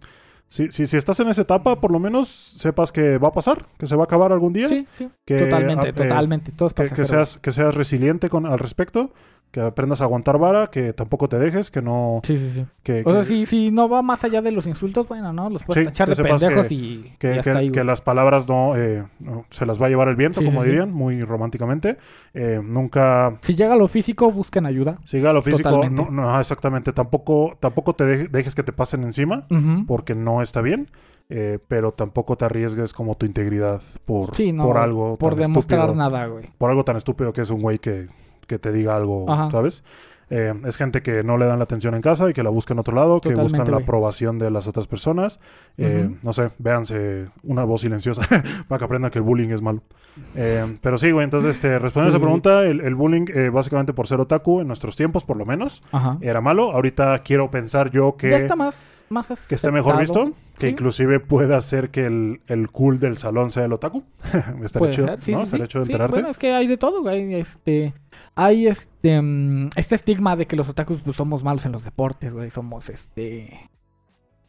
[SPEAKER 1] si, si, si estás en esa etapa, por lo menos sepas que va a pasar, que se va a acabar algún día.
[SPEAKER 2] Sí, sí.
[SPEAKER 1] que,
[SPEAKER 2] totalmente,
[SPEAKER 1] ah, eh,
[SPEAKER 2] totalmente. Todos
[SPEAKER 1] que, que seas, que seas resiliente con, al respecto, que aprendas a aguantar vara, que tampoco te dejes, que no...
[SPEAKER 2] Sí, sí, sí.
[SPEAKER 1] Que,
[SPEAKER 2] O sea,
[SPEAKER 1] que-
[SPEAKER 2] si, si no va más allá de los insultos, bueno, no, los puedes
[SPEAKER 1] Sí,
[SPEAKER 2] tachar
[SPEAKER 1] que
[SPEAKER 2] de
[SPEAKER 1] sepas que-
[SPEAKER 2] pendejos y,
[SPEAKER 1] que,
[SPEAKER 2] y
[SPEAKER 1] que-
[SPEAKER 2] hasta ahí,
[SPEAKER 1] que
[SPEAKER 2] güey.
[SPEAKER 1] las palabras no, eh, no- se las va a llevar el viento,
[SPEAKER 2] Sí,
[SPEAKER 1] como
[SPEAKER 2] sí, sí.
[SPEAKER 1] dirían, muy románticamente. Eh, nunca
[SPEAKER 2] Si llega lo físico, busquen ayuda.
[SPEAKER 1] siga lo físico, no,
[SPEAKER 2] Totalmente.
[SPEAKER 1] no, ajá, exactamente. Tampoco, tampoco te de- dejes que te pasen encima,
[SPEAKER 2] Ujú.
[SPEAKER 1] porque no está bien. eh, pero tampoco te arriesgues como tu integridad por,
[SPEAKER 2] Sí, no,
[SPEAKER 1] por algo
[SPEAKER 2] Por
[SPEAKER 1] tan
[SPEAKER 2] demostrar
[SPEAKER 1] estúpido,
[SPEAKER 2] nada, güey.
[SPEAKER 1] por algo tan estúpido que es un güey que, que te diga algo,
[SPEAKER 2] Ajá.
[SPEAKER 1] ¿sabes? Eh, es gente que no le dan la atención en casa y que la busca en otro lado, que
[SPEAKER 2] Totalmente,
[SPEAKER 1] buscan la
[SPEAKER 2] güey.
[SPEAKER 1] aprobación de las otras personas. Eh,
[SPEAKER 2] Ujú.
[SPEAKER 1] No sé, véanse una voz silenciosa para que aprendan que el bullying es malo. Eh, pero sí, güey, entonces, este, respondiendo a esa
[SPEAKER 2] Sí, sí, sí.
[SPEAKER 1] pregunta, el, el bullying, eh, básicamente por ser otaku, en nuestros tiempos por lo menos,
[SPEAKER 2] Ajá.
[SPEAKER 1] era malo. Ahorita quiero pensar yo Eh, que,
[SPEAKER 2] ya está más, más
[SPEAKER 1] que esté mejor
[SPEAKER 2] aceptado.
[SPEAKER 1] visto, que
[SPEAKER 2] Sí.
[SPEAKER 1] inclusive pueda ser que el, el cool del salón sea el otaku. Estaría
[SPEAKER 2] Puede
[SPEAKER 1] chido,
[SPEAKER 2] ser, sí,
[SPEAKER 1] ¿no?
[SPEAKER 2] sí,
[SPEAKER 1] Estaría
[SPEAKER 2] sí.
[SPEAKER 1] chido
[SPEAKER 2] Sí,
[SPEAKER 1] enterarte.
[SPEAKER 2] bueno, es que hay de todo, güey. Este, hay este, mm, este estigma de que los otakus pues, somos malos en los deportes, güey. Somos, este,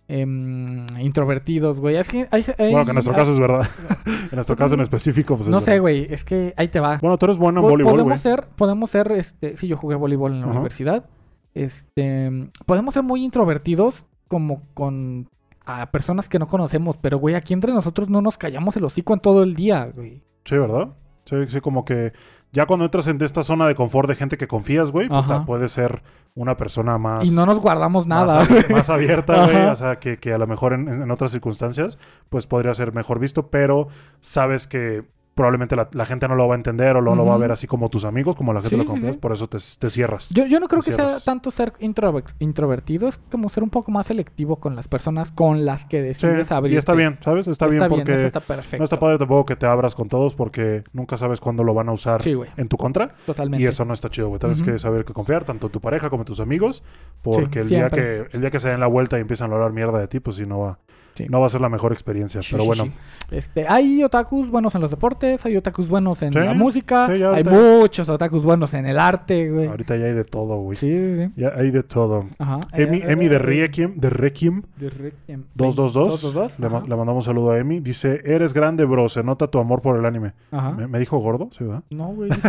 [SPEAKER 2] em, introvertidos, güey. Es que hay... hay-
[SPEAKER 1] Bueno, que en nuestro
[SPEAKER 2] ah,
[SPEAKER 1] caso es verdad. en nuestro caso en específico, pues es
[SPEAKER 2] No sé,
[SPEAKER 1] verdad.
[SPEAKER 2] güey. Es que ahí te va.
[SPEAKER 1] Bueno, tú eres bueno en
[SPEAKER 2] Po-
[SPEAKER 1] voleibol,
[SPEAKER 2] podemos
[SPEAKER 1] güey.
[SPEAKER 2] ser, podemos ser, este, sí, yo jugué voleibol en la
[SPEAKER 1] Ajá.
[SPEAKER 2] universidad. Este, podemos ser muy introvertidos como con a personas que no conocemos, pero güey, aquí entre nosotros no nos callamos el hocico en todo el día, güey.
[SPEAKER 1] Sí, ¿verdad? Sí, sí, como que ya cuando entras en esta zona de confort de gente que confías, güey, puta,
[SPEAKER 2] Ajá.
[SPEAKER 1] puedes ser una persona más...
[SPEAKER 2] Y no nos guardamos nada.
[SPEAKER 1] Más, abi- más abierta, güey.
[SPEAKER 2] Ajá.
[SPEAKER 1] O sea, que, que a lo mejor en, en otras circunstancias, pues podría ser mejor visto, pero sabes que probablemente la, la gente no lo va a entender o no lo va a
[SPEAKER 2] Ujú.
[SPEAKER 1] ver así como tus amigos, como la gente
[SPEAKER 2] Sí,
[SPEAKER 1] lo
[SPEAKER 2] sí,
[SPEAKER 1] confías,
[SPEAKER 2] sí.
[SPEAKER 1] por eso te, te cierras.
[SPEAKER 2] Yo, yo no creo que sea
[SPEAKER 1] Encierras.
[SPEAKER 2] tanto ser introvex- introvertido, es como ser un poco más selectivo con las personas con las que
[SPEAKER 1] Sí,
[SPEAKER 2] decides abrir.
[SPEAKER 1] y está bien, ¿sabes? Está, bien porque
[SPEAKER 2] eso está perfecto.
[SPEAKER 1] no está padre tampoco que te abras con todos porque nunca sabes cuándo lo van a usar
[SPEAKER 2] Sí, güey,
[SPEAKER 1] en tu contra.
[SPEAKER 2] totalmente.
[SPEAKER 1] Y eso no está chido, güey. Tienes
[SPEAKER 2] Ujú.
[SPEAKER 1] que saber que confiar tanto en tu pareja como en tus amigos. Porque el, día
[SPEAKER 2] siempre.
[SPEAKER 1] que, el día que se den la vuelta y empiezan a hablar mierda de ti, pues sí, no va,
[SPEAKER 2] Sí.
[SPEAKER 1] no va a ser la mejor experiencia.
[SPEAKER 2] Sí,
[SPEAKER 1] pero
[SPEAKER 2] sí,
[SPEAKER 1] bueno,
[SPEAKER 2] sí. Este, hay otakus buenos en los deportes, hay otakus buenos en
[SPEAKER 1] Sí,
[SPEAKER 2] la música,
[SPEAKER 1] sí, ya
[SPEAKER 2] hay
[SPEAKER 1] ahorita-
[SPEAKER 2] muchos otakus buenos en el arte, güey.
[SPEAKER 1] ahorita ya hay de todo, güey.
[SPEAKER 2] Sí, sí, sí.
[SPEAKER 1] Ya hay de todo.
[SPEAKER 2] Ajá.
[SPEAKER 1] Emi,
[SPEAKER 2] Eh,
[SPEAKER 1] Emi
[SPEAKER 2] eh,
[SPEAKER 1] de Requiem, de Requiem
[SPEAKER 2] de Requiem.
[SPEAKER 1] 222.
[SPEAKER 2] 222,
[SPEAKER 1] Le, ma-
[SPEAKER 2] ajá.
[SPEAKER 1] le mandamos un saludo a Emi. Dice, eres grande, bro. Se nota tu amor por el anime.
[SPEAKER 2] Ajá.
[SPEAKER 1] ¿Me, me dijo gordo? Sí, ¿verdad?
[SPEAKER 2] No, güey. dijo-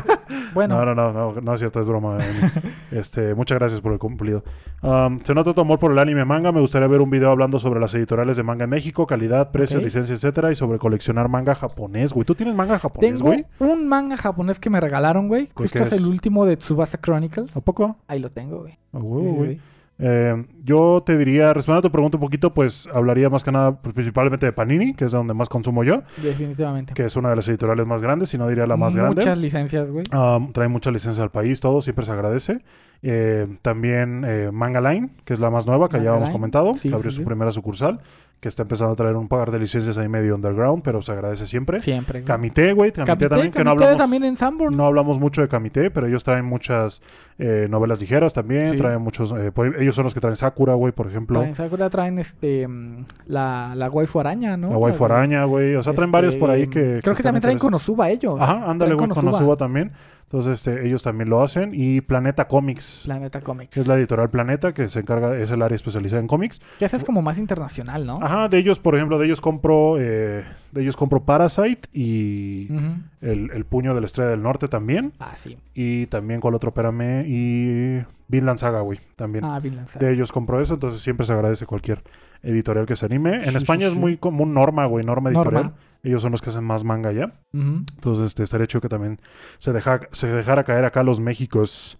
[SPEAKER 2] Bueno,
[SPEAKER 1] No, no, no, no, no es cierto, es broma. Emi. este, muchas gracias por el cumplido. Am, se nota tu amor por el anime manga. Me gustaría ver un video hablando sobre las editoriales de manga en México, calidad, precio,
[SPEAKER 2] Ok.
[SPEAKER 1] licencia, etcétera, y sobre coleccionar manga japonés, güey. ¿Tú tienes manga japonés,
[SPEAKER 2] tengo
[SPEAKER 1] güey?
[SPEAKER 2] un manga japonés que me regalaron, güey. Justo
[SPEAKER 1] qué
[SPEAKER 2] es
[SPEAKER 1] es?
[SPEAKER 2] el último de Tsubasa Chronicles.
[SPEAKER 1] ¿A poco?
[SPEAKER 2] Ahí lo tengo, güey.
[SPEAKER 1] A huevo,
[SPEAKER 2] Sí, sí,
[SPEAKER 1] Oh, güey.
[SPEAKER 2] sí.
[SPEAKER 1] Eh, yo te diría, respondiendo a tu pregunta un poquito, pues hablaría más que nada pues, principalmente de Panini, que es donde más consumo yo,
[SPEAKER 2] Definitivamente.
[SPEAKER 1] que es una de las editoriales más grandes, si no diría la más grande.
[SPEAKER 2] Muchas licencias, güey.
[SPEAKER 1] Um, trae muchas licencias al país, todo, siempre se agradece. Eh, también eh, Manga Line, que es la más nueva que
[SPEAKER 2] Manga
[SPEAKER 1] ya habíamos
[SPEAKER 2] Line,
[SPEAKER 1] comentado,
[SPEAKER 2] sí,
[SPEAKER 1] que abrió
[SPEAKER 2] sí,
[SPEAKER 1] su
[SPEAKER 2] sí.
[SPEAKER 1] primera sucursal, que está empezando a traer un par de licencias ahí medio underground, pero se agradece siempre.
[SPEAKER 2] Siempre. güey.
[SPEAKER 1] Camité, güey, Camité,
[SPEAKER 2] Camité,
[SPEAKER 1] también, ¿Eh? que no
[SPEAKER 2] Camité
[SPEAKER 1] hablamos.
[SPEAKER 2] también en Sanborns.
[SPEAKER 1] No hablamos mucho de Kamite, pero ellos traen muchas eh, novelas ligeras también.
[SPEAKER 2] Sí.
[SPEAKER 1] Traen muchos. eh, por- ellos son los que traen Sakura, güey, por ejemplo.
[SPEAKER 2] Traen Sakura, traen este, mm, la, la waifu araña, ¿no?
[SPEAKER 1] La waifu
[SPEAKER 2] de-
[SPEAKER 1] araña, güey. O sea, traen varios por ahí
[SPEAKER 2] este,
[SPEAKER 1] que.
[SPEAKER 2] Creo que también traen
[SPEAKER 1] están
[SPEAKER 2] Konosuba ellos.
[SPEAKER 1] interesantes. Ajá, ándale,
[SPEAKER 2] Traen
[SPEAKER 1] güey, Konosuba también. Entonces, este, ellos también lo hacen. Y Planeta Comics,
[SPEAKER 2] Planeta Comics.
[SPEAKER 1] que es la editorial Planeta, que se encarga, es el área especializada en cómics.
[SPEAKER 2] Que esa es como más internacional, ¿no?
[SPEAKER 1] Ajá, de ellos, por ejemplo, de ellos compro. eh, de ellos compro Parasite y.
[SPEAKER 2] Ujú.
[SPEAKER 1] El, el puño de la estrella del norte también.
[SPEAKER 2] Ah, sí.
[SPEAKER 1] Y también, ¿cuál otro? Espérame. Y. Vinland Saga, güey. También.
[SPEAKER 2] Ah, bien lanzado.
[SPEAKER 1] de ellos compro eso, entonces siempre se agradece cualquier editorial que se anime. En
[SPEAKER 2] Sí,
[SPEAKER 1] España
[SPEAKER 2] sí,
[SPEAKER 1] es
[SPEAKER 2] sí.
[SPEAKER 1] muy común Norma, güey, Norma Editorial.
[SPEAKER 2] Norma.
[SPEAKER 1] Ellos son los que hacen más manga ya.
[SPEAKER 2] Ujú.
[SPEAKER 1] Entonces este, estaría chido que también se, deja, se dejara caer acá los Méxicos.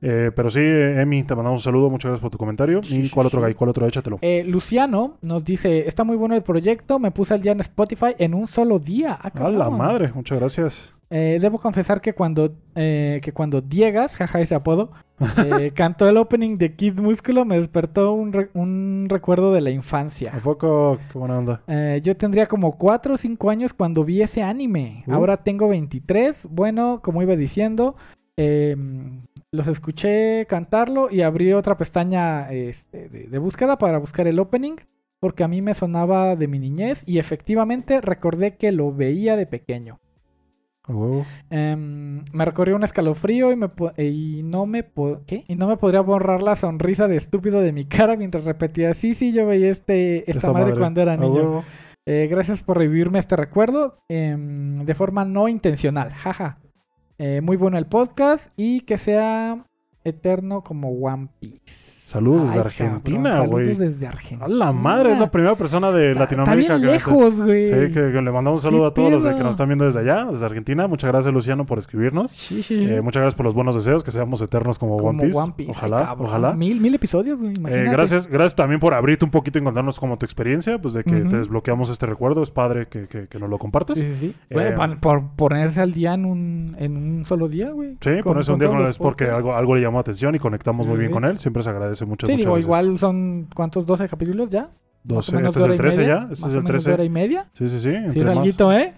[SPEAKER 1] Eh, pero sí, eh, Emi, te mandamos un saludo, muchas gracias por tu comentario.
[SPEAKER 2] Sí,
[SPEAKER 1] ¿Y
[SPEAKER 2] sí,
[SPEAKER 1] cuál otro
[SPEAKER 2] sí.
[SPEAKER 1] gay? ¿Cuál otro? Échatelo.
[SPEAKER 2] Eh, Luciano nos dice, está muy bueno el proyecto, me puse al día en Spotify en un solo día. Ah,
[SPEAKER 1] A la
[SPEAKER 2] cabrón.
[SPEAKER 1] madre, muchas gracias.
[SPEAKER 2] Eh, debo confesar que cuando, eh, que cuando Diegas, jaja ese apodo, eh, cantó el opening de Kid Músculo me despertó un, re- un recuerdo de la
[SPEAKER 1] ¿A
[SPEAKER 2] infancia.
[SPEAKER 1] poco? Qué buena onda.
[SPEAKER 2] Eh, yo tendría como 4 o 5 años cuando vi ese anime.
[SPEAKER 1] Uh.
[SPEAKER 2] Ahora tengo 23. Bueno, como iba diciendo, eh, los escuché cantarlo y abrí otra pestaña este, de, de búsqueda para buscar el opening. Porque a mí me sonaba de mi niñez y efectivamente recordé que lo veía de pequeño.
[SPEAKER 1] A huevo.
[SPEAKER 2] Em, me recorrió un escalofrío y, me po- eh, y no me po- ¿qué? y no me podría borrar la sonrisa de estúpido de mi cara mientras repetía sí sí yo veía este esta,
[SPEAKER 1] Esa
[SPEAKER 2] madre, cuando era
[SPEAKER 1] A
[SPEAKER 2] niño
[SPEAKER 1] huevo.
[SPEAKER 2] Eh, gracias por revivirme este recuerdo em, de forma no intencional jaja Eh, muy bueno el podcast y que sea eterno como One Piece
[SPEAKER 1] Saludos
[SPEAKER 2] Ay,
[SPEAKER 1] desde
[SPEAKER 2] cabrón,
[SPEAKER 1] Argentina,
[SPEAKER 2] saludos
[SPEAKER 1] güey.
[SPEAKER 2] desde Argentina
[SPEAKER 1] A la madre, es la primera persona de
[SPEAKER 2] Está-
[SPEAKER 1] Latinoamérica
[SPEAKER 2] está
[SPEAKER 1] que-
[SPEAKER 2] bien lejos güey
[SPEAKER 1] Sí, que, que le mandamos un saludo
[SPEAKER 2] ¿Qué
[SPEAKER 1] a todos los de-
[SPEAKER 2] pedo?
[SPEAKER 1] que nos están viendo desde allá, desde Argentina. Muchas gracias, Luciano, por escribirnos.
[SPEAKER 2] Sí, sí.
[SPEAKER 1] Eh, muchas gracias por los buenos deseos, que seamos eternos como,
[SPEAKER 2] como
[SPEAKER 1] One, Piece.
[SPEAKER 2] Ay,
[SPEAKER 1] Ojalá,
[SPEAKER 2] cabrón,
[SPEAKER 1] ojalá.
[SPEAKER 2] mil mil episodios güey,
[SPEAKER 1] Eh,
[SPEAKER 2] imagínate.
[SPEAKER 1] gracias, gracias también por abrirte un poquito y contarnos como tu experiencia, pues de que
[SPEAKER 2] Ujú.
[SPEAKER 1] te desbloqueamos este recuerdo. Es padre que, que, que nos lo compartes. Sí,
[SPEAKER 2] Sí, sí, sí. Pues, Güey,
[SPEAKER 1] Eh,
[SPEAKER 2] pan- por ponerse al día en un, en un solo día, güey. Con-
[SPEAKER 1] ponerse un día
[SPEAKER 2] todos
[SPEAKER 1] con él
[SPEAKER 2] los
[SPEAKER 1] es porque
[SPEAKER 2] podcasts.
[SPEAKER 1] algo, algo le llamó atención y conectamos
[SPEAKER 2] Sí,
[SPEAKER 1] muy
[SPEAKER 2] sí,
[SPEAKER 1] bien
[SPEAKER 2] sí.
[SPEAKER 1] con él. Siempre se agradece mucho.
[SPEAKER 2] Sí,
[SPEAKER 1] muchas
[SPEAKER 2] digo,
[SPEAKER 1] gracias.
[SPEAKER 2] igual son, ¿cuántos? ¿12 capítulos ya?
[SPEAKER 1] Doce-
[SPEAKER 2] menos
[SPEAKER 1] Este
[SPEAKER 2] de
[SPEAKER 1] es
[SPEAKER 2] hora
[SPEAKER 1] el
[SPEAKER 2] y
[SPEAKER 1] 13
[SPEAKER 2] media,
[SPEAKER 1] ya. Este
[SPEAKER 2] Más
[SPEAKER 1] es
[SPEAKER 2] o
[SPEAKER 1] el
[SPEAKER 2] menos de hora
[SPEAKER 1] 13.
[SPEAKER 2] y media.
[SPEAKER 1] Sí, sí, sí.
[SPEAKER 2] Sí,
[SPEAKER 1] entre
[SPEAKER 2] es
[SPEAKER 1] más.
[SPEAKER 2] alguito, ¿eh?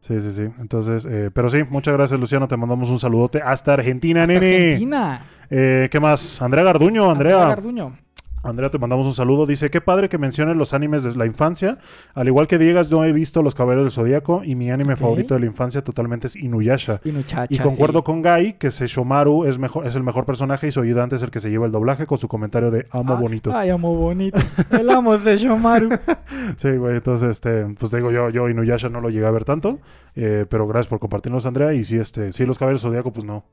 [SPEAKER 1] Sí, sí, sí. Entonces, eh, pero sí, muchas gracias, Luciano. Te mandamos un saludote hasta Argentina,
[SPEAKER 2] Hasta
[SPEAKER 1] nene.
[SPEAKER 2] Argentina.
[SPEAKER 1] Eh, ¿Qué más? Andrea Garduño, Andrea.
[SPEAKER 2] Garduño.
[SPEAKER 1] Andrea, te mandamos un saludo. Dice, qué padre que menciones los animes de la infancia. Al igual que Diegas, no he visto Los Caballeros del Zodíaco y mi anime
[SPEAKER 2] Ok.
[SPEAKER 1] favorito de la infancia totalmente es Inuyasha.
[SPEAKER 2] Y muchacha.
[SPEAKER 1] Y concuerdo
[SPEAKER 2] sí.
[SPEAKER 1] con Gai que Seishomaru es, mejor, es el mejor personaje y su ayudante es el que se lleva el doblaje con su comentario de amo
[SPEAKER 2] Ay,
[SPEAKER 1] bonito.
[SPEAKER 2] Ay, amo bonito. El amo de Shomaru.
[SPEAKER 1] Sí, güey, entonces, este, pues te digo, yo, yo Inuyasha no lo llegué a ver tanto, eh, pero gracias por compartirnos, Andrea. Y sí, este, sí, Los Caballeros del Zodíaco, pues no.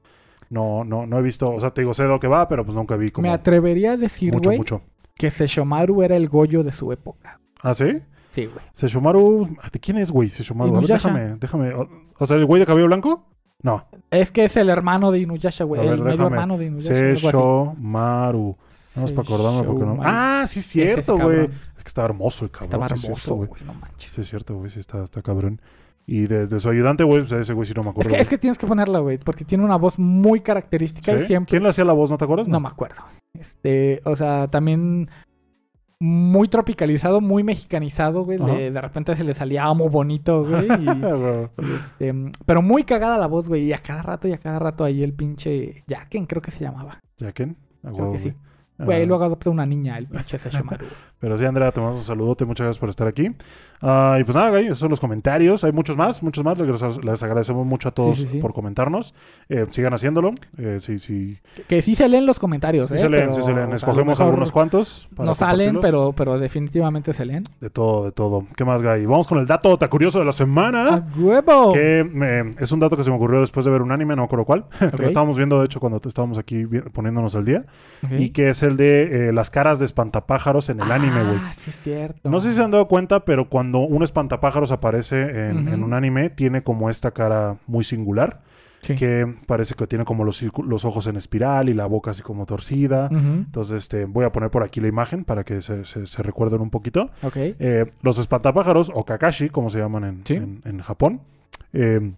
[SPEAKER 1] No, no, no he visto, o sea, te digo, sé de lo que va, pero pues nunca vi como
[SPEAKER 2] Me atrevería a decir,
[SPEAKER 1] mucho,
[SPEAKER 2] güey,
[SPEAKER 1] mucho.
[SPEAKER 2] que Shomaru era el Goyo de su época.
[SPEAKER 1] ¿Ah, sí?
[SPEAKER 2] Sí, güey.
[SPEAKER 1] Seshomaru. ¿De quién es, güey? Seshomaru. A ver,
[SPEAKER 2] Inuyasha.
[SPEAKER 1] déjame, déjame. O, o sea, el güey de cabello blanco. No.
[SPEAKER 2] Es que es el hermano de Inuyasha, güey.
[SPEAKER 1] A
[SPEAKER 2] El
[SPEAKER 1] ver,
[SPEAKER 2] medio
[SPEAKER 1] déjame.
[SPEAKER 2] hermano de Inuyasha. algo
[SPEAKER 1] Seshomaru.
[SPEAKER 2] así.
[SPEAKER 1] Nada más para acordarme porque no.
[SPEAKER 2] Seshomaru.
[SPEAKER 1] Ah, sí, es
[SPEAKER 2] Ese
[SPEAKER 1] cierto,
[SPEAKER 2] cabrón.
[SPEAKER 1] güey. Es que está hermoso el cabrón.
[SPEAKER 2] Estaba
[SPEAKER 1] sí es cierto,
[SPEAKER 2] hermoso,
[SPEAKER 1] güey.
[SPEAKER 2] güey. No manches.
[SPEAKER 1] Sí, es cierto, güey. Sí, está, está cabrón. Y de, de su ayudante, güey, pues, ese güey sí no me
[SPEAKER 2] Es
[SPEAKER 1] acuerdo.
[SPEAKER 2] que, es
[SPEAKER 1] güey.
[SPEAKER 2] que tienes que ponerla, güey, porque tiene una voz muy característica y
[SPEAKER 1] ¿Sí?
[SPEAKER 2] siempre...
[SPEAKER 1] ¿Quién le hacía la voz? ¿No te acuerdas?
[SPEAKER 2] No me acuerdo. Este, o sea, también muy tropicalizado, muy mexicanizado, güey.
[SPEAKER 1] Ajá.
[SPEAKER 2] De, de repente se le salía amo bonito, güey. y,
[SPEAKER 1] Ah, güey.
[SPEAKER 2] este, pero muy cagada la voz, güey. Y a cada rato y a cada rato ahí el pinche Jaquen, creo que se llamaba.
[SPEAKER 1] ¿Ya quién? Ah,
[SPEAKER 2] Creo
[SPEAKER 1] güey,
[SPEAKER 2] que sí.
[SPEAKER 1] Ah,
[SPEAKER 2] Güey, luego adopta una niña, el pinche Sesshomaru.
[SPEAKER 1] Pero sí, Andrea, te mando un saludote. Muchas gracias por estar aquí. Ah, y pues nada, güey, esos son los comentarios. Hay muchos más, muchos más. Les, les agradecemos mucho a todos
[SPEAKER 2] Sí, sí, sí.
[SPEAKER 1] por comentarnos. Eh, sigan haciéndolo. Eh, sí, sí.
[SPEAKER 2] Que- que sí se leen los comentarios,
[SPEAKER 1] Sí
[SPEAKER 2] ¿eh?
[SPEAKER 1] se leen,
[SPEAKER 2] pero,
[SPEAKER 1] sí se
[SPEAKER 2] o
[SPEAKER 1] leen.
[SPEAKER 2] sea, a lo
[SPEAKER 1] Escogemos
[SPEAKER 2] mejor
[SPEAKER 1] algunos cuantos. para
[SPEAKER 2] No salen,
[SPEAKER 1] compartirlos.
[SPEAKER 2] pero, pero definitivamente se leen.
[SPEAKER 1] De todo, de todo. ¿Qué más, Guy? Vamos con el dato tan curioso de la semana.
[SPEAKER 2] ¡A huevo!
[SPEAKER 1] Que me- es un dato que se me ocurrió después de ver un anime, no me acuerdo cuál. que
[SPEAKER 2] Ok,
[SPEAKER 1] lo estábamos viendo, de hecho, cuando te- estábamos aquí vi- poniéndonos al día.
[SPEAKER 2] ok.
[SPEAKER 1] Y que es el de eh, las caras de espantapájaros en el anime, güey.
[SPEAKER 2] Ah, sí es cierto.
[SPEAKER 1] No sé si se han dado cuenta, pero cuando un espantapájaros aparece en,
[SPEAKER 2] Ujú.
[SPEAKER 1] en un anime, tiene como esta cara muy singular,
[SPEAKER 2] Sí.
[SPEAKER 1] que parece que tiene como los, circu- los ojos en espiral y la boca así como torcida.
[SPEAKER 2] Ujú,
[SPEAKER 1] Entonces, este, voy a poner por aquí la imagen para que se, se- se recuerden un poquito.
[SPEAKER 2] Ok.
[SPEAKER 1] Eh, los espantapájaros, o kakashi, como se llaman en,
[SPEAKER 2] Sí.
[SPEAKER 1] en- en Japón, eh,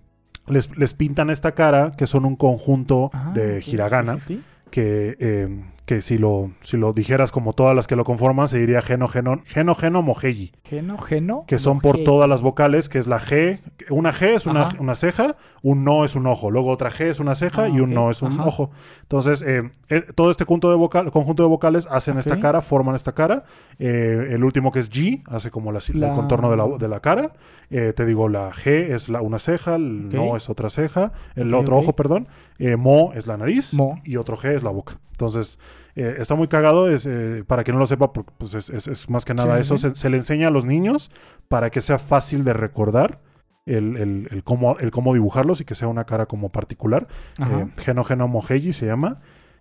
[SPEAKER 1] les, les pintan esta cara que son un conjunto
[SPEAKER 2] Ah,
[SPEAKER 1] de
[SPEAKER 2] ok, sí,
[SPEAKER 1] hiragana
[SPEAKER 2] sí, sí.
[SPEAKER 1] que, eh, que si, lo, si lo dijeras como todas las que lo conforman, se diría geno, geno, geno, geno, moheji,
[SPEAKER 2] Geno, geno.
[SPEAKER 1] que son por todas las vocales, que es la G, una G es una,
[SPEAKER 2] Ajá.
[SPEAKER 1] una ceja, un no es un ojo, luego otra G es una ceja
[SPEAKER 2] Ah,
[SPEAKER 1] y un
[SPEAKER 2] ok.
[SPEAKER 1] no es un
[SPEAKER 2] Ajá.
[SPEAKER 1] ojo. Entonces, eh, eh, todo este conjunto de, vocal, conjunto de vocales hacen esta
[SPEAKER 2] Ok.
[SPEAKER 1] cara, forman esta cara. Eh, el último que es G, hace como la,
[SPEAKER 2] La-
[SPEAKER 1] el contorno de la, de la cara. Eh, te digo, la G es la, una ceja, el
[SPEAKER 2] Ok.
[SPEAKER 1] no es otra ceja, el
[SPEAKER 2] Ok,
[SPEAKER 1] otro
[SPEAKER 2] ok.
[SPEAKER 1] ojo, perdón, eh, mo es la nariz
[SPEAKER 2] Mo.
[SPEAKER 1] y otro G es la boca. Entonces, eh, está muy cagado. Es, eh, para quien no lo sepa, por- pues es, es- es más que nada
[SPEAKER 2] sí,
[SPEAKER 1] eso.
[SPEAKER 2] sí.
[SPEAKER 1] Se, se le enseña a los niños para que sea fácil de recordar el, el- el cómo, el cómo dibujarlos y que sea una cara como particular.
[SPEAKER 2] Ajá.
[SPEAKER 1] Eh, Geno Geno Moheji se llama.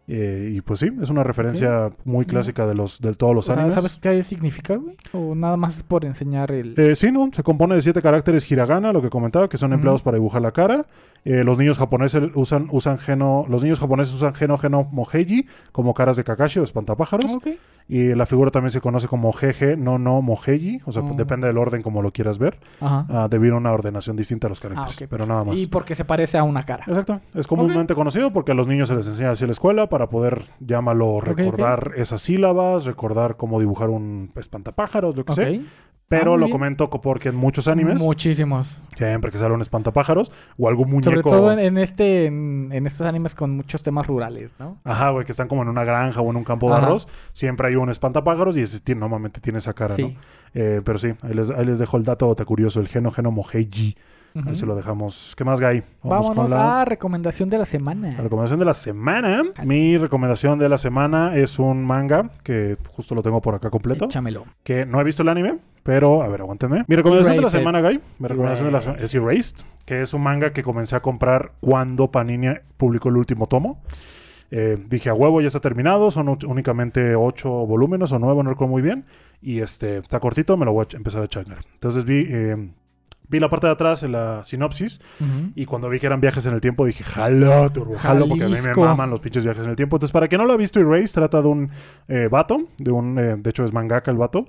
[SPEAKER 1] Eh, y pues sí, es una referencia muy
[SPEAKER 2] Mira.
[SPEAKER 1] clásica de los de todos los
[SPEAKER 2] O sea,
[SPEAKER 1] animes.
[SPEAKER 2] ¿Sabes qué significa, güey? O nada más es por enseñar el.
[SPEAKER 1] Eh, sí, no, se compone de siete caracteres hiragana, lo que comentaba, que son
[SPEAKER 2] Ujú.
[SPEAKER 1] empleados para dibujar la cara. Eh, los niños japoneses usan, usan geno, los niños japoneses usan geno geno moheji como caras de Kakashi o espantapájaros.
[SPEAKER 2] Ok.
[SPEAKER 1] Y la figura también se conoce como GG, no, no, Moheji. O sea, pues,
[SPEAKER 2] Oh.
[SPEAKER 1] depende del orden como lo quieras ver.
[SPEAKER 2] Ajá.
[SPEAKER 1] ah, debido a una ordenación distinta a los
[SPEAKER 2] Ah,
[SPEAKER 1] caracteres.
[SPEAKER 2] ok,
[SPEAKER 1] Pero nada más. Eh,
[SPEAKER 2] Y porque se parece a una cara.
[SPEAKER 1] Exacto. Es comúnmente conocido porque a los niños se les enseña así en la escuela para poder, llámalo,
[SPEAKER 2] ok.
[SPEAKER 1] recordar esas sílabas, recordar cómo dibujar un espantapájaros, lo que
[SPEAKER 2] Ok. Ah,
[SPEAKER 1] sea. Pero
[SPEAKER 2] muy
[SPEAKER 1] lo
[SPEAKER 2] bien.
[SPEAKER 1] comento co- porque en muchos animes,
[SPEAKER 2] Muchísimos.
[SPEAKER 1] siempre que sale un espantapájaros o algún muñeco.
[SPEAKER 2] Sobre todo en, en este. En, en estos animes con muchos temas rurales, ¿no?
[SPEAKER 1] Ajá, güey, que están como en una granja o en un campo de
[SPEAKER 2] Ajá.
[SPEAKER 1] arroz. Siempre hay un espantapájaros y ese tiene- normalmente tiene esa cara, ¿no?
[SPEAKER 2] sí.
[SPEAKER 1] Eh, pero sí, ahí les, ahí les dejo el dato te curioso, el geno geno moheji.
[SPEAKER 2] Ujú.
[SPEAKER 1] Ahí se lo dejamos. ¿Qué más, Guy?
[SPEAKER 2] Vámonos
[SPEAKER 1] la,
[SPEAKER 2] a recomendación de la semana.
[SPEAKER 1] la recomendación de la semana. Mi recomendación de la semana es un manga que justo lo tengo por acá completo.
[SPEAKER 2] Échamelo.
[SPEAKER 1] Que no he visto el anime, pero a ver, aguántenme. Mi recomendación de la
[SPEAKER 2] Erased.
[SPEAKER 1] semana, Guy. Mi recomendación de la semana es Erased, que es un manga que comencé a comprar cuando Panini publicó el último tomo. Eh, dije, a huevo, ya está terminado. Son ut- únicamente ocho volúmenes o nueve, no recuerdo muy bien. Y este, está cortito, me lo voy a ch- empezar a changar. Entonces vi, eh, vi la parte de atrás en la sinopsis.
[SPEAKER 2] Ujú.
[SPEAKER 1] Y cuando vi que eran viajes en el tiempo, dije, jalo, turbo, jalo, porque a mí me
[SPEAKER 2] Jalisco.
[SPEAKER 1] maman los pinches viajes en el tiempo. Entonces, para quien no lo ha visto, Erase trata de un eh, vato, de un, eh, de hecho es mangaka el vato,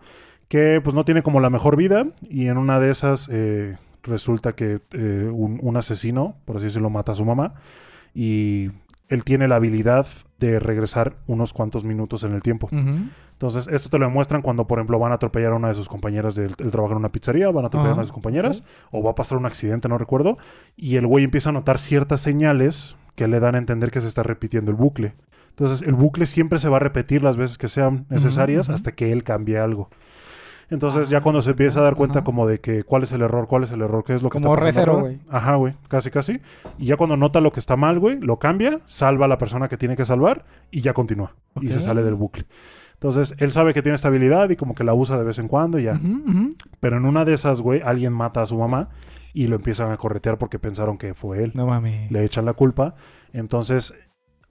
[SPEAKER 1] que pues no tiene como la mejor vida y en una de esas eh, resulta que eh, un, un asesino, por así decirlo, mata a su mamá y él tiene la habilidad de regresar unos cuantos minutos en el tiempo.
[SPEAKER 2] Ujú.
[SPEAKER 1] Entonces, esto te lo demuestran cuando, por ejemplo, van a atropellar a una de sus compañeras del él trabaja en una pizzería, van a atropellar a
[SPEAKER 2] Ajá.
[SPEAKER 1] una de sus compañeras, o va a pasar un accidente, no recuerdo, y el güey empieza a notar ciertas señales que le dan a entender que se está repitiendo el bucle. Entonces, el bucle siempre se va a repetir las veces que sean necesarias
[SPEAKER 2] ujú.
[SPEAKER 1] hasta que él cambie algo. Entonces, ya cuando se empieza a dar cuenta
[SPEAKER 2] Ajá.
[SPEAKER 1] como de que cuál es el error, cuál es el error, qué es lo que
[SPEAKER 2] Como
[SPEAKER 1] está pasando.
[SPEAKER 2] Re:Zero,
[SPEAKER 1] ahora.
[SPEAKER 2] güey.
[SPEAKER 1] Ajá, güey, casi casi. Y ya cuando nota lo que está mal, güey, lo cambia, salva a la persona que tiene que salvar y ya continúa. Y se
[SPEAKER 2] Ok.
[SPEAKER 1] sale del bucle. Entonces, él sabe que tiene esta habilidad y como que la usa de vez en cuando y ya.
[SPEAKER 2] Ujú, ujú.
[SPEAKER 1] Pero en una de esas, güey, alguien mata a su mamá y lo empiezan a corretear porque pensaron que fue él.
[SPEAKER 2] No mames.
[SPEAKER 1] Le echan la culpa. Entonces,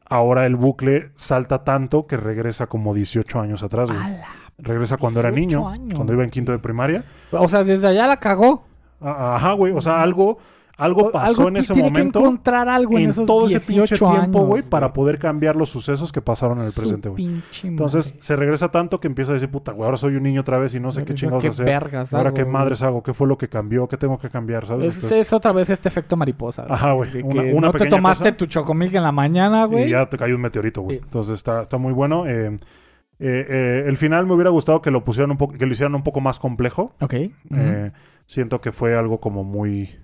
[SPEAKER 1] ahora el bucle salta tanto que regresa como 18 años atrás, güey.
[SPEAKER 2] A la
[SPEAKER 1] Regresa cuando era
[SPEAKER 2] 18
[SPEAKER 1] niño,
[SPEAKER 2] años,
[SPEAKER 1] cuando iba en quinto de primaria.
[SPEAKER 2] O sea, desde allá la cagó.
[SPEAKER 1] A- Ajá, güey. O sea, algo, algo
[SPEAKER 2] O-
[SPEAKER 1] pasó
[SPEAKER 2] algo
[SPEAKER 1] en
[SPEAKER 2] ti-
[SPEAKER 1] ese
[SPEAKER 2] tiene
[SPEAKER 1] momento.
[SPEAKER 2] que encontrar algo en,
[SPEAKER 1] en
[SPEAKER 2] esos
[SPEAKER 1] todo ese
[SPEAKER 2] 18
[SPEAKER 1] pinche tiempo,
[SPEAKER 2] años,
[SPEAKER 1] güey, para poder cambiar los sucesos que pasaron en el presente, güey. Entonces se regresa tanto que empieza a decir, puta, güey, ahora soy un niño otra vez y no sé qué chingados
[SPEAKER 2] qué
[SPEAKER 1] hacer.
[SPEAKER 2] vergas
[SPEAKER 1] ahora
[SPEAKER 2] hago,
[SPEAKER 1] qué
[SPEAKER 2] güey.
[SPEAKER 1] madres hago, qué fue lo que cambió, qué tengo que cambiar, ¿sabes?
[SPEAKER 2] Es,
[SPEAKER 1] Entonces,
[SPEAKER 2] es otra vez este efecto mariposa. güey,
[SPEAKER 1] Ajá, güey,
[SPEAKER 2] de
[SPEAKER 1] una-
[SPEAKER 2] que
[SPEAKER 1] una
[SPEAKER 2] no te
[SPEAKER 1] pequeña
[SPEAKER 2] tomaste
[SPEAKER 1] cosa.
[SPEAKER 2] tu chocomilk en la mañana,
[SPEAKER 1] y
[SPEAKER 2] güey.
[SPEAKER 1] ya te cayó un meteorito, güey.
[SPEAKER 2] Sí.
[SPEAKER 1] Entonces está, está muy bueno. eh, eh, eh, el final me hubiera gustado que lo pusieran un poco, que lo hicieran un poco más complejo.
[SPEAKER 2] Ok. ujú.
[SPEAKER 1] Eh, siento que fue algo como muy,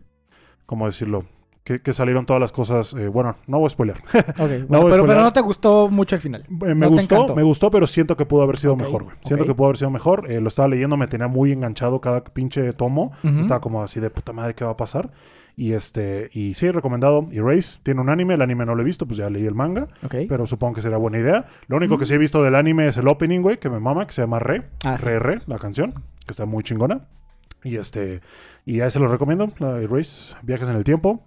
[SPEAKER 1] ¿cómo decirlo? Que, que salieron todas las cosas. eh, bueno, no voy a spoiler.
[SPEAKER 2] Ok, bueno, pero, pero
[SPEAKER 1] spoiler.
[SPEAKER 2] no te gustó mucho el final.
[SPEAKER 1] Eh, Me
[SPEAKER 2] No te
[SPEAKER 1] gustó,
[SPEAKER 2] encantó.
[SPEAKER 1] me gustó, pero siento que pudo haber sido
[SPEAKER 2] Ok,
[SPEAKER 1] mejor, güey. Siento
[SPEAKER 2] ok.
[SPEAKER 1] que pudo haber sido mejor. Eh, lo estaba leyendo, me tenía muy enganchado cada pinche tomo.
[SPEAKER 2] Ujú.
[SPEAKER 1] Estaba como así de puta madre, ¿qué va a pasar? Y este, y sí, recomendado. Erase tiene un anime, el anime no lo he visto, pues ya leí el manga,
[SPEAKER 2] Ok.
[SPEAKER 1] pero supongo que sería buena idea. Lo único que sí he visto del anime es el opening, güey, que me mama, que se llama Re,
[SPEAKER 2] Ah, sí.
[SPEAKER 1] Re Re, la canción, que está muy chingona. Y este, y ahí se lo recomiendo, la Erase, Viajes en el Tiempo.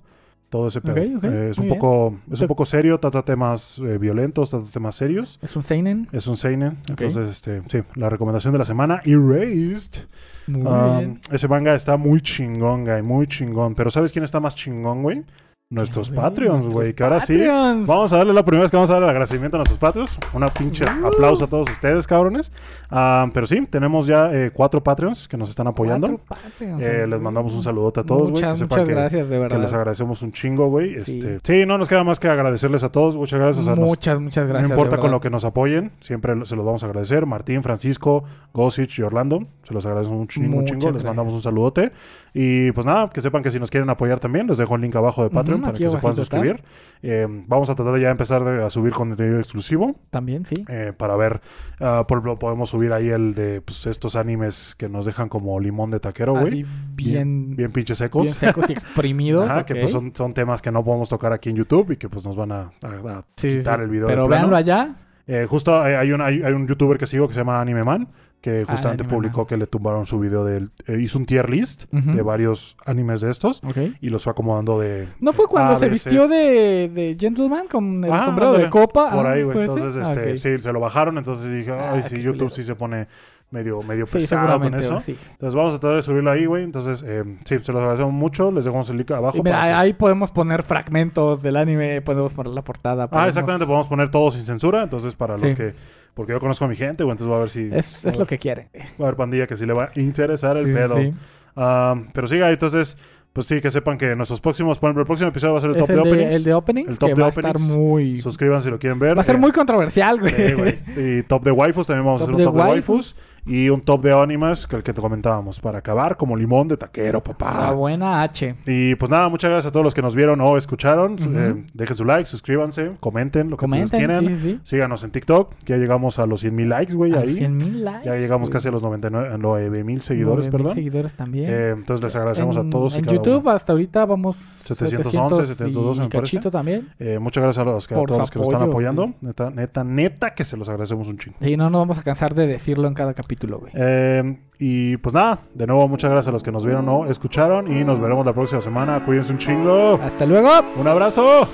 [SPEAKER 1] Todo ese pedo.
[SPEAKER 2] Ok, ok,
[SPEAKER 1] Eh, es un
[SPEAKER 2] muy bien.
[SPEAKER 1] poco, es un
[SPEAKER 2] Te-
[SPEAKER 1] poco serio, trata temas eh, violentos, trata temas serios.
[SPEAKER 2] Es un seinen.
[SPEAKER 1] Es un seinen.
[SPEAKER 2] Ok.
[SPEAKER 1] Entonces, este, sí, la recomendación de la semana, Erased.
[SPEAKER 2] Muy
[SPEAKER 1] Um,
[SPEAKER 2] bien.
[SPEAKER 1] ese manga está muy chingón, güey, muy chingón. Pero ¿sabes quién está más chingón, güey? Nuestros
[SPEAKER 2] Nuestros
[SPEAKER 1] Patreons, güey. Que ahora sí.
[SPEAKER 2] Patreons.
[SPEAKER 1] Vamos a darle la primera vez que vamos a darle el agradecimiento a nuestros Patreons. Una pinche aplauso a todos ustedes, cabrones. Ah, pero sí, tenemos ya eh, cuatro Patreons que nos están apoyando.
[SPEAKER 2] Cuatro Patreons,
[SPEAKER 1] Eh,
[SPEAKER 2] güey.
[SPEAKER 1] les mandamos un saludote a todos, güey. Que
[SPEAKER 2] Muchas,
[SPEAKER 1] sepan
[SPEAKER 2] muchas
[SPEAKER 1] que,
[SPEAKER 2] gracias, de
[SPEAKER 1] que
[SPEAKER 2] verdad.
[SPEAKER 1] les agradecemos un chingo, güey.
[SPEAKER 2] Sí.
[SPEAKER 1] Este, sí, no nos queda más que agradecerles a todos. Muchas gracias. O sea, nos-
[SPEAKER 2] muchas, muchas gracias.
[SPEAKER 1] no importa con lo que nos apoyen, siempre lo- se los vamos a agradecer. Martín, Francisco, Gosich y Orlando, se los agradecemos un chingo, un
[SPEAKER 2] Muchas
[SPEAKER 1] chingo. Les
[SPEAKER 2] gracias.
[SPEAKER 1] mandamos un saludote. Y pues nada, que sepan que si nos quieren apoyar también, les dejo el link abajo de
[SPEAKER 2] Ujú,
[SPEAKER 1] Patreon para
[SPEAKER 2] aquí
[SPEAKER 1] que se puedan
[SPEAKER 2] abajito está.
[SPEAKER 1] suscribir. Eh, vamos a tratar de ya empezar de- a subir contenido exclusivo
[SPEAKER 2] También, sí.
[SPEAKER 1] eh, para ver, ah, por ejemplo, podemos subir ahí el de pues, estos animes que nos dejan como limón de taquero, güey.
[SPEAKER 2] Así bien, Ah, bien,
[SPEAKER 1] Bien pinches secos.
[SPEAKER 2] secos y exprimidos.
[SPEAKER 1] Ajá,
[SPEAKER 2] ok.
[SPEAKER 1] que pues son, son temas que no podemos tocar aquí en YouTube y que pues nos van a, a- a
[SPEAKER 2] Sí, sí,
[SPEAKER 1] quitar
[SPEAKER 2] sí.
[SPEAKER 1] el video de
[SPEAKER 2] Pero
[SPEAKER 1] plano.
[SPEAKER 2] véanlo allá.
[SPEAKER 1] Eh, justo hay, hay un, hay, hay un youtuber que sigo que se llama Anime Man, que justamente
[SPEAKER 2] Ah, Anime
[SPEAKER 1] publicó que le tumbaron su video del... eh, hizo un tier list
[SPEAKER 2] Ujú.
[SPEAKER 1] de varios animes de estos y los fue acomodando de...
[SPEAKER 2] ¿No fue cuando
[SPEAKER 1] A,
[SPEAKER 2] se
[SPEAKER 1] B,
[SPEAKER 2] vistió de, de gentleman con el
[SPEAKER 1] Ah,
[SPEAKER 2] sombrero
[SPEAKER 1] ándale.
[SPEAKER 2] de copa?
[SPEAKER 1] Por
[SPEAKER 2] Ah,
[SPEAKER 1] ahí, güey.
[SPEAKER 2] ¿fue ese?
[SPEAKER 1] Entonces,
[SPEAKER 2] Ah,
[SPEAKER 1] este,
[SPEAKER 2] ok.
[SPEAKER 1] sí, se lo bajaron. Entonces dije,
[SPEAKER 2] Ah,
[SPEAKER 1] ay, sí,
[SPEAKER 2] qué
[SPEAKER 1] YouTube
[SPEAKER 2] culero.
[SPEAKER 1] sí se pone medio, medio
[SPEAKER 2] Sí,
[SPEAKER 1] pesado con
[SPEAKER 2] seguramente.
[SPEAKER 1] eso.
[SPEAKER 2] güey, sí.
[SPEAKER 1] Entonces vamos a tratar de subirlo ahí, güey. Entonces, eh, sí, se los agradecemos mucho. Les dejamos el link abajo.
[SPEAKER 2] Y mira,
[SPEAKER 1] para que-
[SPEAKER 2] ahí podemos poner fragmentos del anime, podemos poner la portada.
[SPEAKER 1] Ah,
[SPEAKER 2] podemos-
[SPEAKER 1] exactamente. Podemos poner todo sin censura. Entonces, para los
[SPEAKER 2] Sí.
[SPEAKER 1] que... Porque yo conozco a mi gente, güey. Entonces va a ver si...
[SPEAKER 2] Es, es lo que quiere.
[SPEAKER 1] Va a haber pandilla que sí le va a interesar el
[SPEAKER 2] Sí, sí,
[SPEAKER 1] pedo.
[SPEAKER 2] sí.
[SPEAKER 1] Um, pero sí, entonces, pues sí, que sepan que nuestros próximos, por ejemplo, el próximo episodio va a ser el
[SPEAKER 2] Es
[SPEAKER 1] top
[SPEAKER 2] el
[SPEAKER 1] de
[SPEAKER 2] de,
[SPEAKER 1] openings.
[SPEAKER 2] el de openings,
[SPEAKER 1] El top
[SPEAKER 2] que
[SPEAKER 1] de
[SPEAKER 2] va a
[SPEAKER 1] openings.
[SPEAKER 2] estar muy...
[SPEAKER 1] Suscríbanse si lo quieren ver.
[SPEAKER 2] Va a ser
[SPEAKER 1] Eh,
[SPEAKER 2] muy controversial, güey.
[SPEAKER 1] sí, güey. y top de waifus también vamos a
[SPEAKER 2] Top
[SPEAKER 1] hacer un
[SPEAKER 2] de
[SPEAKER 1] top de waifus. Y un top de animas, que el que te comentábamos, para acabar como limón de taquero,
[SPEAKER 2] La
[SPEAKER 1] papá.
[SPEAKER 2] buena H.
[SPEAKER 1] Y pues nada, muchas gracias a todos los que nos vieron o escucharon.
[SPEAKER 2] Ujú.
[SPEAKER 1] Eh, dejen su like, suscríbanse, comenten lo que ustedes
[SPEAKER 2] Comenten,
[SPEAKER 1] quieran.
[SPEAKER 2] sí, sí.
[SPEAKER 1] Síganos en TikTok, ya llegamos a los 100 mil likes, güey,
[SPEAKER 2] A
[SPEAKER 1] ahí.
[SPEAKER 2] 100,000 likes,
[SPEAKER 1] ya llegamos
[SPEAKER 2] güey.
[SPEAKER 1] casi a los 99 mil seguidores,
[SPEAKER 2] 9,000
[SPEAKER 1] perdón.
[SPEAKER 2] seguidores también.
[SPEAKER 1] Eh, entonces les agradecemos
[SPEAKER 2] En-
[SPEAKER 1] a todos. y
[SPEAKER 2] En
[SPEAKER 1] cada uno.
[SPEAKER 2] YouTube hasta ahorita vamos
[SPEAKER 1] 711,
[SPEAKER 2] 700 y
[SPEAKER 1] 712 me parece.
[SPEAKER 2] cachito también.
[SPEAKER 1] Eh, muchas gracias a, los, que- a
[SPEAKER 2] Por
[SPEAKER 1] todos
[SPEAKER 2] su
[SPEAKER 1] los que nos están
[SPEAKER 2] apoyo,
[SPEAKER 1] apoyando.
[SPEAKER 2] güey.
[SPEAKER 1] Neta, neta, neta que se los agradecemos un chingo.
[SPEAKER 2] Sí, no nos vamos a cansar de decirlo en cada capítulo, güey.
[SPEAKER 1] Eh, y pues nada, de nuevo muchas gracias a los que nos vieron o escucharon y nos veremos la próxima semana. Cuídense un chingo.
[SPEAKER 2] Hasta luego.
[SPEAKER 1] Un abrazo.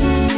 [SPEAKER 3] Thank